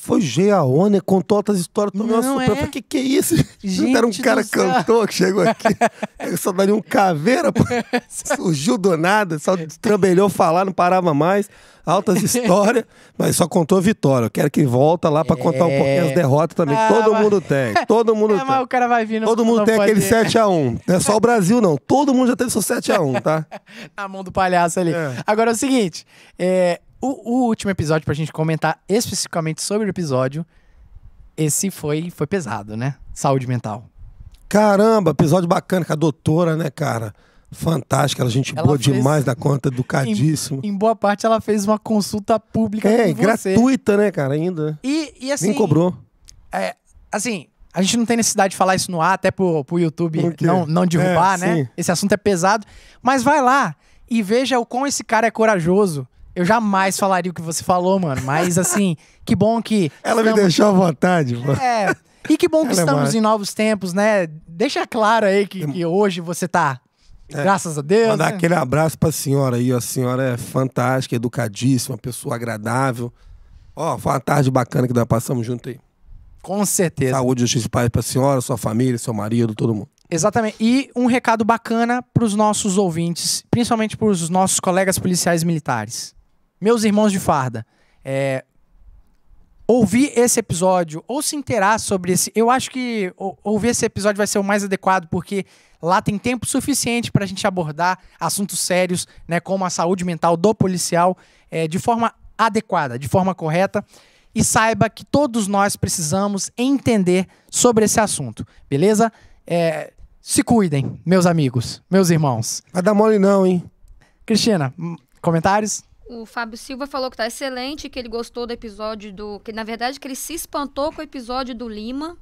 Speaker 1: Foi Geaone, contou outras histórias. Tomei uma
Speaker 2: Não
Speaker 1: surpresa.
Speaker 2: é?
Speaker 1: Falei, que que é isso?
Speaker 2: Gente
Speaker 1: Era um
Speaker 2: do
Speaker 1: cara
Speaker 2: céu.
Speaker 1: cantor que chegou aqui. Eu só daria um caveira, pô. Surgiu do nada, só trambelhou falar, não parava mais. Altas histórias, mas só contou vitória. Eu quero que volta lá pra contar um pouquinho as derrotas também.
Speaker 2: É. Ah,
Speaker 1: todo
Speaker 2: mas-
Speaker 1: mundo tem, todo mundo
Speaker 2: É, mas
Speaker 1: tem.
Speaker 2: o cara vai vindo.
Speaker 1: Todo mundo
Speaker 2: não
Speaker 1: tem
Speaker 2: pode
Speaker 1: aquele
Speaker 2: ir.
Speaker 1: 7x1. Não é só o Brasil, não. Todo mundo já teve seu 7x1, tá?
Speaker 2: na mão do palhaço ali.
Speaker 1: É.
Speaker 2: Agora é o seguinte: é, o, o último episódio, pra gente comentar especificamente sobre o episódio, esse foi, foi pesado, né? Saúde mental.
Speaker 1: Caramba, episódio bacana com a doutora, né, cara? Fantástica, ela gente
Speaker 2: Ela
Speaker 1: boa
Speaker 2: fez-
Speaker 1: demais da conta,
Speaker 2: Em,
Speaker 1: educadíssima.
Speaker 2: em boa parte, ela fez uma consulta pública
Speaker 1: É,
Speaker 2: com você.
Speaker 1: gratuita, né, cara, ainda.
Speaker 2: E, e assim.
Speaker 1: Nem cobrou.
Speaker 2: é, assim, a gente não tem necessidade de falar isso no ar, até pro, pro YouTube
Speaker 1: Por quê?
Speaker 2: não, não derrubar,
Speaker 1: É,
Speaker 2: né?
Speaker 1: sim.
Speaker 2: Esse assunto é pesado. Mas vai lá e veja o quão esse cara é corajoso. Eu jamais falaria o que você falou, mano. Mas assim, que bom que.
Speaker 1: Ela me
Speaker 2: estamos-
Speaker 1: deixou à vontade, mano.
Speaker 2: É. E que bom que
Speaker 1: Ela é
Speaker 2: estamos
Speaker 1: maravilhosa.
Speaker 2: em novos tempos, né? Deixa claro aí que, que hoje você tá. Graças a Deus.
Speaker 1: É. Mandar
Speaker 2: né?
Speaker 1: aquele abraço pra senhora aí, ó. A senhora é fantástica, educadíssima, pessoa agradável. Ó, foi uma tarde bacana que nós passamos junto aí.
Speaker 2: Com certeza.
Speaker 1: Saúde, justiça e paz pra senhora, sua família, seu marido, todo mundo.
Speaker 2: Exatamente. E um recado bacana para os nossos ouvintes, principalmente para os nossos colegas policiais militares. Meus irmãos de farda, é, ouvir esse episódio ou se inteirar sobre esse. Eu acho que o- ouvir esse episódio vai ser o mais adequado, porque lá tem tempo suficiente para a gente abordar assuntos sérios, né, como a saúde mental do policial, é, de forma adequada, de forma correta. E saiba que todos nós precisamos entender sobre esse assunto, beleza? É, se cuidem, meus amigos, meus irmãos.
Speaker 1: Vai dar mole não, hein?
Speaker 2: Cristina, hum, comentários?
Speaker 4: O Fábio Silva falou que tá excelente, que ele gostou do episódio do. Que, na verdade, que ele se espantou com o episódio do Lima.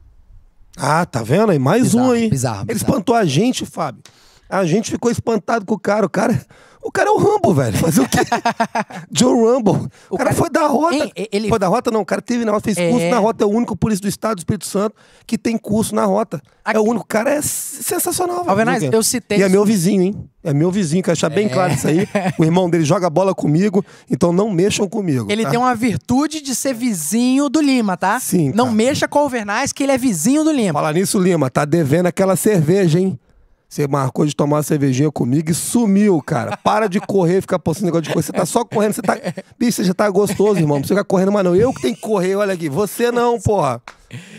Speaker 1: Ah, tá vendo aí? Mais
Speaker 2: Bizarro,
Speaker 1: um aí.
Speaker 2: bizarro,
Speaker 1: Ele
Speaker 2: bizarro.
Speaker 1: espantou a gente, Fábio. A gente ficou espantado com o cara. O cara, o cara é o Rambo, velho. Fazer o quê? Joe Rumble. O, cara,
Speaker 2: cara-
Speaker 1: foi da rota.
Speaker 2: Hein, e- ele-
Speaker 1: Foi da rota, não. O cara teve na rota, fez
Speaker 2: É.
Speaker 1: curso na rota. É o único polícia do estado do Espírito Santo que tem curso na rota.
Speaker 2: Aqui-
Speaker 1: É o único. O cara é s- sensacional, velho.
Speaker 2: Alvenaz, eu citei-
Speaker 1: E é meu vizinho, hein? É meu vizinho, quero deixar bem claro isso aí. O irmão dele joga bola comigo, então não mexam comigo.
Speaker 2: Ele
Speaker 1: tá?
Speaker 2: tem uma virtude de ser vizinho do Lima, tá?
Speaker 1: Sim,
Speaker 2: Não
Speaker 1: cara.
Speaker 2: mexa com o Overnice, que ele é vizinho do Lima.
Speaker 1: Fala nisso, Lima, tá devendo aquela cerveja, hein? Você marcou de tomar uma cervejinha comigo e sumiu, cara. Para de correr e ficar postando negócio de coisa. Você tá só correndo, você tá. Bicho, você já tá gostoso, irmão. Não precisa ficar correndo mais, não. Eu que tenho que correr, olha aqui. Você não, porra.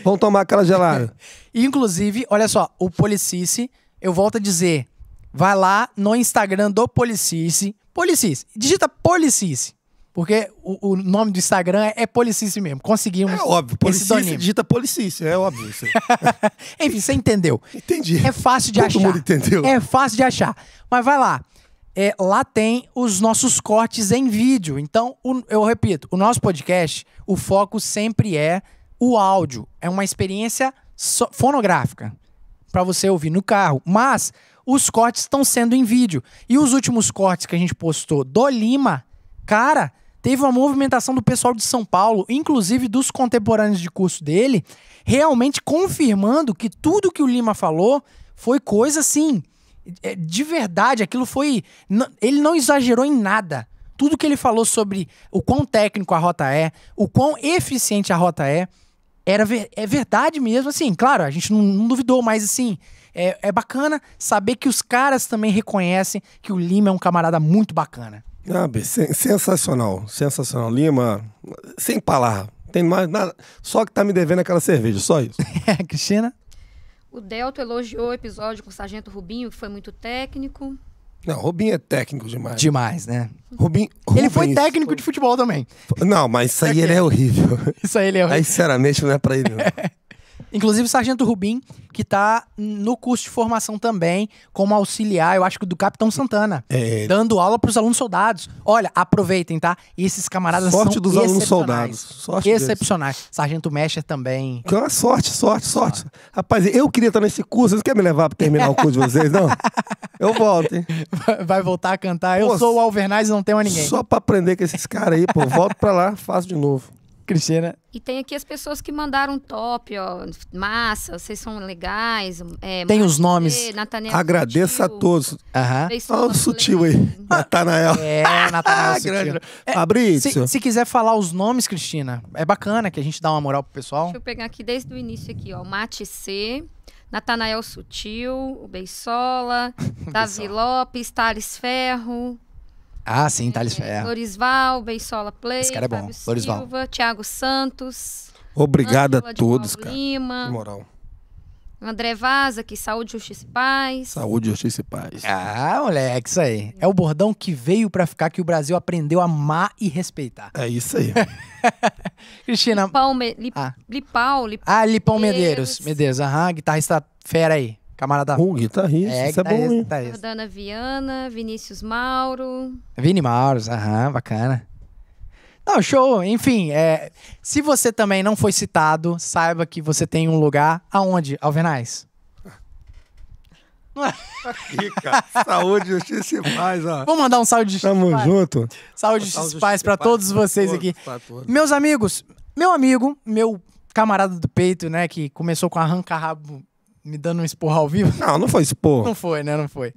Speaker 1: Vamos tomar aquela gelada.
Speaker 2: E, Inclusive, olha só, o Policice, eu volto a dizer, vai lá no Instagram do Policice, Policice, digita Policice, porque o, o nome do Instagram é, é Policice mesmo, conseguimos
Speaker 1: É óbvio,
Speaker 2: esse
Speaker 1: policícia,
Speaker 2: doninho.
Speaker 1: digita policícia, é óbvio isso. aí.
Speaker 2: Enfim, você entendeu.
Speaker 1: Entendi.
Speaker 2: É fácil de
Speaker 1: Todo
Speaker 2: achar.
Speaker 1: mundo entendeu.
Speaker 2: É fácil de achar. Mas vai lá. É, lá tem os nossos cortes em vídeo. Então, o- eu repito, o nosso podcast, o foco sempre é o áudio. É uma experiência so- fonográfica para você ouvir no carro. Mas os cortes estão sendo em vídeo. E os últimos cortes que a gente postou do Lima, cara, teve uma movimentação do pessoal de São Paulo, inclusive dos contemporâneos de curso dele, realmente confirmando que tudo que o Lima falou foi coisa assim. é, De verdade, aquilo foi. n- Ele não exagerou em nada. Tudo que ele falou sobre o quão técnico a rota é, o quão eficiente a rota é, era ver- é verdade mesmo, assim, claro, a gente não, não duvidou, mas assim, é, é bacana saber que os caras também reconhecem que o Lima é um camarada muito bacana.
Speaker 1: Ah, Bê, sen- sensacional, sensacional. Lima, sem palavra. Tem mais nada. Só que tá me devendo aquela cerveja, só isso.
Speaker 2: É, Cristina?
Speaker 4: O Delto elogiou o episódio com o Sargento Rubinho, que foi muito técnico.
Speaker 1: Não, Rubinho é técnico demais.
Speaker 2: Demais, né?
Speaker 1: Rubinho,
Speaker 2: Ele foi
Speaker 1: Rubens-
Speaker 2: técnico de futebol também.
Speaker 1: Não, mas isso aí ele é horrível.
Speaker 2: Isso aí, ele é
Speaker 1: Aí, sinceramente, não é pra ele. não.
Speaker 2: Inclusive o Sargento Rubim, que está no curso de formação também, como auxiliar, eu acho que do Capitão Santana.
Speaker 1: É.
Speaker 2: Dando aula para os alunos soldados. Olha, aproveitem, tá? Esses camaradas
Speaker 1: Sorte
Speaker 2: são
Speaker 1: dos alunos soldados.
Speaker 2: excepcionais.
Speaker 1: Sorte deles.
Speaker 2: excepcionais. Sargento Mescher também.
Speaker 1: Que é uma sorte, sorte, sorte. Rapaz, eu queria estar nesse curso. Vocês querem me levar pra terminar o curso de vocês, não? Eu volto, hein?
Speaker 2: Vai voltar a cantar. Eu
Speaker 1: Pô,
Speaker 2: sou o Alvernaz e não tenho a ninguém.
Speaker 1: Só pra aprender com esses caras aí, pô. Volto pra lá, faço de novo.
Speaker 2: Cristina.
Speaker 4: E tem aqui as pessoas que mandaram top, ó. Massa, vocês são legais. É,
Speaker 2: Tem os
Speaker 4: Márcio
Speaker 2: nomes.
Speaker 4: T, Nathaniel
Speaker 1: Agradeço a
Speaker 4: Sutil,
Speaker 1: todos.
Speaker 2: Aham.
Speaker 4: Leissuba
Speaker 1: Olha o sutil aí,
Speaker 4: Soleimani.
Speaker 1: Natanael.
Speaker 2: É, Natanael Sutil.
Speaker 1: Ah, grande.
Speaker 2: É,
Speaker 1: Fabrício.
Speaker 2: Se, se quiser falar os nomes, Cristina, é bacana que a gente dá uma moral pro pessoal.
Speaker 4: Deixa eu pegar aqui desde o início aqui, ó. Mate C, Natanael Sutil, o Beisola, Davi Lopes, Thales Ferro,
Speaker 2: Ah, sim, Thales.
Speaker 4: é.
Speaker 2: É.
Speaker 4: Lorisval, Beisola Play,
Speaker 2: Esse cara é bom,
Speaker 4: Fábio
Speaker 2: Lorisval.
Speaker 4: Silva, Thiago Santos,
Speaker 1: Obrigado
Speaker 4: Ângela
Speaker 1: a
Speaker 4: de Paulo
Speaker 1: todos, cara.
Speaker 4: Lima,
Speaker 1: De moral.
Speaker 4: André Vaza, que saúde, justiça e paz.
Speaker 1: Saúde, justiça e paz.
Speaker 2: Ah, moleque, isso aí. É o bordão que veio pra ficar que o Brasil aprendeu a amar e respeitar.
Speaker 1: É isso aí.
Speaker 2: Cristina.
Speaker 4: Palme, Lip,
Speaker 2: Ah.
Speaker 4: Lipau, Lip-
Speaker 2: Ah, Lipão Medeiros.
Speaker 4: Medeiros.
Speaker 2: Medeiros, aham, guitarrista fera aí. Camarada.
Speaker 1: O guitarrista, isso é bom,
Speaker 2: guitarrista,
Speaker 1: hein?
Speaker 2: guitarrista.
Speaker 4: Jordana Viana, Vinícius Mauro.
Speaker 2: Vini Mauros, aham, bacana. Não, show. Enfim, é, se você também não foi citado, saiba que você tem um lugar aonde, Alvenaz?
Speaker 1: Aqui, cara. Saúde, justiça e paz, ó.
Speaker 2: Vou mandar um salve de
Speaker 1: Tamo junto.
Speaker 2: saúde de paz pra todos vocês aqui. Meus amigos, meu amigo, meu camarada do peito, né, que começou com arranca-rabo me dando um esporro ao vivo.
Speaker 1: Não, não foi expor.
Speaker 2: Não foi, né? Não foi.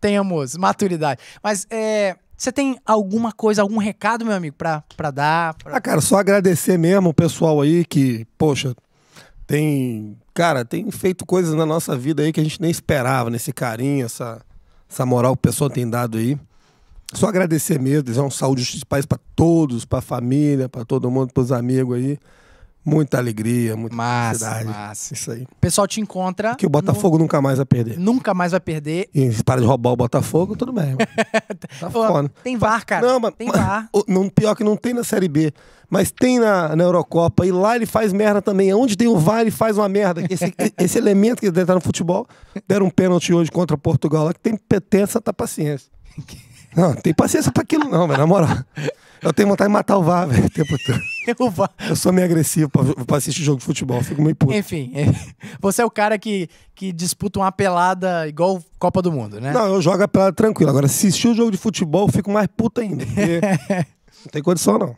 Speaker 2: Tenhamos maturidade. Mas é, você tem alguma coisa, algum recado, meu amigo, pra, pra dar? Pra...
Speaker 1: Ah, cara, só agradecer mesmo o pessoal aí que, poxa, tem. Cara, tem feito coisas na nossa vida aí que a gente nem esperava, nesse carinho, essa, essa moral que o pessoal tem dado aí. Só agradecer mesmo, desejar um saúde justiça e paz pra todos, pra família, pra todo mundo, pros amigos aí. Muita alegria, muita
Speaker 2: Massa,
Speaker 1: felicidade.
Speaker 2: massa.
Speaker 1: Isso aí.
Speaker 2: O pessoal te encontra.
Speaker 1: Que o Botafogo nunca mais vai perder.
Speaker 2: nu- nunca mais vai perder.
Speaker 1: E se para de roubar o Botafogo, tudo bem. tá
Speaker 2: Pô,
Speaker 1: foda.
Speaker 2: tem VAR, cara.
Speaker 1: Não, mas,
Speaker 2: Tem VAR.
Speaker 1: o- não, pior que não tem na Série B, mas tem na, na Eurocopa. E lá ele faz merda também. Onde tem o VAR, ele faz uma merda. Esse, esse elemento que deve estar no futebol, deram um pênalti hoje contra Portugal lá, que tem petença, tá paciência. Não, tem paciência pra aquilo não, velho, na moral. Eu tenho vontade de matar o VAR, velho, o tempo todo.
Speaker 2: O VAR.
Speaker 1: Eu sou meio agressivo pra, pra assistir jogo de futebol, eu fico meio puto.
Speaker 2: Enfim, você é o cara que, que disputa uma pelada igual Copa do Mundo, né?
Speaker 1: Não, eu jogo a pelada tranquilo. Agora, assistir o jogo de futebol, eu fico mais puto ainda. porque não tem condição, não.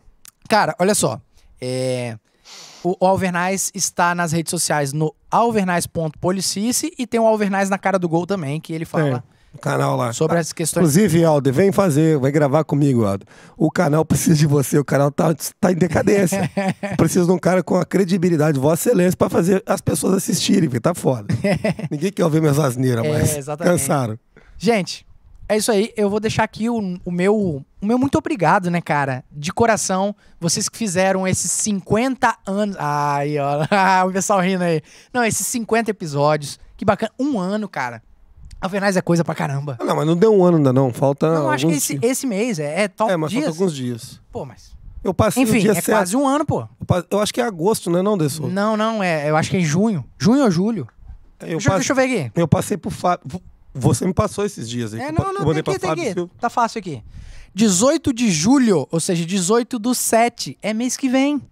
Speaker 2: Cara, olha só. é, O o Alvernais está nas redes sociais no alvernais.policice e tem o Alvernais na cara do gol também, que ele
Speaker 1: Tem.
Speaker 2: fala
Speaker 1: É, O canal lá.
Speaker 2: sobre as questões.
Speaker 1: Inclusive, Alder, vem fazer, vai gravar comigo, Alder. O canal precisa de você, o canal tá, tá em decadência. precisa de um cara com a credibilidade, Vossa Excelência, pra fazer as pessoas assistirem, porque tá foda. Ninguém quer ouvir minhas asneiras,
Speaker 2: É,
Speaker 1: mas
Speaker 2: exatamente.
Speaker 1: cansaram.
Speaker 2: Gente, é isso aí. Eu vou deixar aqui o, o meu o meu muito obrigado, né, cara? De coração, vocês que fizeram esses 50 anos. Ai, ó, o pessoal rindo aí. Não, esses 50 episódios. Que bacana. Um ano, cara. Alvernais é coisa pra caramba.
Speaker 1: Ah, Não, mas não deu um ano ainda não, falta
Speaker 2: Não, acho que
Speaker 1: alguns
Speaker 2: esse,
Speaker 1: dias.
Speaker 2: esse mês é, é top
Speaker 1: É, mas
Speaker 2: dias.
Speaker 1: falta alguns dias.
Speaker 2: Pô, mas.
Speaker 1: Eu passei o
Speaker 2: Enfim,
Speaker 1: dia
Speaker 2: é
Speaker 1: certo.
Speaker 2: quase um ano, pô.
Speaker 1: eu pa- Eu acho que é agosto, né, não, Dessou?
Speaker 2: Não, não, é, eu acho que é em junho. Junho ou julho?
Speaker 1: Eu,
Speaker 2: Deixa, eu-
Speaker 1: passe-
Speaker 2: deixa eu ver aqui.
Speaker 1: eu passei por Fábio... Você me passou esses dias aí. que
Speaker 2: É,
Speaker 1: eu
Speaker 2: não,
Speaker 1: pa- eu
Speaker 2: não,
Speaker 1: mandei
Speaker 2: tem
Speaker 1: pra
Speaker 2: aqui, tem
Speaker 1: Fábio
Speaker 2: aqui.
Speaker 1: Silva.
Speaker 2: Tá fácil aqui. 18 de julho, ou seja, 18 do 7, é mês que vem.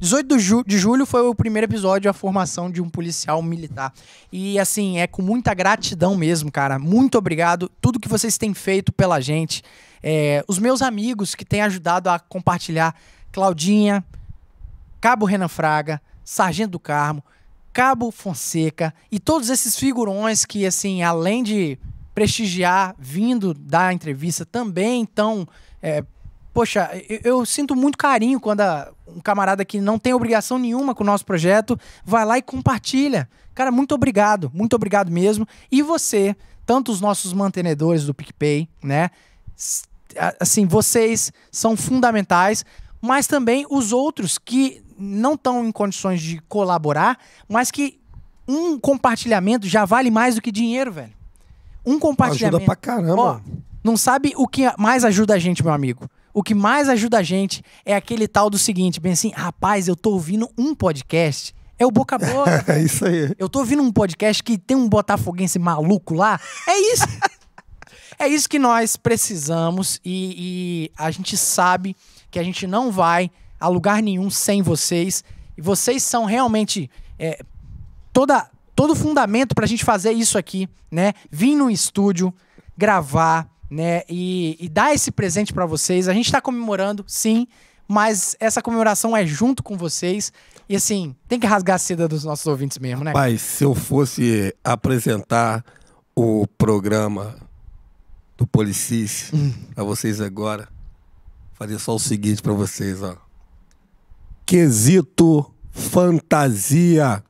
Speaker 2: 18 do ju- de julho foi o primeiro episódio, a formação de um policial militar. E assim, é com muita gratidão mesmo, cara. Muito obrigado. Tudo que vocês têm feito pela gente. É, os meus amigos que têm ajudado a compartilhar. Claudinha, Cabo Renan Fraga, Sargento do Carmo, Cabo Fonseca e todos esses figurões que, assim, além de prestigiar vindo da entrevista, também estão. é, poxa, eu, eu sinto muito carinho quando a- um camarada que não tem obrigação nenhuma com o nosso projeto vai lá e compartilha. Cara, muito obrigado, muito obrigado mesmo. E você, tanto os nossos mantenedores do PicPay, né? S- a- Assim, vocês são fundamentais mas também os outros que não estão em condições de colaborar, mas que um compartilhamento já vale mais do que dinheiro, velho. Um compartilhamento.
Speaker 1: Ajuda pra caramba.
Speaker 2: Ó, não sabe o que mais ajuda a gente, meu amigo? O que mais ajuda a gente é aquele tal do seguinte, bem assim, rapaz, eu tô ouvindo um podcast É o boca a boca.
Speaker 1: É isso aí.
Speaker 2: Eu tô ouvindo um podcast que tem um botafoguense maluco lá. É isso. é isso que nós precisamos e, e a gente sabe que a gente não vai a lugar nenhum sem vocês. E vocês são realmente é, toda todo o fundamento pra gente fazer isso aqui, né? Vir no estúdio, gravar, né? E, e dar esse presente pra vocês. A gente tá comemorando, sim, mas essa comemoração é junto com vocês. E assim, tem que rasgar a seda dos nossos ouvintes mesmo, né?
Speaker 1: Pai, se eu fosse apresentar o programa do Policice
Speaker 2: Hum.
Speaker 1: pra vocês agora, faria só o seguinte pra vocês, ó. Quesito fantasia.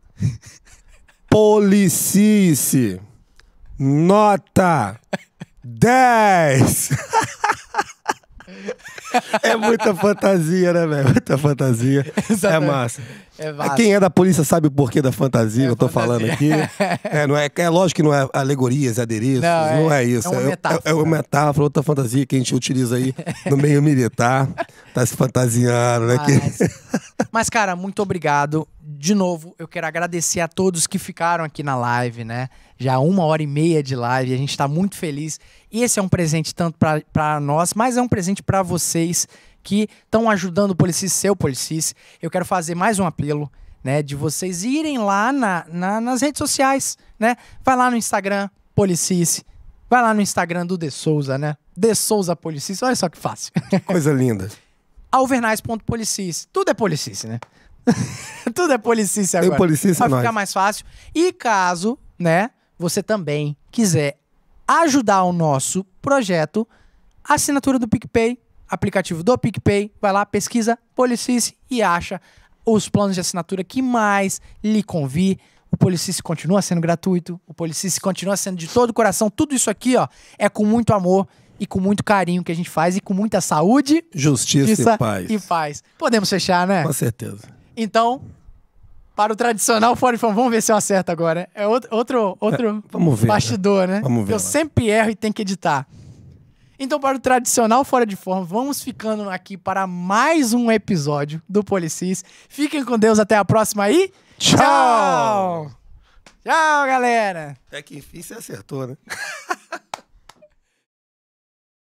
Speaker 1: Policice. Nota 10. É muita fantasia, né, velho? Muita fantasia. É
Speaker 2: Exatamente.
Speaker 1: massa.
Speaker 2: É massa.
Speaker 1: Quem é da polícia sabe o porquê da fantasia que eu tô
Speaker 2: fantasia.
Speaker 1: falando aqui. É, não é, é lógico que não é alegorias, é adereços,
Speaker 2: Não,
Speaker 1: não
Speaker 2: é-
Speaker 1: é, isso.
Speaker 2: é uma metáfora.
Speaker 1: É, é uma metáfora, outra fantasia que a gente utiliza aí no meio militar. Tá se fantasiando, né? que-
Speaker 2: Ah, Mas, mas, cara, muito obrigado. De novo, eu quero agradecer a todos que ficaram aqui na live, né? Já uma hora e meia de live, a gente tá muito feliz. E esse é um presente tanto para nós, mas é um presente para vocês que estão ajudando o Policis, seu Policis. Eu quero fazer mais um apelo, né? De vocês irem lá na- na- nas redes sociais, né? Vai lá no Instagram, Policis. Vai lá no Instagram do De Souza, né? De Souza Policis. Olha só que fácil
Speaker 1: Coisa linda.
Speaker 2: alvernais.policice. Tudo é policice, né? Tudo é policice agora.
Speaker 1: policice,
Speaker 2: Vai
Speaker 1: é nóis.
Speaker 2: ficar mais fácil. E caso, né, você também quiser ajudar o nosso projeto, a assinatura do PicPay, aplicativo do PicPay, vai lá, pesquisa Policice e acha os planos de assinatura que mais lhe convir. O Policice continua sendo gratuito, o Policice continua sendo de todo o coração. Tudo isso aqui, ó, é com muito amor e com muito carinho que a gente faz e com muita saúde
Speaker 1: Justiça,
Speaker 2: justiça
Speaker 1: e paz.
Speaker 2: e paz. Podemos fechar, né?
Speaker 1: Com certeza.
Speaker 2: Então, para o tradicional fora de fome, vamos ver se eu acerto agora. É outro, outro, outro
Speaker 1: É, vamos ver,
Speaker 2: bastidor, né?
Speaker 1: Vamos ver,
Speaker 2: eu
Speaker 1: né?
Speaker 2: sempre erro e tenho que editar. Então, para o tradicional fora de forma, vamos ficando aqui para mais um episódio do Policis. Fiquem com Deus, até a próxima e
Speaker 1: Tchau!
Speaker 2: Tchau, galera!
Speaker 1: É Até que enfim você acertou, né?